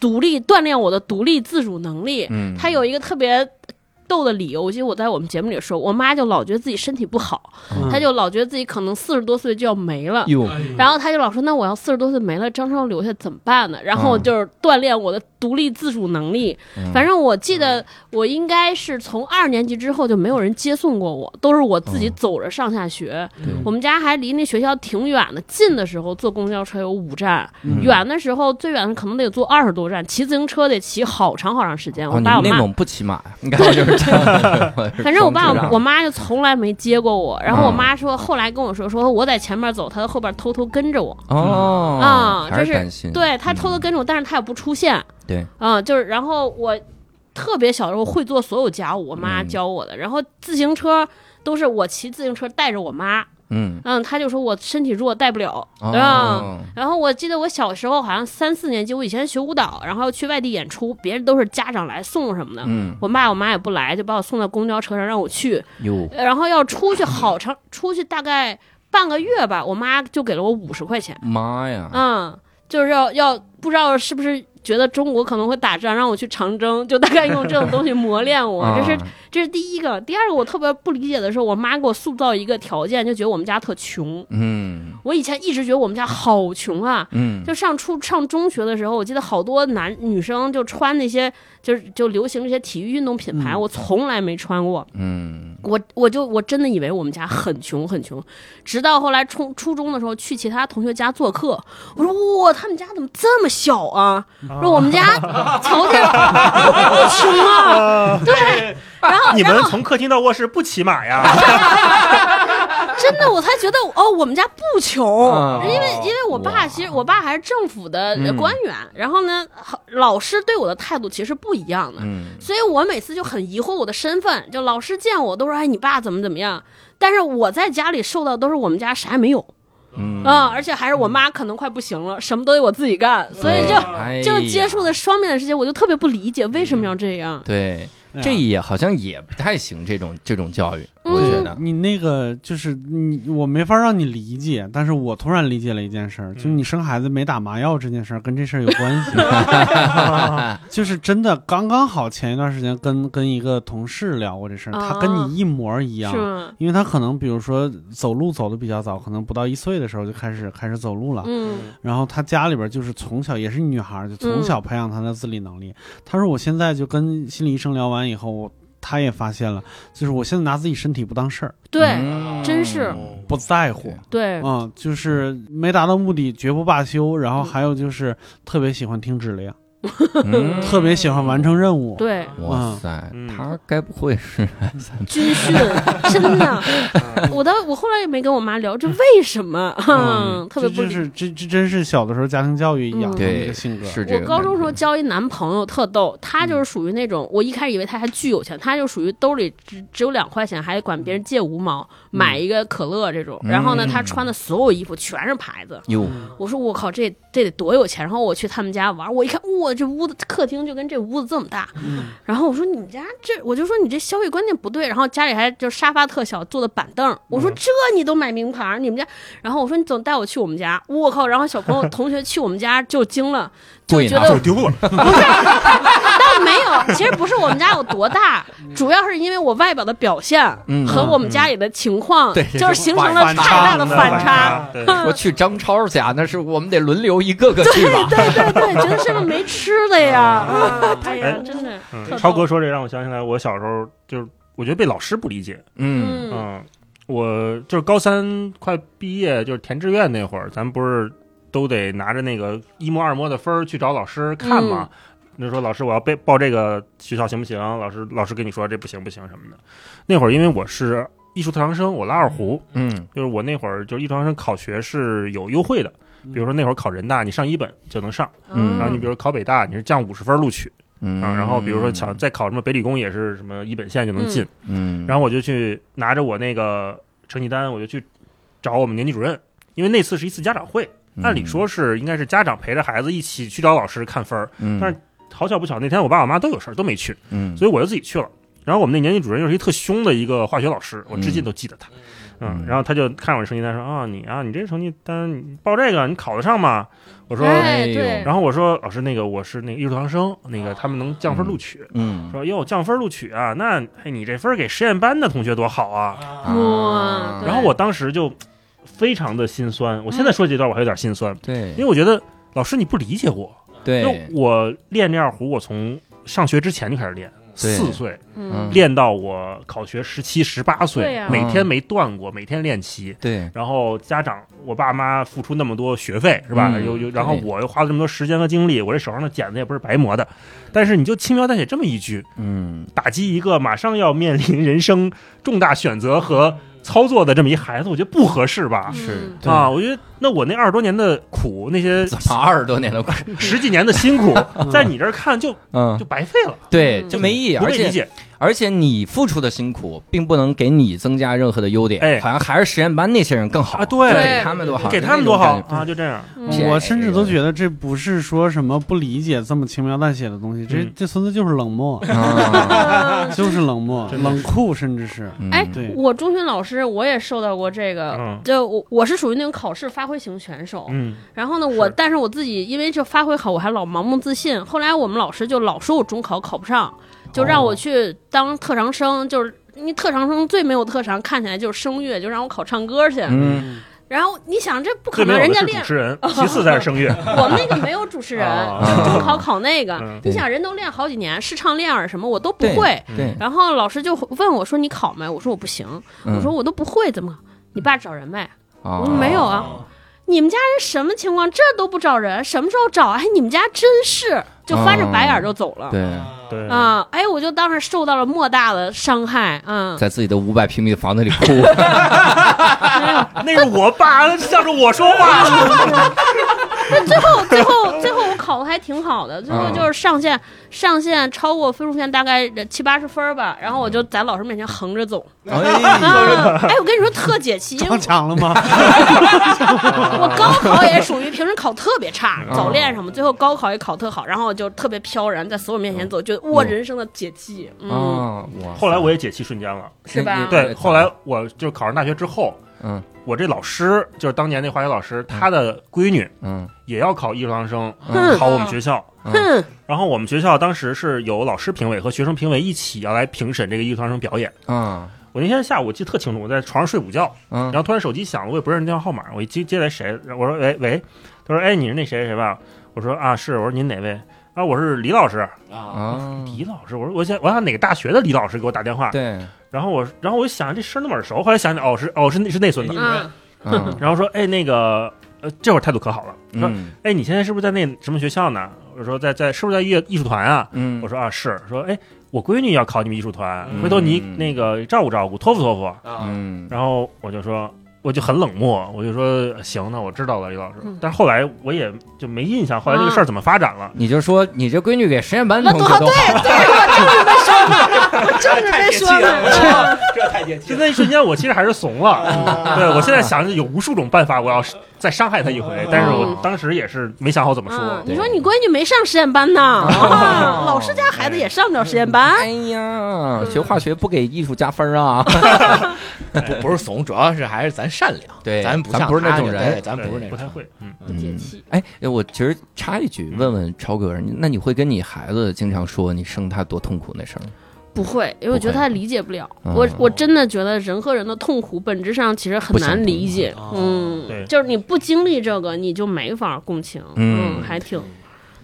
[SPEAKER 5] 独立锻炼我的独立自主能力。
[SPEAKER 1] 嗯，
[SPEAKER 5] 她有一个特别逗的理由，我记得我在我们节目里说，我妈就老觉得自己身体不好，她就老觉得自己可能四十多岁就要没了。
[SPEAKER 1] 哟，
[SPEAKER 5] 然后她就老说：“那我要四十多岁没了，张超留下怎么办呢？”然后
[SPEAKER 1] 嗯
[SPEAKER 5] 就是锻炼我的独立自主能力。
[SPEAKER 1] 嗯
[SPEAKER 5] 反正我记得我应该是从二年级之后就没有人接送过我，都是我自己
[SPEAKER 1] 嗯
[SPEAKER 5] 走着上下学。
[SPEAKER 1] 对
[SPEAKER 5] 我们家还离那学校挺远的，近的时候坐公交车有五站，
[SPEAKER 1] 嗯
[SPEAKER 5] 远的时候最远的可能得坐二十多站，骑自行车得骑好长好长时间。
[SPEAKER 1] 哦，
[SPEAKER 5] 我
[SPEAKER 1] 你
[SPEAKER 5] 爸我
[SPEAKER 1] 们内
[SPEAKER 5] 妈，
[SPEAKER 1] 蒙不骑马呀？你看我就是这样 的。
[SPEAKER 5] 反正我爸
[SPEAKER 1] 双腿
[SPEAKER 5] 我
[SPEAKER 1] 让
[SPEAKER 5] 我妈就从来没接过我。然后我
[SPEAKER 1] 啊嗯
[SPEAKER 5] 妈说，后来跟我说，说我在前面走，她在后边偷偷跟着我。
[SPEAKER 1] 哦
[SPEAKER 5] 嗯啊
[SPEAKER 1] 还
[SPEAKER 5] 这
[SPEAKER 1] 是
[SPEAKER 5] 是
[SPEAKER 1] 担心。
[SPEAKER 5] 对他偷偷跟着我，但是他也不出现。
[SPEAKER 1] 嗯对，
[SPEAKER 5] 嗯，就是然后我特别小的时候会做所有家务，我妈
[SPEAKER 1] 嗯
[SPEAKER 5] 教我的。然后自行车都是我骑自行车带着我妈，
[SPEAKER 1] 嗯，
[SPEAKER 5] 嗯，她就说我身体弱带不了。嗯，
[SPEAKER 1] 哦，
[SPEAKER 5] 然后我记得我小时候好像三四年级，我以前学舞蹈，然后去外地演出，别人都是家长来送什么的。
[SPEAKER 1] 嗯，
[SPEAKER 5] 我爸我妈也不来，就把我送到公交车上让我去，
[SPEAKER 1] 哟，
[SPEAKER 5] 呃然后要出去好长，出去大概半个月吧，我妈就给了我五十块钱。
[SPEAKER 1] 妈呀，
[SPEAKER 5] 嗯，就是要要不知道是不是觉得中国可能会打仗，让我去长征，就大概用这种东西磨练我。这是
[SPEAKER 1] 啊
[SPEAKER 5] 这是第一个，第二个我特别不理解的是，我妈给我塑造一个条件，就觉得我们家特穷。
[SPEAKER 1] 嗯
[SPEAKER 5] 我以前一直觉得我们家好穷啊。
[SPEAKER 1] 嗯，
[SPEAKER 5] 就上初上中学的时候，我记得好多男女生就穿那些，就是就流行这些体育运动品牌，
[SPEAKER 3] 嗯
[SPEAKER 5] 我从来没穿过。
[SPEAKER 1] 嗯
[SPEAKER 5] 我我就我真的以为我们家很穷很穷，直到后来初初中的时候去其他同学家做客，我说哇，他们家怎么这么小啊？
[SPEAKER 1] 嗯
[SPEAKER 5] 说我 们家条件不穷 啊，对，
[SPEAKER 4] 你们从客厅到卧室不骑马呀？
[SPEAKER 5] 真的我才觉得哦，我们家不穷，
[SPEAKER 1] 啊
[SPEAKER 5] 因为因为我
[SPEAKER 1] 哇
[SPEAKER 5] 爸其实我爸还是政府的呃
[SPEAKER 1] 嗯
[SPEAKER 5] 官员，然后呢，好老师对我的态度其实不一样的，
[SPEAKER 1] 嗯，
[SPEAKER 5] 所以我每次就很疑惑我的身份，就老师见我都说哎你爸怎么怎么样，但是我在家里受到都是我们家啥也没有。
[SPEAKER 1] 嗯
[SPEAKER 5] 啊、而且还是我妈可能快不行了，什么都得我自己干，所以就、
[SPEAKER 1] 哎
[SPEAKER 5] 就接触
[SPEAKER 1] 呀
[SPEAKER 5] 的双面的事情，我就特别不理解为什么要这样。
[SPEAKER 1] 对，
[SPEAKER 3] 啊
[SPEAKER 4] 哎
[SPEAKER 1] 这也好像也不太行，这种这种教育，
[SPEAKER 5] 嗯
[SPEAKER 1] 我觉得，
[SPEAKER 3] 你那个就是你，我没法让你理解，但是我突然理解了一件事儿，就是
[SPEAKER 1] 嗯
[SPEAKER 3] 你生孩子没打麻药这件事儿跟这事儿有关系， 就是真的刚刚好前一段时间跟跟一个同事聊过这事儿，他跟
[SPEAKER 1] 哦
[SPEAKER 3] 你一模一样
[SPEAKER 5] 是，吗？
[SPEAKER 3] 因为他可能比如说走路走的比较早，可能不到一岁的时候就开始开始走路
[SPEAKER 1] 啊
[SPEAKER 3] 了，
[SPEAKER 5] 嗯
[SPEAKER 3] 然后他家里边就是从小也是女孩儿，就从小培养她的自理能力。他说我现在就跟心理医生聊完以后，我他也发现了，就是我现在拿自己身体不当事儿，
[SPEAKER 5] 对，
[SPEAKER 1] 嗯哦
[SPEAKER 5] 真是
[SPEAKER 3] 不在乎。
[SPEAKER 5] 对，
[SPEAKER 3] 嗯，就是没达到目的绝不罢休，然后还有就是特别喜欢听指令，
[SPEAKER 1] 嗯
[SPEAKER 3] 特别喜欢完成任务。
[SPEAKER 5] 对，
[SPEAKER 1] 哇塞，
[SPEAKER 4] 嗯
[SPEAKER 1] 他该不会是
[SPEAKER 5] 军训真的，我的我后来也没跟我妈聊这为什么，
[SPEAKER 3] 嗯
[SPEAKER 5] 嗯， 特别不
[SPEAKER 3] 这
[SPEAKER 5] 理嗯
[SPEAKER 3] 就是这这真是小的时候家庭教育养成的
[SPEAKER 1] 对
[SPEAKER 3] 一个性 格。
[SPEAKER 1] 是这
[SPEAKER 5] 我
[SPEAKER 1] 个？
[SPEAKER 5] 高中时候，交一男朋友特逗，他就是属于那种，我一开始以为他还巨有钱，他就属于兜里只只有两块钱，还管别人借五毛买一个可乐这种。然后呢，
[SPEAKER 1] 嗯
[SPEAKER 5] 他穿的所有衣服全是牌子。
[SPEAKER 1] 哟，
[SPEAKER 5] 我说我靠，这这得多有钱！然后我去他们家玩，我一看，我的这屋子客厅就跟这屋子这么大。然后我说你家这，我就说你这消费观念不对。然后家里还就是沙发特小，坐的板凳。我说这你都买名牌儿，你们家。然后我说你总带我去我们家，我靠！然后小朋友同学去我们家就惊了，就
[SPEAKER 1] 对
[SPEAKER 5] 觉
[SPEAKER 1] 呢
[SPEAKER 5] 得
[SPEAKER 7] 就丢了，
[SPEAKER 5] 倒没有，其实不是我们家有多大，主要是因为我外表的表现
[SPEAKER 1] 嗯
[SPEAKER 5] 和我们家里的情况，
[SPEAKER 1] 对
[SPEAKER 5] 就是形成了
[SPEAKER 6] 反差
[SPEAKER 5] 太大的反
[SPEAKER 4] 嗯反
[SPEAKER 5] 差。
[SPEAKER 4] 差对
[SPEAKER 1] 说去张超家，那是我们得轮流一个个去吧。
[SPEAKER 5] 对对对，觉得是不是没吃的呀？啊哎呀，真的，特
[SPEAKER 4] 嗯，
[SPEAKER 5] 逗
[SPEAKER 4] 超哥说这让我想起来，我小时候就是我觉得被老师不理解，
[SPEAKER 1] 嗯
[SPEAKER 5] 嗯
[SPEAKER 4] 嗯，我就是高三快毕业，就是填志愿那会儿，咱们不是都得拿着那个一模二模的分儿去找老师看嘛？
[SPEAKER 1] 嗯
[SPEAKER 4] 就说老师，我要被报这个学校行不行？老师老师跟你说这不行不行什么的。那会儿因为我是艺术特长生，我拉二胡，
[SPEAKER 1] 嗯
[SPEAKER 4] 就是我那会儿就是艺术特长生考学是有优惠的，比如说那会儿考人大，你上一本就能上，
[SPEAKER 1] 嗯
[SPEAKER 4] 然后你比如考北大，你是降五十分录取
[SPEAKER 1] 嗯
[SPEAKER 4] 啊，然后比如说想再考什么北理工也是什么一本线就能进。
[SPEAKER 1] 嗯，
[SPEAKER 4] 然后我就去拿着我那个成绩单，我就去找我们年级主任，因为那次是一次家长会，
[SPEAKER 1] 嗯
[SPEAKER 4] 按理说是应该是家长陪着孩子一起去找老师看分儿。
[SPEAKER 1] 嗯，
[SPEAKER 4] 但是好巧不巧，那天我爸我妈都有事儿，都没去，
[SPEAKER 1] 嗯，
[SPEAKER 4] 所以我就自己去了。然后我们那年级主任又是一特凶的一个化学老师，我至今都记得他。嗯
[SPEAKER 1] 嗯，
[SPEAKER 4] 然后他就看我成绩单说啊，你啊，你这成绩单你报这个你考得上吗？我说，
[SPEAKER 5] 哎
[SPEAKER 1] 哎
[SPEAKER 5] 对，
[SPEAKER 4] 然后我说老师，那个我是那个艺术特长生，那个他们能降分录取。
[SPEAKER 1] 嗯，
[SPEAKER 4] 说哟，降分录取啊，那嘿，你这分儿给实验班的同学多好啊！
[SPEAKER 5] 哇对嗯
[SPEAKER 4] 然后我当时就非常的心酸，我现在说这段我还有点心酸，
[SPEAKER 1] 对
[SPEAKER 4] 因为我觉得老师你不理解我，因为
[SPEAKER 1] 对，
[SPEAKER 4] 我练这二胡，我从上学之前就开始练，
[SPEAKER 1] 对
[SPEAKER 4] 四岁
[SPEAKER 1] 嗯嗯
[SPEAKER 5] 嗯
[SPEAKER 4] 练到我考学十七、十八
[SPEAKER 5] 对
[SPEAKER 4] 岁，
[SPEAKER 5] 呀
[SPEAKER 4] 每天没断过，每天练习。
[SPEAKER 1] 对
[SPEAKER 4] 然后家长，我爸妈付出那么多学费是吧？
[SPEAKER 1] 嗯
[SPEAKER 4] 又又，然后
[SPEAKER 1] 对
[SPEAKER 4] 我又花了这么多时间和精力，我这手上的茧子也不是白磨的。但是你就轻描淡写这么一句，
[SPEAKER 1] 嗯
[SPEAKER 4] 打击一个马上要面临人生重大选择和操作的这么一孩子，我觉得不合适吧？
[SPEAKER 1] 是
[SPEAKER 5] 嗯
[SPEAKER 4] 啊，我觉得那我那二十多年的苦，那些
[SPEAKER 1] 怎么二十多年的关系？
[SPEAKER 4] 十几年的辛 苦，在你这儿看就
[SPEAKER 1] 嗯
[SPEAKER 4] 就，白费了，
[SPEAKER 1] 对，
[SPEAKER 5] 嗯
[SPEAKER 1] 就没意义，
[SPEAKER 4] 不
[SPEAKER 1] 而
[SPEAKER 4] 被啊理
[SPEAKER 1] 且
[SPEAKER 4] 解。
[SPEAKER 1] 而且你付出的辛苦，并不能给你增加任何的优点，
[SPEAKER 4] 哎
[SPEAKER 1] 好像还是实验班那些人更好
[SPEAKER 4] 啊对
[SPEAKER 1] 给他们多好，
[SPEAKER 4] 给他们多好啊！就这样，
[SPEAKER 5] 嗯
[SPEAKER 3] 我甚至都觉得这不是说什么不理解这么轻描淡写的东西，这
[SPEAKER 4] 嗯
[SPEAKER 3] 这孙子就是冷漠，
[SPEAKER 1] 啊。
[SPEAKER 3] 就是冷漠，
[SPEAKER 4] 真的是
[SPEAKER 3] 冷酷，甚至是
[SPEAKER 1] 嗯
[SPEAKER 5] 哎
[SPEAKER 3] 对
[SPEAKER 5] 我中学老师我也受到过这个，
[SPEAKER 4] 嗯
[SPEAKER 5] 就我我是属于那种考试发挥型选手，
[SPEAKER 4] 嗯
[SPEAKER 5] 然后呢，我
[SPEAKER 4] 是
[SPEAKER 5] 但是我自己因为这发挥好，我还老盲目自信。后来我们老师就老说我中考考不上，就让
[SPEAKER 4] 哦
[SPEAKER 5] 我去当特长生，就是因为特长生最没有特长，看起来就是声乐，就让我考唱歌去。
[SPEAKER 1] 嗯，
[SPEAKER 5] 然后你想这不
[SPEAKER 4] 最
[SPEAKER 5] 可
[SPEAKER 4] 没
[SPEAKER 5] 能，
[SPEAKER 4] 有
[SPEAKER 5] 人
[SPEAKER 4] 的
[SPEAKER 5] 家
[SPEAKER 4] 是
[SPEAKER 5] 练啊
[SPEAKER 4] 主持人， 其次才是声乐。
[SPEAKER 5] 我们那个没有主持 人，
[SPEAKER 4] 哦
[SPEAKER 5] 就中考考那个。
[SPEAKER 4] 嗯
[SPEAKER 5] 你想人都练好几年，试唱练耳啊什么我都不
[SPEAKER 1] 对
[SPEAKER 5] 会。
[SPEAKER 1] 对，
[SPEAKER 5] 然后老师就问我说：“你考没？”我说：“我不行。
[SPEAKER 1] 嗯
[SPEAKER 5] 我说：“我都不会，怎么？”你爸找人呗。
[SPEAKER 1] 我
[SPEAKER 5] 我说没有啊，你们家人什么情况？这都不找人，什么时候找？哎，你们家真是就翻着白眼儿就走了。
[SPEAKER 1] 哦对，
[SPEAKER 4] 对，
[SPEAKER 5] 啊，哎，我就当时受到了莫大的伤害，嗯，
[SPEAKER 1] 在自己的五百平米的房子里哭，
[SPEAKER 4] 那是我爸，向着我说话。
[SPEAKER 5] 但最后最后最后我考的还挺好的，最后
[SPEAKER 1] 嗯
[SPEAKER 5] 就是上线上线超过分数线大概七八十分儿吧，然后我就在老师面前横着走，啊，哎，我跟你说特解气，因为
[SPEAKER 3] 撞墙了 吗？
[SPEAKER 5] 我高考也属于平时考特别差，早恋什么，最后高考也考特好，然后就特别飘然，在所有面前走，觉得我人生的解气，嗯，
[SPEAKER 1] 啊，我
[SPEAKER 4] 后来我也解气瞬间了。
[SPEAKER 5] 是吧
[SPEAKER 1] 对
[SPEAKER 4] 对，后来我就是考上大学之后，
[SPEAKER 1] 嗯
[SPEAKER 4] 我这老师就是当年那化学老师，他的闺女
[SPEAKER 1] 嗯
[SPEAKER 4] 也要考艺术特长生，
[SPEAKER 5] 嗯
[SPEAKER 4] 考我们学校。
[SPEAKER 5] 哼，
[SPEAKER 4] 然后我们学校当时是有老师评委和学生评委一起要来评审这个艺术特长生表演。
[SPEAKER 1] 啊
[SPEAKER 4] 我那天下午我记得特清楚，我在床上睡午觉，
[SPEAKER 1] 嗯
[SPEAKER 4] 然后突然手机响了，我也不认识电话号码，我一接接来谁，然后我说喂喂，他说哎你是那谁谁吧？我说啊是，我说您哪位？啊我是李老师，
[SPEAKER 6] 啊，
[SPEAKER 1] 啊，
[SPEAKER 4] 李老师，我说我想我想哪个大学的李老师给我打电话，
[SPEAKER 1] 对，
[SPEAKER 4] 然后我然后我想这声儿那么耳熟，后来想想哦是哦是那是那孙子，
[SPEAKER 5] 嗯，
[SPEAKER 1] 嗯
[SPEAKER 4] 然后说哎那个呃这会儿态度可好了，说
[SPEAKER 1] 嗯
[SPEAKER 4] 哎你现在是不是在那什么学校呢？我说在在是不是在艺艺术团啊？
[SPEAKER 1] 嗯
[SPEAKER 4] 我说啊是，说哎，我闺女要考你们艺术团，
[SPEAKER 1] 嗯
[SPEAKER 4] 回头你那个照顾照顾，托付托付。
[SPEAKER 1] 嗯
[SPEAKER 4] 然后我就说我就很冷漠，我就说行，那我知道了，李老师
[SPEAKER 5] 嗯。啊
[SPEAKER 4] 但是后来我也就没印象，后来这个事儿怎么发展了？
[SPEAKER 1] 你就说你这闺女给实验班
[SPEAKER 5] 那
[SPEAKER 1] 同
[SPEAKER 5] 多
[SPEAKER 1] 学
[SPEAKER 5] 好，
[SPEAKER 1] 都
[SPEAKER 5] 对
[SPEAKER 1] 好，
[SPEAKER 6] 太解气
[SPEAKER 5] 对，我正是被说的，我正是被说的。
[SPEAKER 6] 了，嗯这太解气
[SPEAKER 4] 就
[SPEAKER 6] 了。
[SPEAKER 4] 那一瞬间，我其实还是怂
[SPEAKER 5] 啊
[SPEAKER 4] 了。对我现在想，有无数种办法，我要是再伤害她一
[SPEAKER 5] 啊
[SPEAKER 4] 回。但是我当时也是没想好怎么
[SPEAKER 5] 嗯，
[SPEAKER 4] 说。
[SPEAKER 5] 你说你闺女没上实验班呢，啊老师家孩子也上不了实验班。
[SPEAKER 1] 哎呀，
[SPEAKER 5] 嗯
[SPEAKER 1] 学化学不给艺术加分啊！
[SPEAKER 6] 不不是怂，主要是还是咱善良，
[SPEAKER 1] 对
[SPEAKER 6] 咱不
[SPEAKER 1] 咱
[SPEAKER 6] 像
[SPEAKER 1] 不是那
[SPEAKER 6] 他
[SPEAKER 1] 种人
[SPEAKER 6] 对咱不是那种
[SPEAKER 4] 不太
[SPEAKER 6] 人。
[SPEAKER 4] 会。嗯，
[SPEAKER 5] 不解气，
[SPEAKER 1] 哎，我其实插一句，问问超哥，那你会跟你孩子经常说你生他多痛苦那事儿吗？
[SPEAKER 5] 不会，因为我觉得
[SPEAKER 1] 不会
[SPEAKER 5] 他理解不了。
[SPEAKER 1] 嗯
[SPEAKER 5] 我我真的觉得人和人的痛苦本质上其实很难理解
[SPEAKER 6] 不相。同
[SPEAKER 5] 嗯
[SPEAKER 4] 对，
[SPEAKER 5] 就是你不经历这个，你就没法共情。
[SPEAKER 1] 嗯
[SPEAKER 5] 嗯，还挺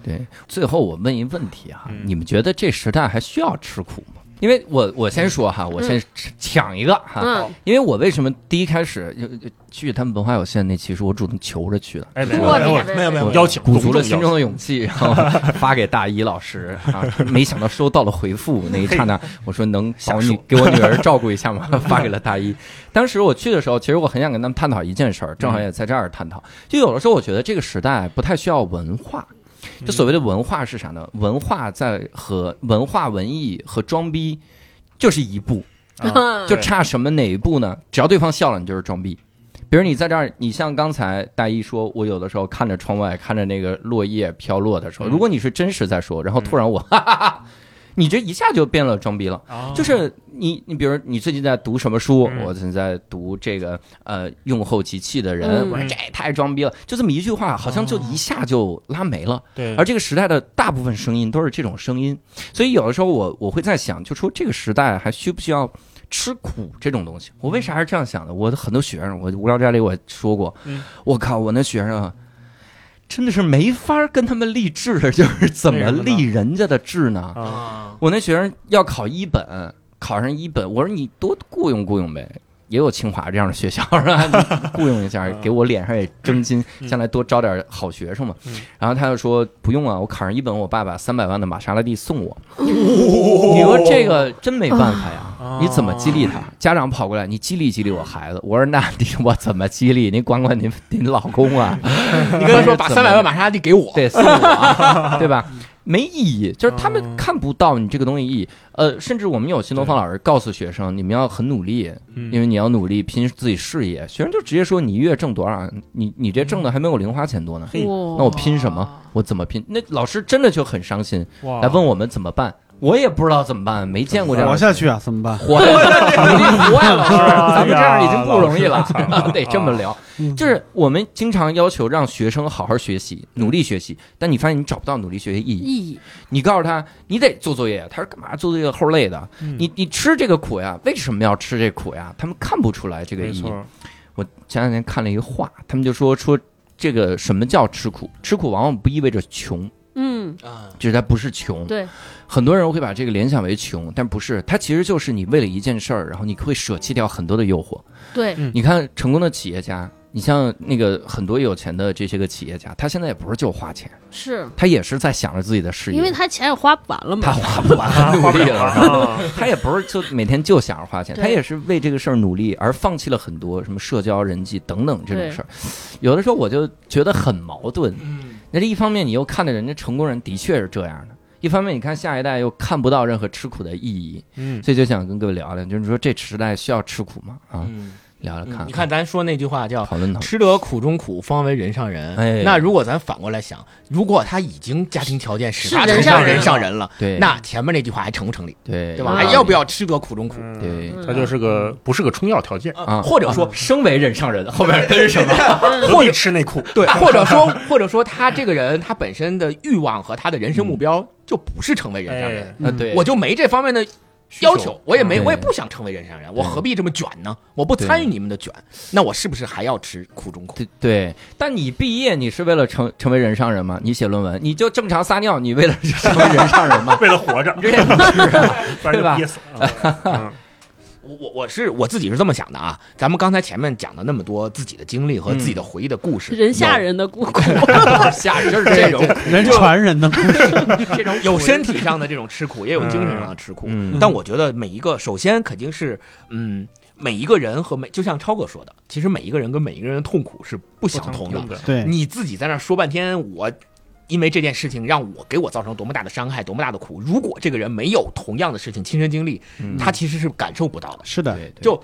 [SPEAKER 1] 对，最后我问一问题哈，
[SPEAKER 4] 嗯
[SPEAKER 1] 你们觉得这时代还需要吃苦吗？因为我我先说哈，我先抢一个哈，
[SPEAKER 5] 嗯，
[SPEAKER 1] 因为我为什么第一开始就就去他们文化有限那期是我主动求着去的，
[SPEAKER 4] 哎，没有
[SPEAKER 5] 我的
[SPEAKER 4] 有
[SPEAKER 5] 天
[SPEAKER 6] 没有没有
[SPEAKER 4] 有邀请，
[SPEAKER 1] 鼓足了
[SPEAKER 4] 隆重
[SPEAKER 1] 心中的勇气，然后发给大一老师啊，没想到收到了回复，那一刹那我说能把我女给我女儿照顾一下吗？ 发给了大一。当时我去的时候，其实我很想跟他们探讨一件事儿，正好也在这儿探讨。就有的时候我觉得这个时代不太需要文化。就所谓的文化是啥呢？文化在和文化文艺和装逼就是一步，
[SPEAKER 4] 啊
[SPEAKER 5] 嗯
[SPEAKER 1] 就
[SPEAKER 4] 对
[SPEAKER 1] 差什么哪一步呢？只要对方笑了，你就是装逼。比如你在这儿，你像刚才大一说，我有的时候看着窗外，看着那个落叶飘落的时候，
[SPEAKER 4] 嗯
[SPEAKER 1] 如果你是真实在说，然后突然我， 哈哈哈，你这一下就变了装逼了。
[SPEAKER 4] 啊
[SPEAKER 1] 就是你，你比如你最近在读什么书？
[SPEAKER 4] 嗯
[SPEAKER 1] 我正在读这个呃“用后即弃”的人，
[SPEAKER 5] 嗯
[SPEAKER 1] 我说这也太装逼了，就这么一句话，好像
[SPEAKER 4] 哦
[SPEAKER 1] 就一下就拉没了。
[SPEAKER 4] 对，
[SPEAKER 1] 而这个时代的大部分声音都是这种声音，所以有的时候我我会在想，就说这个时代还需不需要吃苦这种东西？我为啥是这样想的？我的很多学生，我无聊斋里我说过，
[SPEAKER 4] 嗯
[SPEAKER 1] 我靠，我那学生啊真的是没法跟他们励志， 就是怎
[SPEAKER 4] 为
[SPEAKER 1] 么
[SPEAKER 4] 什么呢
[SPEAKER 1] 励人家的志呢？
[SPEAKER 4] 啊，
[SPEAKER 6] 啊，
[SPEAKER 1] 我那学生要考一本，考上一本，我说你多雇佣雇佣呗。也有清华这样的学校是吧？ 你雇佣一下，给我脸上也争金，
[SPEAKER 4] 嗯
[SPEAKER 1] 将来多招点好学生嘛
[SPEAKER 4] 嗯。
[SPEAKER 1] 然后他就说不用啊，我考上一本，我爸把三百万的玛莎拉蒂送我。你说这个真没办法呀
[SPEAKER 4] 啊，
[SPEAKER 1] 你怎么激励他？家长跑过来，你激励激励我孩子。我说那你 我怎么激励？您管管您您老公啊。
[SPEAKER 6] 你跟他说把
[SPEAKER 1] 怎么
[SPEAKER 6] 三百万玛莎拉蒂给我，
[SPEAKER 1] 对，送我， 对吧？没意义，就是他
[SPEAKER 4] 嗯
[SPEAKER 1] 们看不到你这个东西意义。呃，甚至我们有新东方老师告诉学生，你们要很努力，因
[SPEAKER 4] 因
[SPEAKER 1] 为你要努力拼自己事业。学生就直接说，你一月挣多少？啊你你这
[SPEAKER 4] 嗯
[SPEAKER 1] 挣的还没有零花钱多呢，
[SPEAKER 4] 嘿
[SPEAKER 1] 那我
[SPEAKER 5] 哇，
[SPEAKER 1] 拼什么？我怎么拼？那老师真的就很伤心，
[SPEAKER 4] 哇
[SPEAKER 1] 来问我们怎么办。我也不知道怎么办，没见过这样
[SPEAKER 3] 活
[SPEAKER 1] 的。
[SPEAKER 3] 下去啊，怎 么 办？
[SPEAKER 1] 活呀，你活呀，老师，
[SPEAKER 4] 哎呀
[SPEAKER 1] 咱们这样已经不容易
[SPEAKER 4] 老师嗯太惨了
[SPEAKER 1] 了， 得这么聊。就是我们经常要求让学生好好学习，努力学习，但你发现你找不到努力学习意义。
[SPEAKER 5] 意义
[SPEAKER 1] 你告诉他，你得做作业，他说干嘛做作业齁累的？
[SPEAKER 4] 嗯
[SPEAKER 1] 你你吃这个苦呀，为什么要吃这苦呀？他们看不出来这个
[SPEAKER 4] 没
[SPEAKER 1] 意义。
[SPEAKER 4] 错，
[SPEAKER 1] 我前两天看了一个话，他们就说说这个什么叫吃苦？吃苦往往不意味着穷，
[SPEAKER 5] 嗯，
[SPEAKER 6] 嗯，
[SPEAKER 1] 就是它不是穷。
[SPEAKER 5] 对，
[SPEAKER 1] 很多人会把这个联想为穷，但不是，它其实就是你为了一件事儿，然后你会舍弃掉很多的诱惑。
[SPEAKER 5] 对，
[SPEAKER 1] 你看成功的企业家，你像那个很多有钱的这些个企业家，他现在也不是就花钱，
[SPEAKER 5] 是
[SPEAKER 1] 他也是在想着自己的事业，
[SPEAKER 5] 因为他钱也花不完了
[SPEAKER 1] 他
[SPEAKER 5] 嘛。
[SPEAKER 1] 花不完，他努 力了。
[SPEAKER 4] 啊，
[SPEAKER 1] 他也不是就每天就想着花钱，
[SPEAKER 5] 对
[SPEAKER 1] 他也是为这个事儿努力，而放弃了很多什么社交、人际等等这种事儿。有的时候我就觉得很矛盾。
[SPEAKER 6] 嗯
[SPEAKER 1] 那这一方面你又看着人家成功人的确是这样的，一方面你看下一代又看不到任何吃苦的意义，
[SPEAKER 4] 嗯，
[SPEAKER 1] 所以就想跟各位聊聊，就是说这时代需要吃苦吗？啊，
[SPEAKER 6] 嗯，
[SPEAKER 1] 聊聊看，
[SPEAKER 6] 你看咱说那句话叫
[SPEAKER 1] 讨论讨
[SPEAKER 6] “
[SPEAKER 1] 论。
[SPEAKER 6] 吃得苦中苦，方为人上人”
[SPEAKER 1] 哎
[SPEAKER 6] 那如果咱反过来想，如果他已经家庭条件使
[SPEAKER 5] 是
[SPEAKER 6] 他
[SPEAKER 5] 人
[SPEAKER 6] 成
[SPEAKER 5] 上
[SPEAKER 6] 上人
[SPEAKER 5] 人
[SPEAKER 6] 上
[SPEAKER 5] 了
[SPEAKER 6] 人了，
[SPEAKER 1] 对，
[SPEAKER 6] 那前面那句话还成不成立？
[SPEAKER 1] 对
[SPEAKER 6] 对吧？
[SPEAKER 5] 嗯
[SPEAKER 6] 还要不要吃得苦中苦？
[SPEAKER 4] 嗯
[SPEAKER 1] 对嗯
[SPEAKER 4] 它就是个不是个充药条件，
[SPEAKER 1] 啊？
[SPEAKER 6] 或者说
[SPEAKER 1] 生为人上人，后面跟什么？
[SPEAKER 4] 何必吃内裤？
[SPEAKER 6] 对，或者说 或者说他这个人他本身的欲望和他的人生目标就不是成为人上人，
[SPEAKER 1] 啊，对，
[SPEAKER 6] 我就没这方面的要求，我也没
[SPEAKER 1] 对
[SPEAKER 6] 我也不想成为人上人，我何必这么卷呢？我不参与你们的卷，那我是不是还要吃苦中苦？
[SPEAKER 1] 对对，但你毕业你是为了成成为人上人吗？你写论文，你就正常撒尿，你为了成为人上 人吗？
[SPEAKER 4] 为了活着，
[SPEAKER 1] 这也不是啊，
[SPEAKER 4] 不然就憋死 了。嗯
[SPEAKER 6] 我我我是我自己是这么想的啊，咱们刚才前面讲了那么多自己的经历和自己的回忆的故事，
[SPEAKER 5] 人吓
[SPEAKER 6] 有
[SPEAKER 5] 人的故事，
[SPEAKER 1] 下就是这种，
[SPEAKER 3] 嗯人传人的故事，
[SPEAKER 6] 这种有身体嗯上的这种吃苦，也有精神上的吃苦。
[SPEAKER 1] 嗯
[SPEAKER 6] 但我觉得每一个，首先肯定是，嗯，每一个人和每就像超哥说的，其实每一个人跟每一个人的痛苦是不相同的。
[SPEAKER 4] 的。
[SPEAKER 3] 对，
[SPEAKER 6] 你自己在那儿说半天，我因为这件事情让我给我造成多么大的伤害，多么大的苦。如果这个人没有同样的事情亲身经历，他其实是感受不到的。
[SPEAKER 3] 是的，
[SPEAKER 1] 对，对
[SPEAKER 6] 就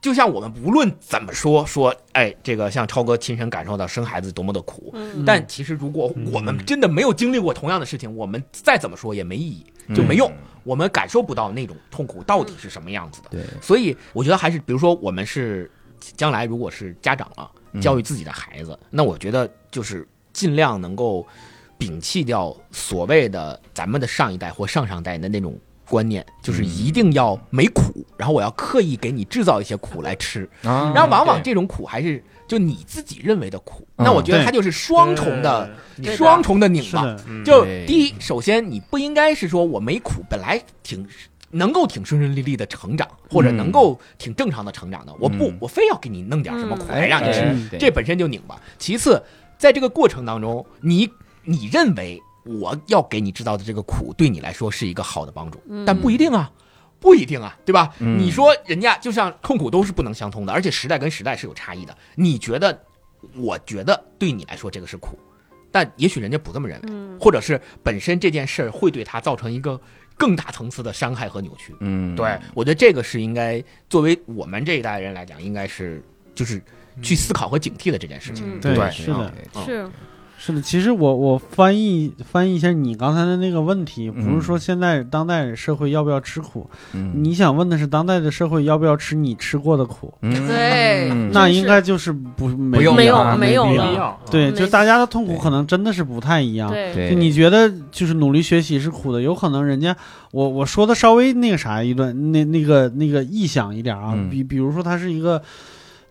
[SPEAKER 6] 就像我们无论怎么说说，哎，这个像超哥亲身感受到生孩子多么的苦，
[SPEAKER 5] 嗯，
[SPEAKER 6] 但其实如果我们真的没有经历过同样的事情，我们再怎么说也没意
[SPEAKER 1] 嗯
[SPEAKER 6] 义，就没用，我们感受不到那种痛苦到底是什么样子的。
[SPEAKER 1] 对，
[SPEAKER 6] 所以我觉得还是，比如说我们是将来如果是家长了，教育自己的孩子，那我觉得就是尽量能够摒弃掉所谓的咱们的上一代或上上代的那种。观念就是一定要没苦，然后我要刻意给你制造一些苦来吃，
[SPEAKER 1] 啊
[SPEAKER 6] 然后往往
[SPEAKER 1] 对
[SPEAKER 6] 这种苦还是就你自己认为的苦，
[SPEAKER 1] 嗯
[SPEAKER 6] 那我觉得
[SPEAKER 3] 对
[SPEAKER 6] 它就是双重的
[SPEAKER 5] 对的
[SPEAKER 6] 双重的拧
[SPEAKER 3] 是
[SPEAKER 6] 巴，
[SPEAKER 3] 的，
[SPEAKER 4] 嗯
[SPEAKER 6] 就
[SPEAKER 1] 对
[SPEAKER 6] 第一，首先你不应该是说我没苦，本来挺能够挺顺顺利利的成长，或者
[SPEAKER 1] 嗯
[SPEAKER 6] 能够挺正常的成长的，我不
[SPEAKER 1] 嗯，
[SPEAKER 6] 我非要给你弄点什么苦
[SPEAKER 1] 哎
[SPEAKER 6] 来让你吃，
[SPEAKER 1] 哎对
[SPEAKER 6] 这本身就拧巴。其次，在这个过程当中，你你认为我要给你制造的这个苦，对你来说是一个好的帮助，但不一定啊。不一定啊，对吧？
[SPEAKER 1] 嗯
[SPEAKER 6] 你说人家就像痛苦都是不能相通的，而且时代跟时代是有差异的。你觉得，我觉得对你来说这个是苦，但也许人家不这么认为，
[SPEAKER 5] 嗯
[SPEAKER 6] 或者是本身这件事儿会对他造成一个更大层次的伤害和扭曲。
[SPEAKER 1] 嗯，
[SPEAKER 6] 对，我觉得这个是应该作为我们这一代人来讲，应该是就是
[SPEAKER 4] 嗯
[SPEAKER 6] 去思考和警惕的这件事情。
[SPEAKER 5] 嗯
[SPEAKER 3] 对
[SPEAKER 6] 对
[SPEAKER 3] 是的，
[SPEAKER 6] 嗯
[SPEAKER 5] 是
[SPEAKER 3] 是的。其实我我翻译翻译一下你刚才的那个问题，不是说现在当代社会要不要吃苦，
[SPEAKER 1] 嗯，
[SPEAKER 3] 你想问的是当代的社会要不要吃你吃过的苦？
[SPEAKER 1] 嗯
[SPEAKER 5] 对
[SPEAKER 1] 嗯
[SPEAKER 3] 那应该就是不没
[SPEAKER 1] 不用
[SPEAKER 3] 必要
[SPEAKER 1] 了啊
[SPEAKER 3] 没
[SPEAKER 5] 没有
[SPEAKER 3] 必
[SPEAKER 5] 了
[SPEAKER 3] 要
[SPEAKER 4] 必要，
[SPEAKER 3] 对，
[SPEAKER 5] 没
[SPEAKER 3] 就大家的痛苦
[SPEAKER 1] 对
[SPEAKER 3] 可能真的是不太一样。
[SPEAKER 5] 对，
[SPEAKER 1] 对，
[SPEAKER 3] 就你觉得就是努力学习是苦的，有可能人家我我说的稍微那个啥一段，那那个那个臆想一点啊，
[SPEAKER 1] 嗯
[SPEAKER 3] 比比如说他是一个，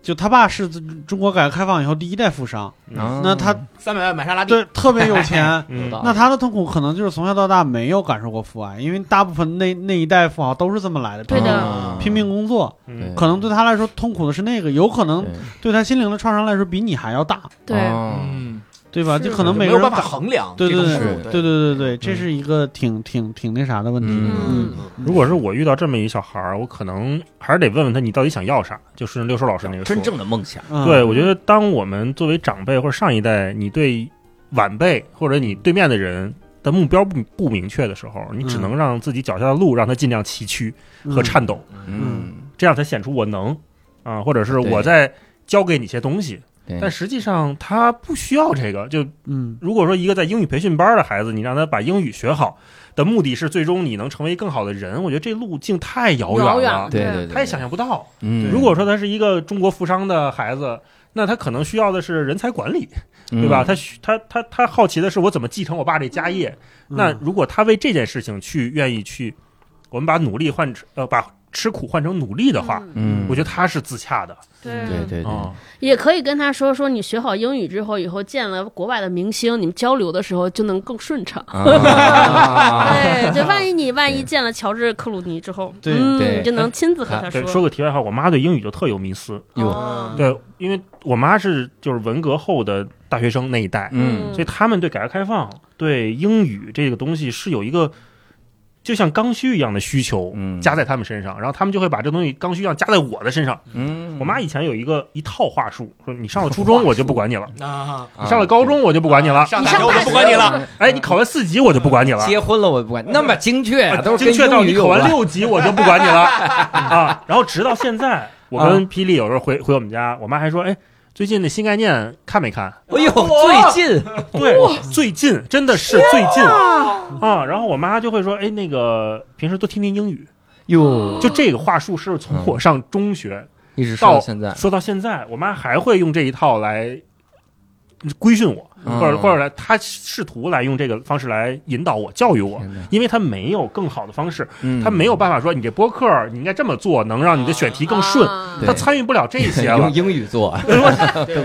[SPEAKER 3] 就他爸是中国改革开放以后第一代富商，
[SPEAKER 1] 啊
[SPEAKER 3] 那他
[SPEAKER 6] 三百万买莎拉蒂，
[SPEAKER 3] 对特别有钱
[SPEAKER 4] 嗯
[SPEAKER 6] 道
[SPEAKER 3] 那他的痛苦可能就是从小到大没有感受过父爱，因为大部分那那一代富豪都是这么来的，
[SPEAKER 5] 对的
[SPEAKER 1] 啊
[SPEAKER 3] 拼命工作，
[SPEAKER 4] 嗯
[SPEAKER 1] 对
[SPEAKER 3] 可能对他来说痛苦的是那个，有可能对他心灵的创伤来说比你还要大，
[SPEAKER 5] 对
[SPEAKER 1] 哦
[SPEAKER 6] 嗯，
[SPEAKER 3] 对吧？
[SPEAKER 5] 是
[SPEAKER 3] 就可能
[SPEAKER 6] 没
[SPEAKER 3] 每个
[SPEAKER 6] 有
[SPEAKER 3] 人
[SPEAKER 6] 办法
[SPEAKER 3] 感
[SPEAKER 6] 衡量
[SPEAKER 3] 对
[SPEAKER 6] 这
[SPEAKER 3] 对
[SPEAKER 6] 种
[SPEAKER 3] 对
[SPEAKER 1] 是
[SPEAKER 6] 苦
[SPEAKER 3] 对对对对，这是一个挺挺挺那啥的问题。
[SPEAKER 1] 嗯
[SPEAKER 5] 嗯
[SPEAKER 4] 如果是我遇到这么一小孩儿，我可能还是得问问他，你到底想要啥？就顺着六叔老师那个说
[SPEAKER 1] 真。正的梦想，
[SPEAKER 3] 嗯
[SPEAKER 4] 对，我觉得当我们作为长辈或者上一代，你对晚辈或者你对面的人的目标不不明确的时候，你只
[SPEAKER 3] 嗯
[SPEAKER 4] 能让自己脚下的路让他尽量崎岖和颤抖，
[SPEAKER 1] 嗯，
[SPEAKER 4] 这样才显出我能啊，或者是
[SPEAKER 1] 对
[SPEAKER 4] 我在教给你些东西。
[SPEAKER 1] 对
[SPEAKER 4] 但实际上他不需要这个，就
[SPEAKER 3] 嗯，
[SPEAKER 4] 如果说一个在英语培训班的孩子，你让他把英语学好的目的是最终你能成为更好的人，我觉得这路径太遥远
[SPEAKER 5] 遥
[SPEAKER 4] 了，
[SPEAKER 5] 远了
[SPEAKER 1] 对对，对
[SPEAKER 4] 他也想，象不到。
[SPEAKER 1] 嗯，
[SPEAKER 4] 如果说他是一个中国富商的孩子，那他可能需要的是人才管理，对吧？
[SPEAKER 1] 嗯？
[SPEAKER 4] 他需他他他好奇的是我怎么继承我爸这家业。
[SPEAKER 3] 嗯
[SPEAKER 4] 那如果他为这件事情去愿意去，我们把努力换成呃把吃苦换成努力的话，
[SPEAKER 1] 嗯，
[SPEAKER 4] 我觉得他是自洽的。
[SPEAKER 5] 对嗯
[SPEAKER 1] 对对对，
[SPEAKER 4] 啊
[SPEAKER 5] 也可以跟他说说，你学好英语之后，以后见了国外的明星，你们交流的时候就能更顺畅。
[SPEAKER 1] 啊
[SPEAKER 5] 对，就万一你万一
[SPEAKER 1] 对
[SPEAKER 5] 见了乔治克鲁尼之后，
[SPEAKER 3] 对
[SPEAKER 5] 嗯，
[SPEAKER 1] 对
[SPEAKER 5] 你就能亲自和他
[SPEAKER 4] 对，说个题外话，我妈对英语就特有迷思。
[SPEAKER 1] 哟
[SPEAKER 5] 哦
[SPEAKER 4] 对，因为我妈是就是文革后的大学生那一代，
[SPEAKER 1] 嗯
[SPEAKER 4] 所以他们对改革开放、对英语这个东西是有一个就像刚需一样的需求
[SPEAKER 1] 嗯
[SPEAKER 4] 加在他们身上，然后他们就会把这东西刚需一样加在我的身上。
[SPEAKER 1] 嗯，
[SPEAKER 4] 我妈以前有一个一套话术，说你上了 初中我就不管你了，
[SPEAKER 6] 啊，
[SPEAKER 4] 你上了高中我就不管你
[SPEAKER 1] 啊
[SPEAKER 4] 了，
[SPEAKER 6] 上
[SPEAKER 5] 你
[SPEAKER 6] 大
[SPEAKER 5] 上
[SPEAKER 6] 学我
[SPEAKER 5] 大
[SPEAKER 6] 就不
[SPEAKER 5] 学
[SPEAKER 6] 管你了，
[SPEAKER 4] 哎，你考完四级我就不管你了。呃
[SPEAKER 1] 结婚了我不管，那么精确啊，都是
[SPEAKER 4] 精
[SPEAKER 1] 跟
[SPEAKER 4] 确到
[SPEAKER 1] 英语
[SPEAKER 4] 你
[SPEAKER 1] 有
[SPEAKER 4] 考完
[SPEAKER 1] 关
[SPEAKER 4] 六级，我就不管 你了啊。然后直到现在，我
[SPEAKER 1] 啊
[SPEAKER 4] 跟霹雳有时候回回我们家，我妈还说，哎，最近那新概念看没看？
[SPEAKER 1] 哎 呦，最近
[SPEAKER 4] 对，最近真的是最近啊。然后我妈就会说，哎，那个平时多听听英语。
[SPEAKER 1] 哟，
[SPEAKER 4] 就这个话术是从
[SPEAKER 1] 嗯
[SPEAKER 4] 我上中学
[SPEAKER 1] 一直说
[SPEAKER 4] 到
[SPEAKER 1] 到现在，
[SPEAKER 4] 说到现在，我妈还会用这一套来规训我，
[SPEAKER 1] 嗯
[SPEAKER 4] 或者或者来她试图来用这个方式来引导我、教育我
[SPEAKER 1] 天哪，
[SPEAKER 4] 因为她没有更好的方式。他
[SPEAKER 1] 他
[SPEAKER 4] 没有办法说你这播客你应该这么做，能让你的选题更顺。
[SPEAKER 5] 啊
[SPEAKER 1] 嗯对
[SPEAKER 4] 他参与不了这 些
[SPEAKER 1] 嗯用
[SPEAKER 4] 了，
[SPEAKER 1] 英语做，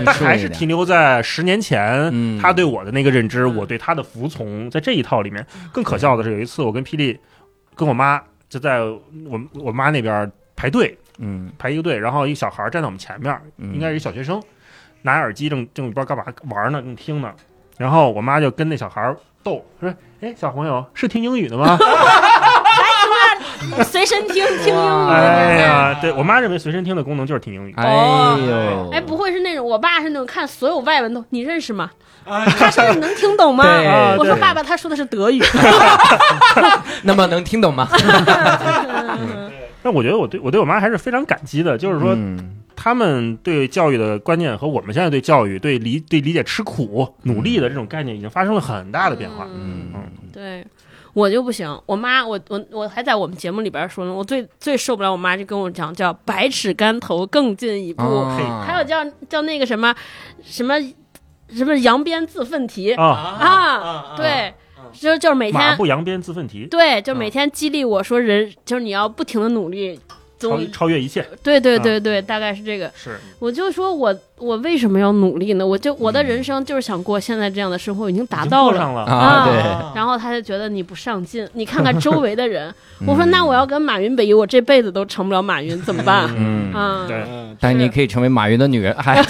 [SPEAKER 4] 他还是停留在十年前
[SPEAKER 1] 嗯
[SPEAKER 4] 他对我的那个认知，我对他的服从，在这一套里面。更可笑的是，有一次我跟霹雳跟我妈就在我我妈那边排队
[SPEAKER 1] 嗯，
[SPEAKER 4] 排一个队，然后一小孩站在我们前面，
[SPEAKER 1] 嗯
[SPEAKER 4] 应该是一小学生，拿耳机正正不知道干嘛玩呢，正听呢。然后我 妈就跟那小孩逗，说：“哎，小朋友是听英语的吗？”
[SPEAKER 5] 随身听听英语。
[SPEAKER 4] 哎呀，对我妈认为随身听的功能就是听英语。
[SPEAKER 1] 哎
[SPEAKER 4] 哦
[SPEAKER 1] 呦，
[SPEAKER 5] 哎，不会是那种，我爸是那种看所有外文都你认识吗？
[SPEAKER 6] 啊
[SPEAKER 5] 他说的你能听懂吗
[SPEAKER 1] 对啊？
[SPEAKER 5] 我说
[SPEAKER 4] 对
[SPEAKER 5] 爸爸，他说的是德 语。嗯
[SPEAKER 1] 那么能听懂吗？
[SPEAKER 5] 嗯
[SPEAKER 4] 但我觉得我对我对我妈还是非常感激的，就是说
[SPEAKER 1] 嗯
[SPEAKER 4] 他们对教育的观念和我们现在对教育、对理对理解吃苦、努力的
[SPEAKER 1] 嗯
[SPEAKER 4] 这种概念已经发生了很大的变化。
[SPEAKER 5] 嗯
[SPEAKER 4] 嗯
[SPEAKER 5] 对。我就不行，我妈，我我我还在我们节目里边说呢，我最最受不了我妈就跟我讲叫百尺竿头更进一步，
[SPEAKER 4] 哦
[SPEAKER 1] 啊
[SPEAKER 5] 还有叫叫那个什么什么什么扬鞭自奋蹄
[SPEAKER 4] 啊，
[SPEAKER 5] 啊，，对，就就是每
[SPEAKER 4] 马嗯
[SPEAKER 5] 天
[SPEAKER 4] 不扬鞭自奋蹄，
[SPEAKER 5] 对，就每天激励我说人就是你要不停的努力，
[SPEAKER 4] 超
[SPEAKER 5] 总
[SPEAKER 4] 超越一切
[SPEAKER 5] 对对
[SPEAKER 4] 啊
[SPEAKER 5] 对对，大概是这个。
[SPEAKER 4] 是
[SPEAKER 5] 我就说我我为什么要努力呢？我就我的人生就是想过现在这样的生活，已经达到
[SPEAKER 4] 已经过
[SPEAKER 5] 了。
[SPEAKER 4] 上了。
[SPEAKER 1] 啊，对，
[SPEAKER 5] 然后他就觉得你不上进，你看看周围的人。我
[SPEAKER 1] 嗯
[SPEAKER 5] 说那我要跟马云比，我这辈子都成不了马云，怎么办？
[SPEAKER 1] 嗯，
[SPEAKER 5] 啊，
[SPEAKER 4] 对
[SPEAKER 6] 嗯，
[SPEAKER 1] 但你可以成为马云的女人，还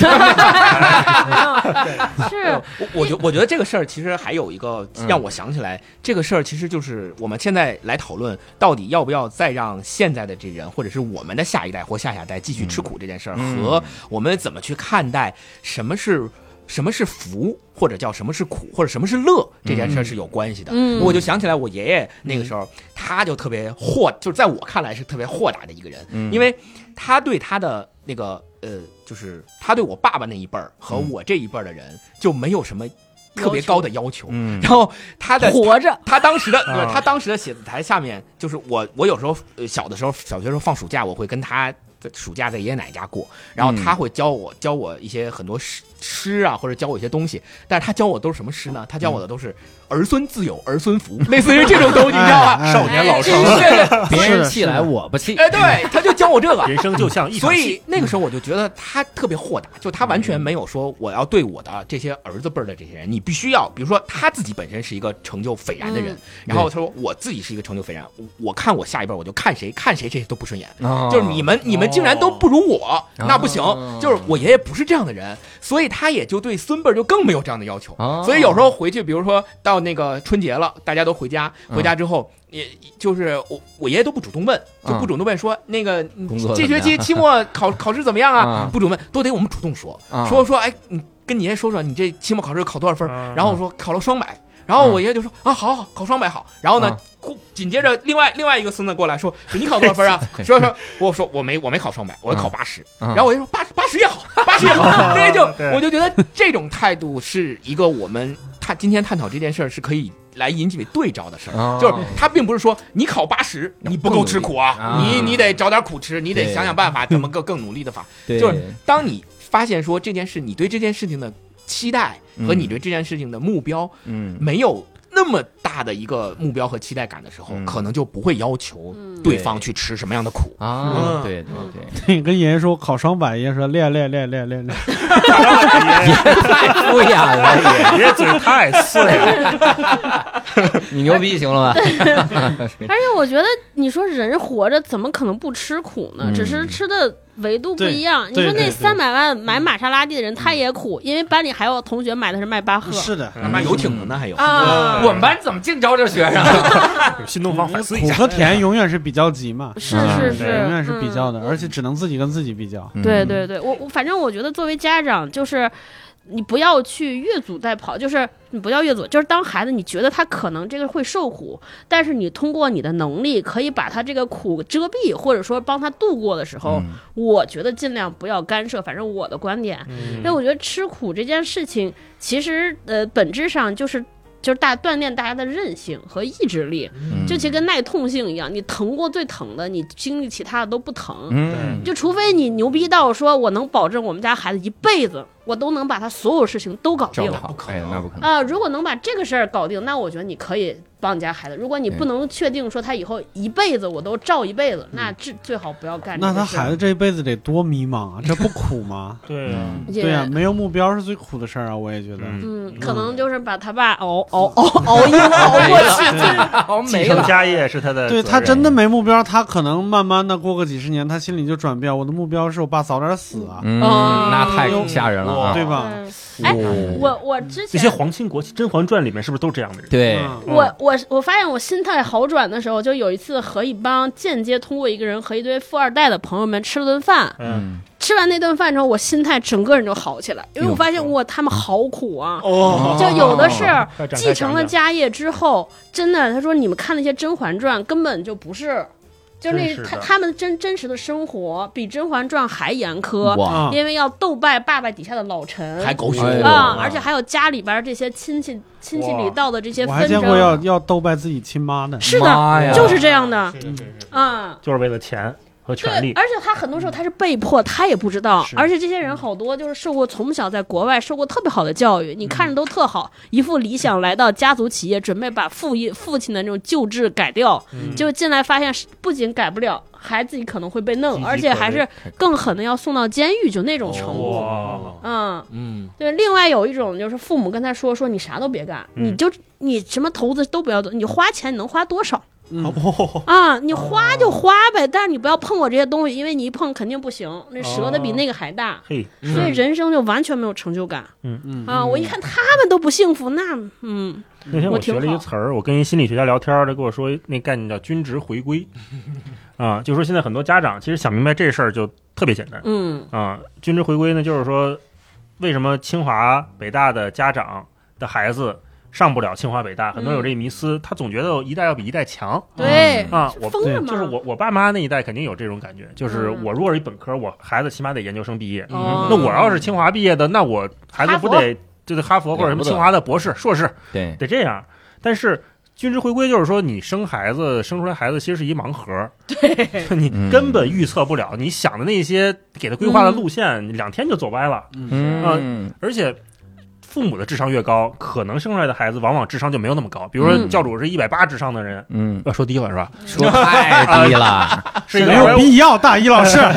[SPEAKER 5] 是，
[SPEAKER 6] 呃我我觉我觉得这个事儿其实还有一个
[SPEAKER 1] 嗯
[SPEAKER 6] 让我想起来，这个事儿其实就是我们现在来讨论到底要不要再让现在的这人或者是我们的下一代或下下代继续吃苦这件事儿，
[SPEAKER 1] 嗯
[SPEAKER 6] 和我们怎么去看待什么是。什么是福，或者叫什么是苦，或者什么是乐，
[SPEAKER 1] 嗯
[SPEAKER 6] 这件事儿是有关系的。
[SPEAKER 5] 嗯
[SPEAKER 6] 我就想起来我爷爷那个时候，他就特别豁，就是在我看来是特别豁达的一个人，
[SPEAKER 4] 嗯
[SPEAKER 6] 因为他对他的那个呃，就是他对我爸爸那一辈儿和
[SPEAKER 1] 嗯
[SPEAKER 6] 我这一辈儿的人就没有什么特别
[SPEAKER 5] 要求
[SPEAKER 6] 高的要求。
[SPEAKER 1] 嗯
[SPEAKER 6] 然后他的
[SPEAKER 5] 活着
[SPEAKER 6] 他当时的不是
[SPEAKER 4] 啊
[SPEAKER 6] 他当时的写字台下面，就是我我有时候呃小的时候小学时候放暑假，我会跟他在暑假在爷爷奶奶家过，然后
[SPEAKER 1] 嗯
[SPEAKER 6] 他会教我教我一些很多诗诗啊，或者教我一些东西，但是他教我都是什么诗呢？他教我的都是儿孙自有儿孙 福，类似于这种东西，你知道吧？
[SPEAKER 3] 哎
[SPEAKER 4] 少年老成，
[SPEAKER 6] 对 对对，
[SPEAKER 1] 别人气来我不气，
[SPEAKER 6] 哎，对，他就教我这
[SPEAKER 1] 嗯
[SPEAKER 6] 个，
[SPEAKER 4] 人生就像一场
[SPEAKER 6] 所
[SPEAKER 4] 戏，
[SPEAKER 6] 以那个时候我就觉得他特别豁达，就他完全没有说我要对我的这些儿子辈儿的这些人，你必须要，比如说他自己本身是一个成就斐然的人，
[SPEAKER 5] 嗯
[SPEAKER 6] 然后他说我自己是一个成就斐然，我我看我下一辈儿我就看谁看谁这些都不顺眼，
[SPEAKER 4] 哦
[SPEAKER 1] 就
[SPEAKER 6] 就是你们你们竟然都不如我，那不行
[SPEAKER 1] 哦，
[SPEAKER 6] 就是我爷爷不是这样的人，所以他也就对孙辈儿就更没有这样的要求。
[SPEAKER 1] 哦
[SPEAKER 6] 所以有时候回去，比如说到那个春节了，大家都回家，
[SPEAKER 1] 嗯
[SPEAKER 6] 回家之后。也就是我，我爷爷都不主动问，就不主动问说、那个你
[SPEAKER 1] 嗯工作怎
[SPEAKER 6] 这
[SPEAKER 1] 么
[SPEAKER 6] 学
[SPEAKER 1] 样
[SPEAKER 6] 期期末考考试怎么样啊？
[SPEAKER 1] 啊
[SPEAKER 6] 不主动问，都得我们主动说、
[SPEAKER 1] 啊
[SPEAKER 6] 说说，哎，你跟你爷爷说说，你这期末考试考多少分？
[SPEAKER 4] 啊
[SPEAKER 6] 然后我说考了双百，然后我
[SPEAKER 1] 嗯
[SPEAKER 6] 爷爷就说啊，好好考双百好。然后呢
[SPEAKER 1] 啊，
[SPEAKER 6] 过紧接着另外另外一个孙子过来说你考多少分 啊？说说我说我没我没考双百，我考八十。
[SPEAKER 1] 啊
[SPEAKER 6] 然后我就说八八十也好， 八十也好。对，就
[SPEAKER 4] 对
[SPEAKER 6] 我就觉得这种态度是一个我们探今天探讨这件事儿是可以来引起对照的事
[SPEAKER 1] 哦
[SPEAKER 6] 儿，就是他并不是说你考八十你不够吃苦啊，
[SPEAKER 1] 啊
[SPEAKER 6] 你你得找点苦吃，你得
[SPEAKER 1] 对
[SPEAKER 6] 想想办法怎么个更努力的法。
[SPEAKER 1] 对
[SPEAKER 6] 就是当你发现说这件事，你对这件事情的期待和你对这件事情的目标
[SPEAKER 1] 嗯
[SPEAKER 6] 没有那么大的一个目标和期待感的时候，
[SPEAKER 1] 嗯
[SPEAKER 6] 可能就不会要求
[SPEAKER 5] 嗯
[SPEAKER 6] 对方去吃什么样的苦。
[SPEAKER 1] 啊，对对对，
[SPEAKER 3] 你跟爷爷说我考双百，爷爷说练练练练练练。
[SPEAKER 1] 太敷衍了，
[SPEAKER 4] 爷爷嘴 太碎了，
[SPEAKER 1] 你牛逼行了吧？
[SPEAKER 5] 而且我觉得你说人活着怎么可能不吃苦呢？
[SPEAKER 1] 嗯
[SPEAKER 5] 只是吃的维度不一样。你
[SPEAKER 3] 对
[SPEAKER 5] 说
[SPEAKER 3] 对
[SPEAKER 5] 那
[SPEAKER 3] 对
[SPEAKER 5] 三百万买玛莎拉蒂的人他也苦，因为班里还有同学买的是迈巴赫
[SPEAKER 3] 是的，
[SPEAKER 6] 他妈游艇呢，还有
[SPEAKER 5] 啊，
[SPEAKER 1] 嗯我们班怎么净招这学生？
[SPEAKER 4] 新东方反思一
[SPEAKER 3] 苦
[SPEAKER 4] 下。
[SPEAKER 3] 和甜永远是比较级嘛，
[SPEAKER 5] 是
[SPEAKER 1] 嗯
[SPEAKER 5] 是
[SPEAKER 1] 对
[SPEAKER 5] 是，
[SPEAKER 3] 永远是比较
[SPEAKER 5] 嗯
[SPEAKER 3] 的，而且只能自己跟自己比较。
[SPEAKER 1] 嗯
[SPEAKER 5] 对对对，我我反正我觉得作为家长，就是你不要去越俎代庖，就是你不要越俎，就是当孩子你觉得他可能这个会受苦，但是你通过你的能力可以把他这个苦遮蔽，或者说帮他度过的时候，
[SPEAKER 1] 嗯
[SPEAKER 5] 我觉得尽量不要干涉，反正我的观点。因为
[SPEAKER 4] 嗯？
[SPEAKER 5] 我觉得吃苦这件事情，其实呃本质上就是就是大锻炼大家的韧性和意志力，
[SPEAKER 1] 嗯
[SPEAKER 5] 就其实跟耐痛性一样，你疼过最疼的，你经历其他的都不疼。
[SPEAKER 1] 嗯，
[SPEAKER 5] 就除非你牛逼到说我能保证我们家孩子一辈子，我都能把他所有事情都搞
[SPEAKER 1] 这
[SPEAKER 5] 定
[SPEAKER 1] 不好，哎，那不可能。
[SPEAKER 5] 啊、如果能把这个事儿搞定，那我觉得你可以帮你家孩子。如果你不能确定说他以后一辈子我都照一辈子，那这最好不要干这
[SPEAKER 3] 那
[SPEAKER 5] 个事
[SPEAKER 3] 他
[SPEAKER 5] 儿。
[SPEAKER 3] 孩子这一辈子得多迷茫啊，这不苦吗
[SPEAKER 4] 对啊，
[SPEAKER 1] 嗯
[SPEAKER 5] 也
[SPEAKER 3] 对呀、没有目标是最苦的事儿啊，我也觉得。
[SPEAKER 4] 嗯
[SPEAKER 5] 嗯，可能就是把他爸哦熬熬
[SPEAKER 3] 嗯
[SPEAKER 5] 熬熬鹰
[SPEAKER 1] 嗯
[SPEAKER 5] 熬过去，
[SPEAKER 1] 哦，
[SPEAKER 4] 继
[SPEAKER 1] 没
[SPEAKER 4] 承
[SPEAKER 1] 了。
[SPEAKER 4] 家业是他的责
[SPEAKER 3] 对
[SPEAKER 4] 任，
[SPEAKER 3] 他真的没目标，他可能慢慢的过个几十年，他心里就转变。我的目标是我爸早点死啊，
[SPEAKER 1] 嗯，
[SPEAKER 5] 哦
[SPEAKER 1] 那太吓人了。啊
[SPEAKER 3] 对吧？
[SPEAKER 5] 嗯，哎，我我之
[SPEAKER 4] 那些
[SPEAKER 5] 前。
[SPEAKER 4] 皇亲国戚，《甄嬛传》里面是不是都是这样的人？
[SPEAKER 1] 对，
[SPEAKER 3] 嗯
[SPEAKER 5] 我我我发现我心态好转的时候，就有一次和一帮间接通过一个人和一堆富二代的朋友们吃了顿饭，
[SPEAKER 4] 嗯，
[SPEAKER 5] 吃完那顿饭之后，我心态整个人就好起来，因为我发现哇，他们好苦啊，
[SPEAKER 6] 哦
[SPEAKER 5] 就有的是
[SPEAKER 4] 快展开
[SPEAKER 5] 继承了
[SPEAKER 4] 讲讲
[SPEAKER 5] 家业之后，真的，他说你们看那些《甄嬛传》根本就不是，就
[SPEAKER 4] 真
[SPEAKER 5] 那
[SPEAKER 4] 是的
[SPEAKER 5] 他他们真真实的生活比《甄嬛传》还严苛，
[SPEAKER 1] 嗯哇，
[SPEAKER 3] 啊，
[SPEAKER 5] 因为要斗败爸爸底下的老臣，
[SPEAKER 6] 还狗血
[SPEAKER 1] 哎呦
[SPEAKER 5] 啊，而且还有家里边儿这些亲戚亲戚
[SPEAKER 4] 哇
[SPEAKER 5] 里道的这些
[SPEAKER 3] 我还
[SPEAKER 5] 纷
[SPEAKER 3] 见过
[SPEAKER 5] 争，
[SPEAKER 3] 要要斗败自己亲妈的，
[SPEAKER 5] 是
[SPEAKER 1] 妈呀
[SPEAKER 5] 的，就是这样的，
[SPEAKER 6] 是是是
[SPEAKER 5] 嗯。
[SPEAKER 4] 就是为了钱和
[SPEAKER 5] 对，
[SPEAKER 4] 权力。
[SPEAKER 5] 而且他很多时候他是被迫，他也不知道
[SPEAKER 3] 是。
[SPEAKER 5] 而且这些人好多就是受过从小在国外受过特别好的教
[SPEAKER 4] 嗯
[SPEAKER 5] 育，你看着都特好，一副理想来到家族企业，准备把父业父亲的那种旧制改掉，
[SPEAKER 4] 嗯
[SPEAKER 5] 结果进来发现是不仅改不了，还自己可能会被
[SPEAKER 4] 岌岌
[SPEAKER 5] 弄，
[SPEAKER 4] 可
[SPEAKER 5] 而且还是更狠的要送到监狱，就那种程度。
[SPEAKER 4] 哇，
[SPEAKER 5] 嗯，
[SPEAKER 6] 嗯，
[SPEAKER 5] 对。另外有一种就是父母跟他说说你啥都别干，
[SPEAKER 4] 嗯
[SPEAKER 5] 你就你什么投资都不要做，你花钱你能花多少？
[SPEAKER 3] 嗯
[SPEAKER 4] 哦
[SPEAKER 5] 啊，你花就花呗，但是你不要碰我这些东西，因为你一碰肯定不行，那折的比那个还大，
[SPEAKER 4] 嘿，
[SPEAKER 5] 所以
[SPEAKER 6] 是
[SPEAKER 5] 人生就完全没有成就感
[SPEAKER 3] 嗯
[SPEAKER 5] 啊！我一看他们都不幸福，那嗯，
[SPEAKER 4] 那天
[SPEAKER 5] 我
[SPEAKER 4] 我
[SPEAKER 5] 挺
[SPEAKER 4] 学了一个词儿，我跟一心理学家聊天儿，他跟我说那概念叫均值回归，啊，就说现在很多家长其实想明白这事儿就特别简单
[SPEAKER 5] 嗯
[SPEAKER 4] 啊，均值回归呢，就是说为什么清华北大的家长的孩子上不了清华北大，很多
[SPEAKER 5] 嗯
[SPEAKER 4] 有这迷思，他总觉得一代要比一代强
[SPEAKER 5] 对，
[SPEAKER 4] 啊，我
[SPEAKER 5] 哎疯了吗？
[SPEAKER 4] 就是我我爸妈那一代肯定有这种感觉，就是
[SPEAKER 5] 嗯
[SPEAKER 4] 我如果是一本科，我孩子起码得研究生毕业，
[SPEAKER 1] 嗯
[SPEAKER 5] 哦
[SPEAKER 4] 那我要是清华毕业的，那我孩子不
[SPEAKER 5] 哈
[SPEAKER 4] 得就是哈佛或者什么清华的博士、硕士，
[SPEAKER 1] 对，
[SPEAKER 4] 得这样。但是均值回归就是说，你生孩子生出来孩子其实是一盲盒，对，你
[SPEAKER 1] 嗯
[SPEAKER 4] 根本预测不了你想的那些给他规划的路线，你两天就走歪了。
[SPEAKER 1] 嗯，
[SPEAKER 4] 而且父母的智商越高，可能生出来的孩子往往智商就没有那么高。比如说
[SPEAKER 1] 嗯
[SPEAKER 4] 教主是一百八智商的人，
[SPEAKER 1] 嗯，
[SPEAKER 4] 要说低了是吧？
[SPEAKER 1] 说太低 了，
[SPEAKER 4] 是一
[SPEAKER 3] 没
[SPEAKER 4] 百
[SPEAKER 3] 有必要，大一老师，
[SPEAKER 1] 啊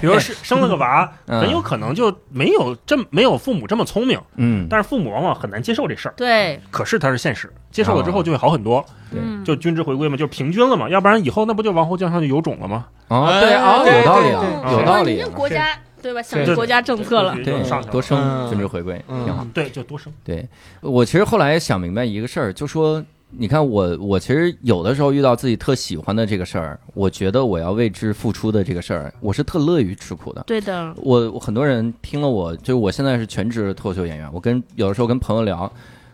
[SPEAKER 4] 比如是生了个娃，
[SPEAKER 1] 嗯
[SPEAKER 4] 很有可能就没有这么没有父母这么聪明，
[SPEAKER 1] 嗯，
[SPEAKER 4] 但是父母往往很难接受这事儿。
[SPEAKER 5] 对，
[SPEAKER 4] 可是它是现实，接受了之后就会好很多，
[SPEAKER 1] 对
[SPEAKER 5] 嗯，
[SPEAKER 4] 就均值回归嘛，就是平均了嘛，要不然以后那不就王侯将相就有种了吗？
[SPEAKER 1] 哦，对啊，
[SPEAKER 6] 哎
[SPEAKER 1] 有道理
[SPEAKER 5] 对
[SPEAKER 1] 啊，
[SPEAKER 4] 对
[SPEAKER 1] 有道
[SPEAKER 5] 你
[SPEAKER 1] 理
[SPEAKER 5] 这
[SPEAKER 1] 啊，
[SPEAKER 5] 国家对吧？想
[SPEAKER 4] 对
[SPEAKER 5] 国家政策了，
[SPEAKER 1] 对
[SPEAKER 4] 就上去，了
[SPEAKER 1] 多啊生
[SPEAKER 6] 嗯
[SPEAKER 1] 均值回归挺好。
[SPEAKER 4] 对，就多生，
[SPEAKER 1] 对我其实后来想明白一个事儿，就说你看我，我其实有的时候遇到自己特喜欢的这个事儿，我觉得我要为之付出的这个事儿，我是特乐于吃苦的。
[SPEAKER 5] 对的，
[SPEAKER 1] 我我很多人听了我，就是我现在是全职的脱口秀演员，我跟有的时候跟朋友聊，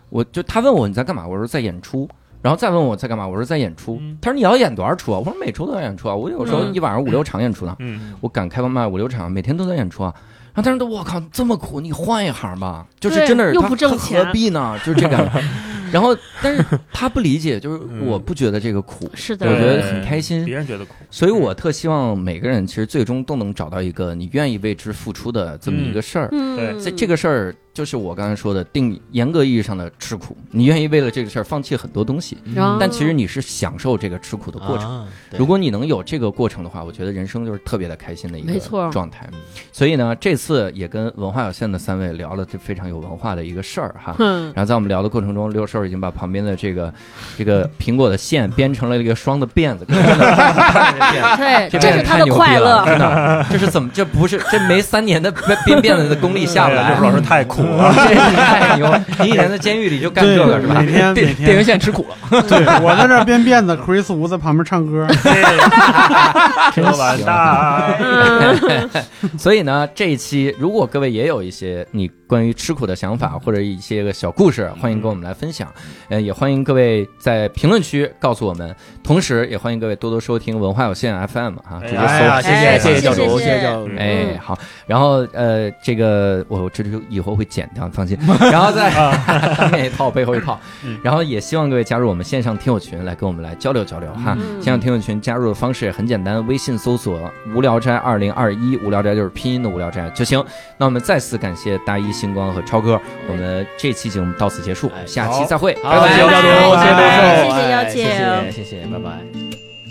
[SPEAKER 1] 我就他问我你在干嘛，我说在演出。然后再问我在干嘛，我说在演出
[SPEAKER 4] 嗯。
[SPEAKER 1] 他说你要演多少出啊？我说每周都要演出啊，我有时候
[SPEAKER 5] 嗯
[SPEAKER 1] 一晚上五六场演出呢。
[SPEAKER 4] 嗯，
[SPEAKER 1] 我敢开放麦五六场，每天都在演出啊。然后他说：“我靠，这么苦，你换一行吧。”就是
[SPEAKER 5] 对
[SPEAKER 1] 真的是
[SPEAKER 5] 又
[SPEAKER 1] 他
[SPEAKER 5] 不挣
[SPEAKER 1] 他
[SPEAKER 5] 钱
[SPEAKER 1] 何必呢？就是这 感觉。然后，但是他不理解，就是我不觉得这个苦，
[SPEAKER 5] 是
[SPEAKER 1] 我觉
[SPEAKER 5] 的，
[SPEAKER 1] 得很开心
[SPEAKER 4] 别人觉得苦，
[SPEAKER 1] 所以我特希望每个人其实最终都能找到一个你愿意为之付出的这么一个事儿。
[SPEAKER 5] 嗯，
[SPEAKER 4] 对
[SPEAKER 1] 这这个事儿就是我刚才说的定严格意义上的吃苦，你愿意为了这个事儿放弃很多东西，
[SPEAKER 5] 嗯
[SPEAKER 1] 但其实你是享受这个吃苦的过程。
[SPEAKER 6] 程，对
[SPEAKER 1] 如果你能有这个过程的话，我觉得人生就是特别的开心的一
[SPEAKER 5] 没
[SPEAKER 1] 个
[SPEAKER 5] 错
[SPEAKER 1] 状态
[SPEAKER 6] 嗯。
[SPEAKER 1] 所以呢，这次也跟文化有限的三位聊了这非常有文化的一个事儿 哈。
[SPEAKER 5] 嗯，
[SPEAKER 1] 然后在我们聊的过程中，六兽已经把旁边的这个这个苹果的线编成了一个双的辫 子，
[SPEAKER 5] 对，
[SPEAKER 1] 这
[SPEAKER 5] 这是他的快乐，
[SPEAKER 1] 真的，这是怎么？这不是这没三年的编辫 子的功力下不来
[SPEAKER 4] 哎呀
[SPEAKER 1] 啊
[SPEAKER 4] 这， 老师太苦了，
[SPEAKER 1] 这太牛！你以前在监狱里就干这个是吧
[SPEAKER 3] 每？天每
[SPEAKER 6] 电电
[SPEAKER 3] 天
[SPEAKER 6] 影，线吃苦了，
[SPEAKER 3] 对我在这儿编辫子，Chris 吴在旁边唱歌，
[SPEAKER 4] 哎真完蛋，
[SPEAKER 5] 嗯，
[SPEAKER 1] 所以呢，这一期如果各位也有一些你关于吃苦的想法或者一些个小故事，欢迎跟我们来分享。呃，也欢迎各位在评论区告诉我们，同时也欢迎各位多多收听文化有限 FM 啊，直接搜。
[SPEAKER 6] 哎呀，谢
[SPEAKER 5] 哎
[SPEAKER 6] 谢谢
[SPEAKER 5] 谢
[SPEAKER 6] 教
[SPEAKER 5] 谢
[SPEAKER 6] 主，
[SPEAKER 5] 谢
[SPEAKER 6] 谢谢教主，
[SPEAKER 1] 哎，
[SPEAKER 5] 嗯
[SPEAKER 1] 好，然后呃，这个我这就以后会剪掉，放心。然后再 那一套背后一套，然后也希望各位加入我们线上听友群，来跟我们来交流交流哈。
[SPEAKER 5] 嗯
[SPEAKER 1] 线上听友群加入的方式也很简单，微信搜索“无聊斋二零二一”，无聊斋就是拼音的无聊斋就行。那我们再次感谢大一星光和超哥，我们这期节目到此结束，
[SPEAKER 6] 哎
[SPEAKER 1] 下
[SPEAKER 4] 好
[SPEAKER 1] 期再会，
[SPEAKER 6] 好
[SPEAKER 1] 拜拜
[SPEAKER 6] 谢谢教主，谢谢
[SPEAKER 5] 拜
[SPEAKER 6] 教
[SPEAKER 5] 拜
[SPEAKER 6] 授，
[SPEAKER 5] 谢谢邀
[SPEAKER 6] 哎
[SPEAKER 5] 请
[SPEAKER 6] 谢谢谢谢，拜拜。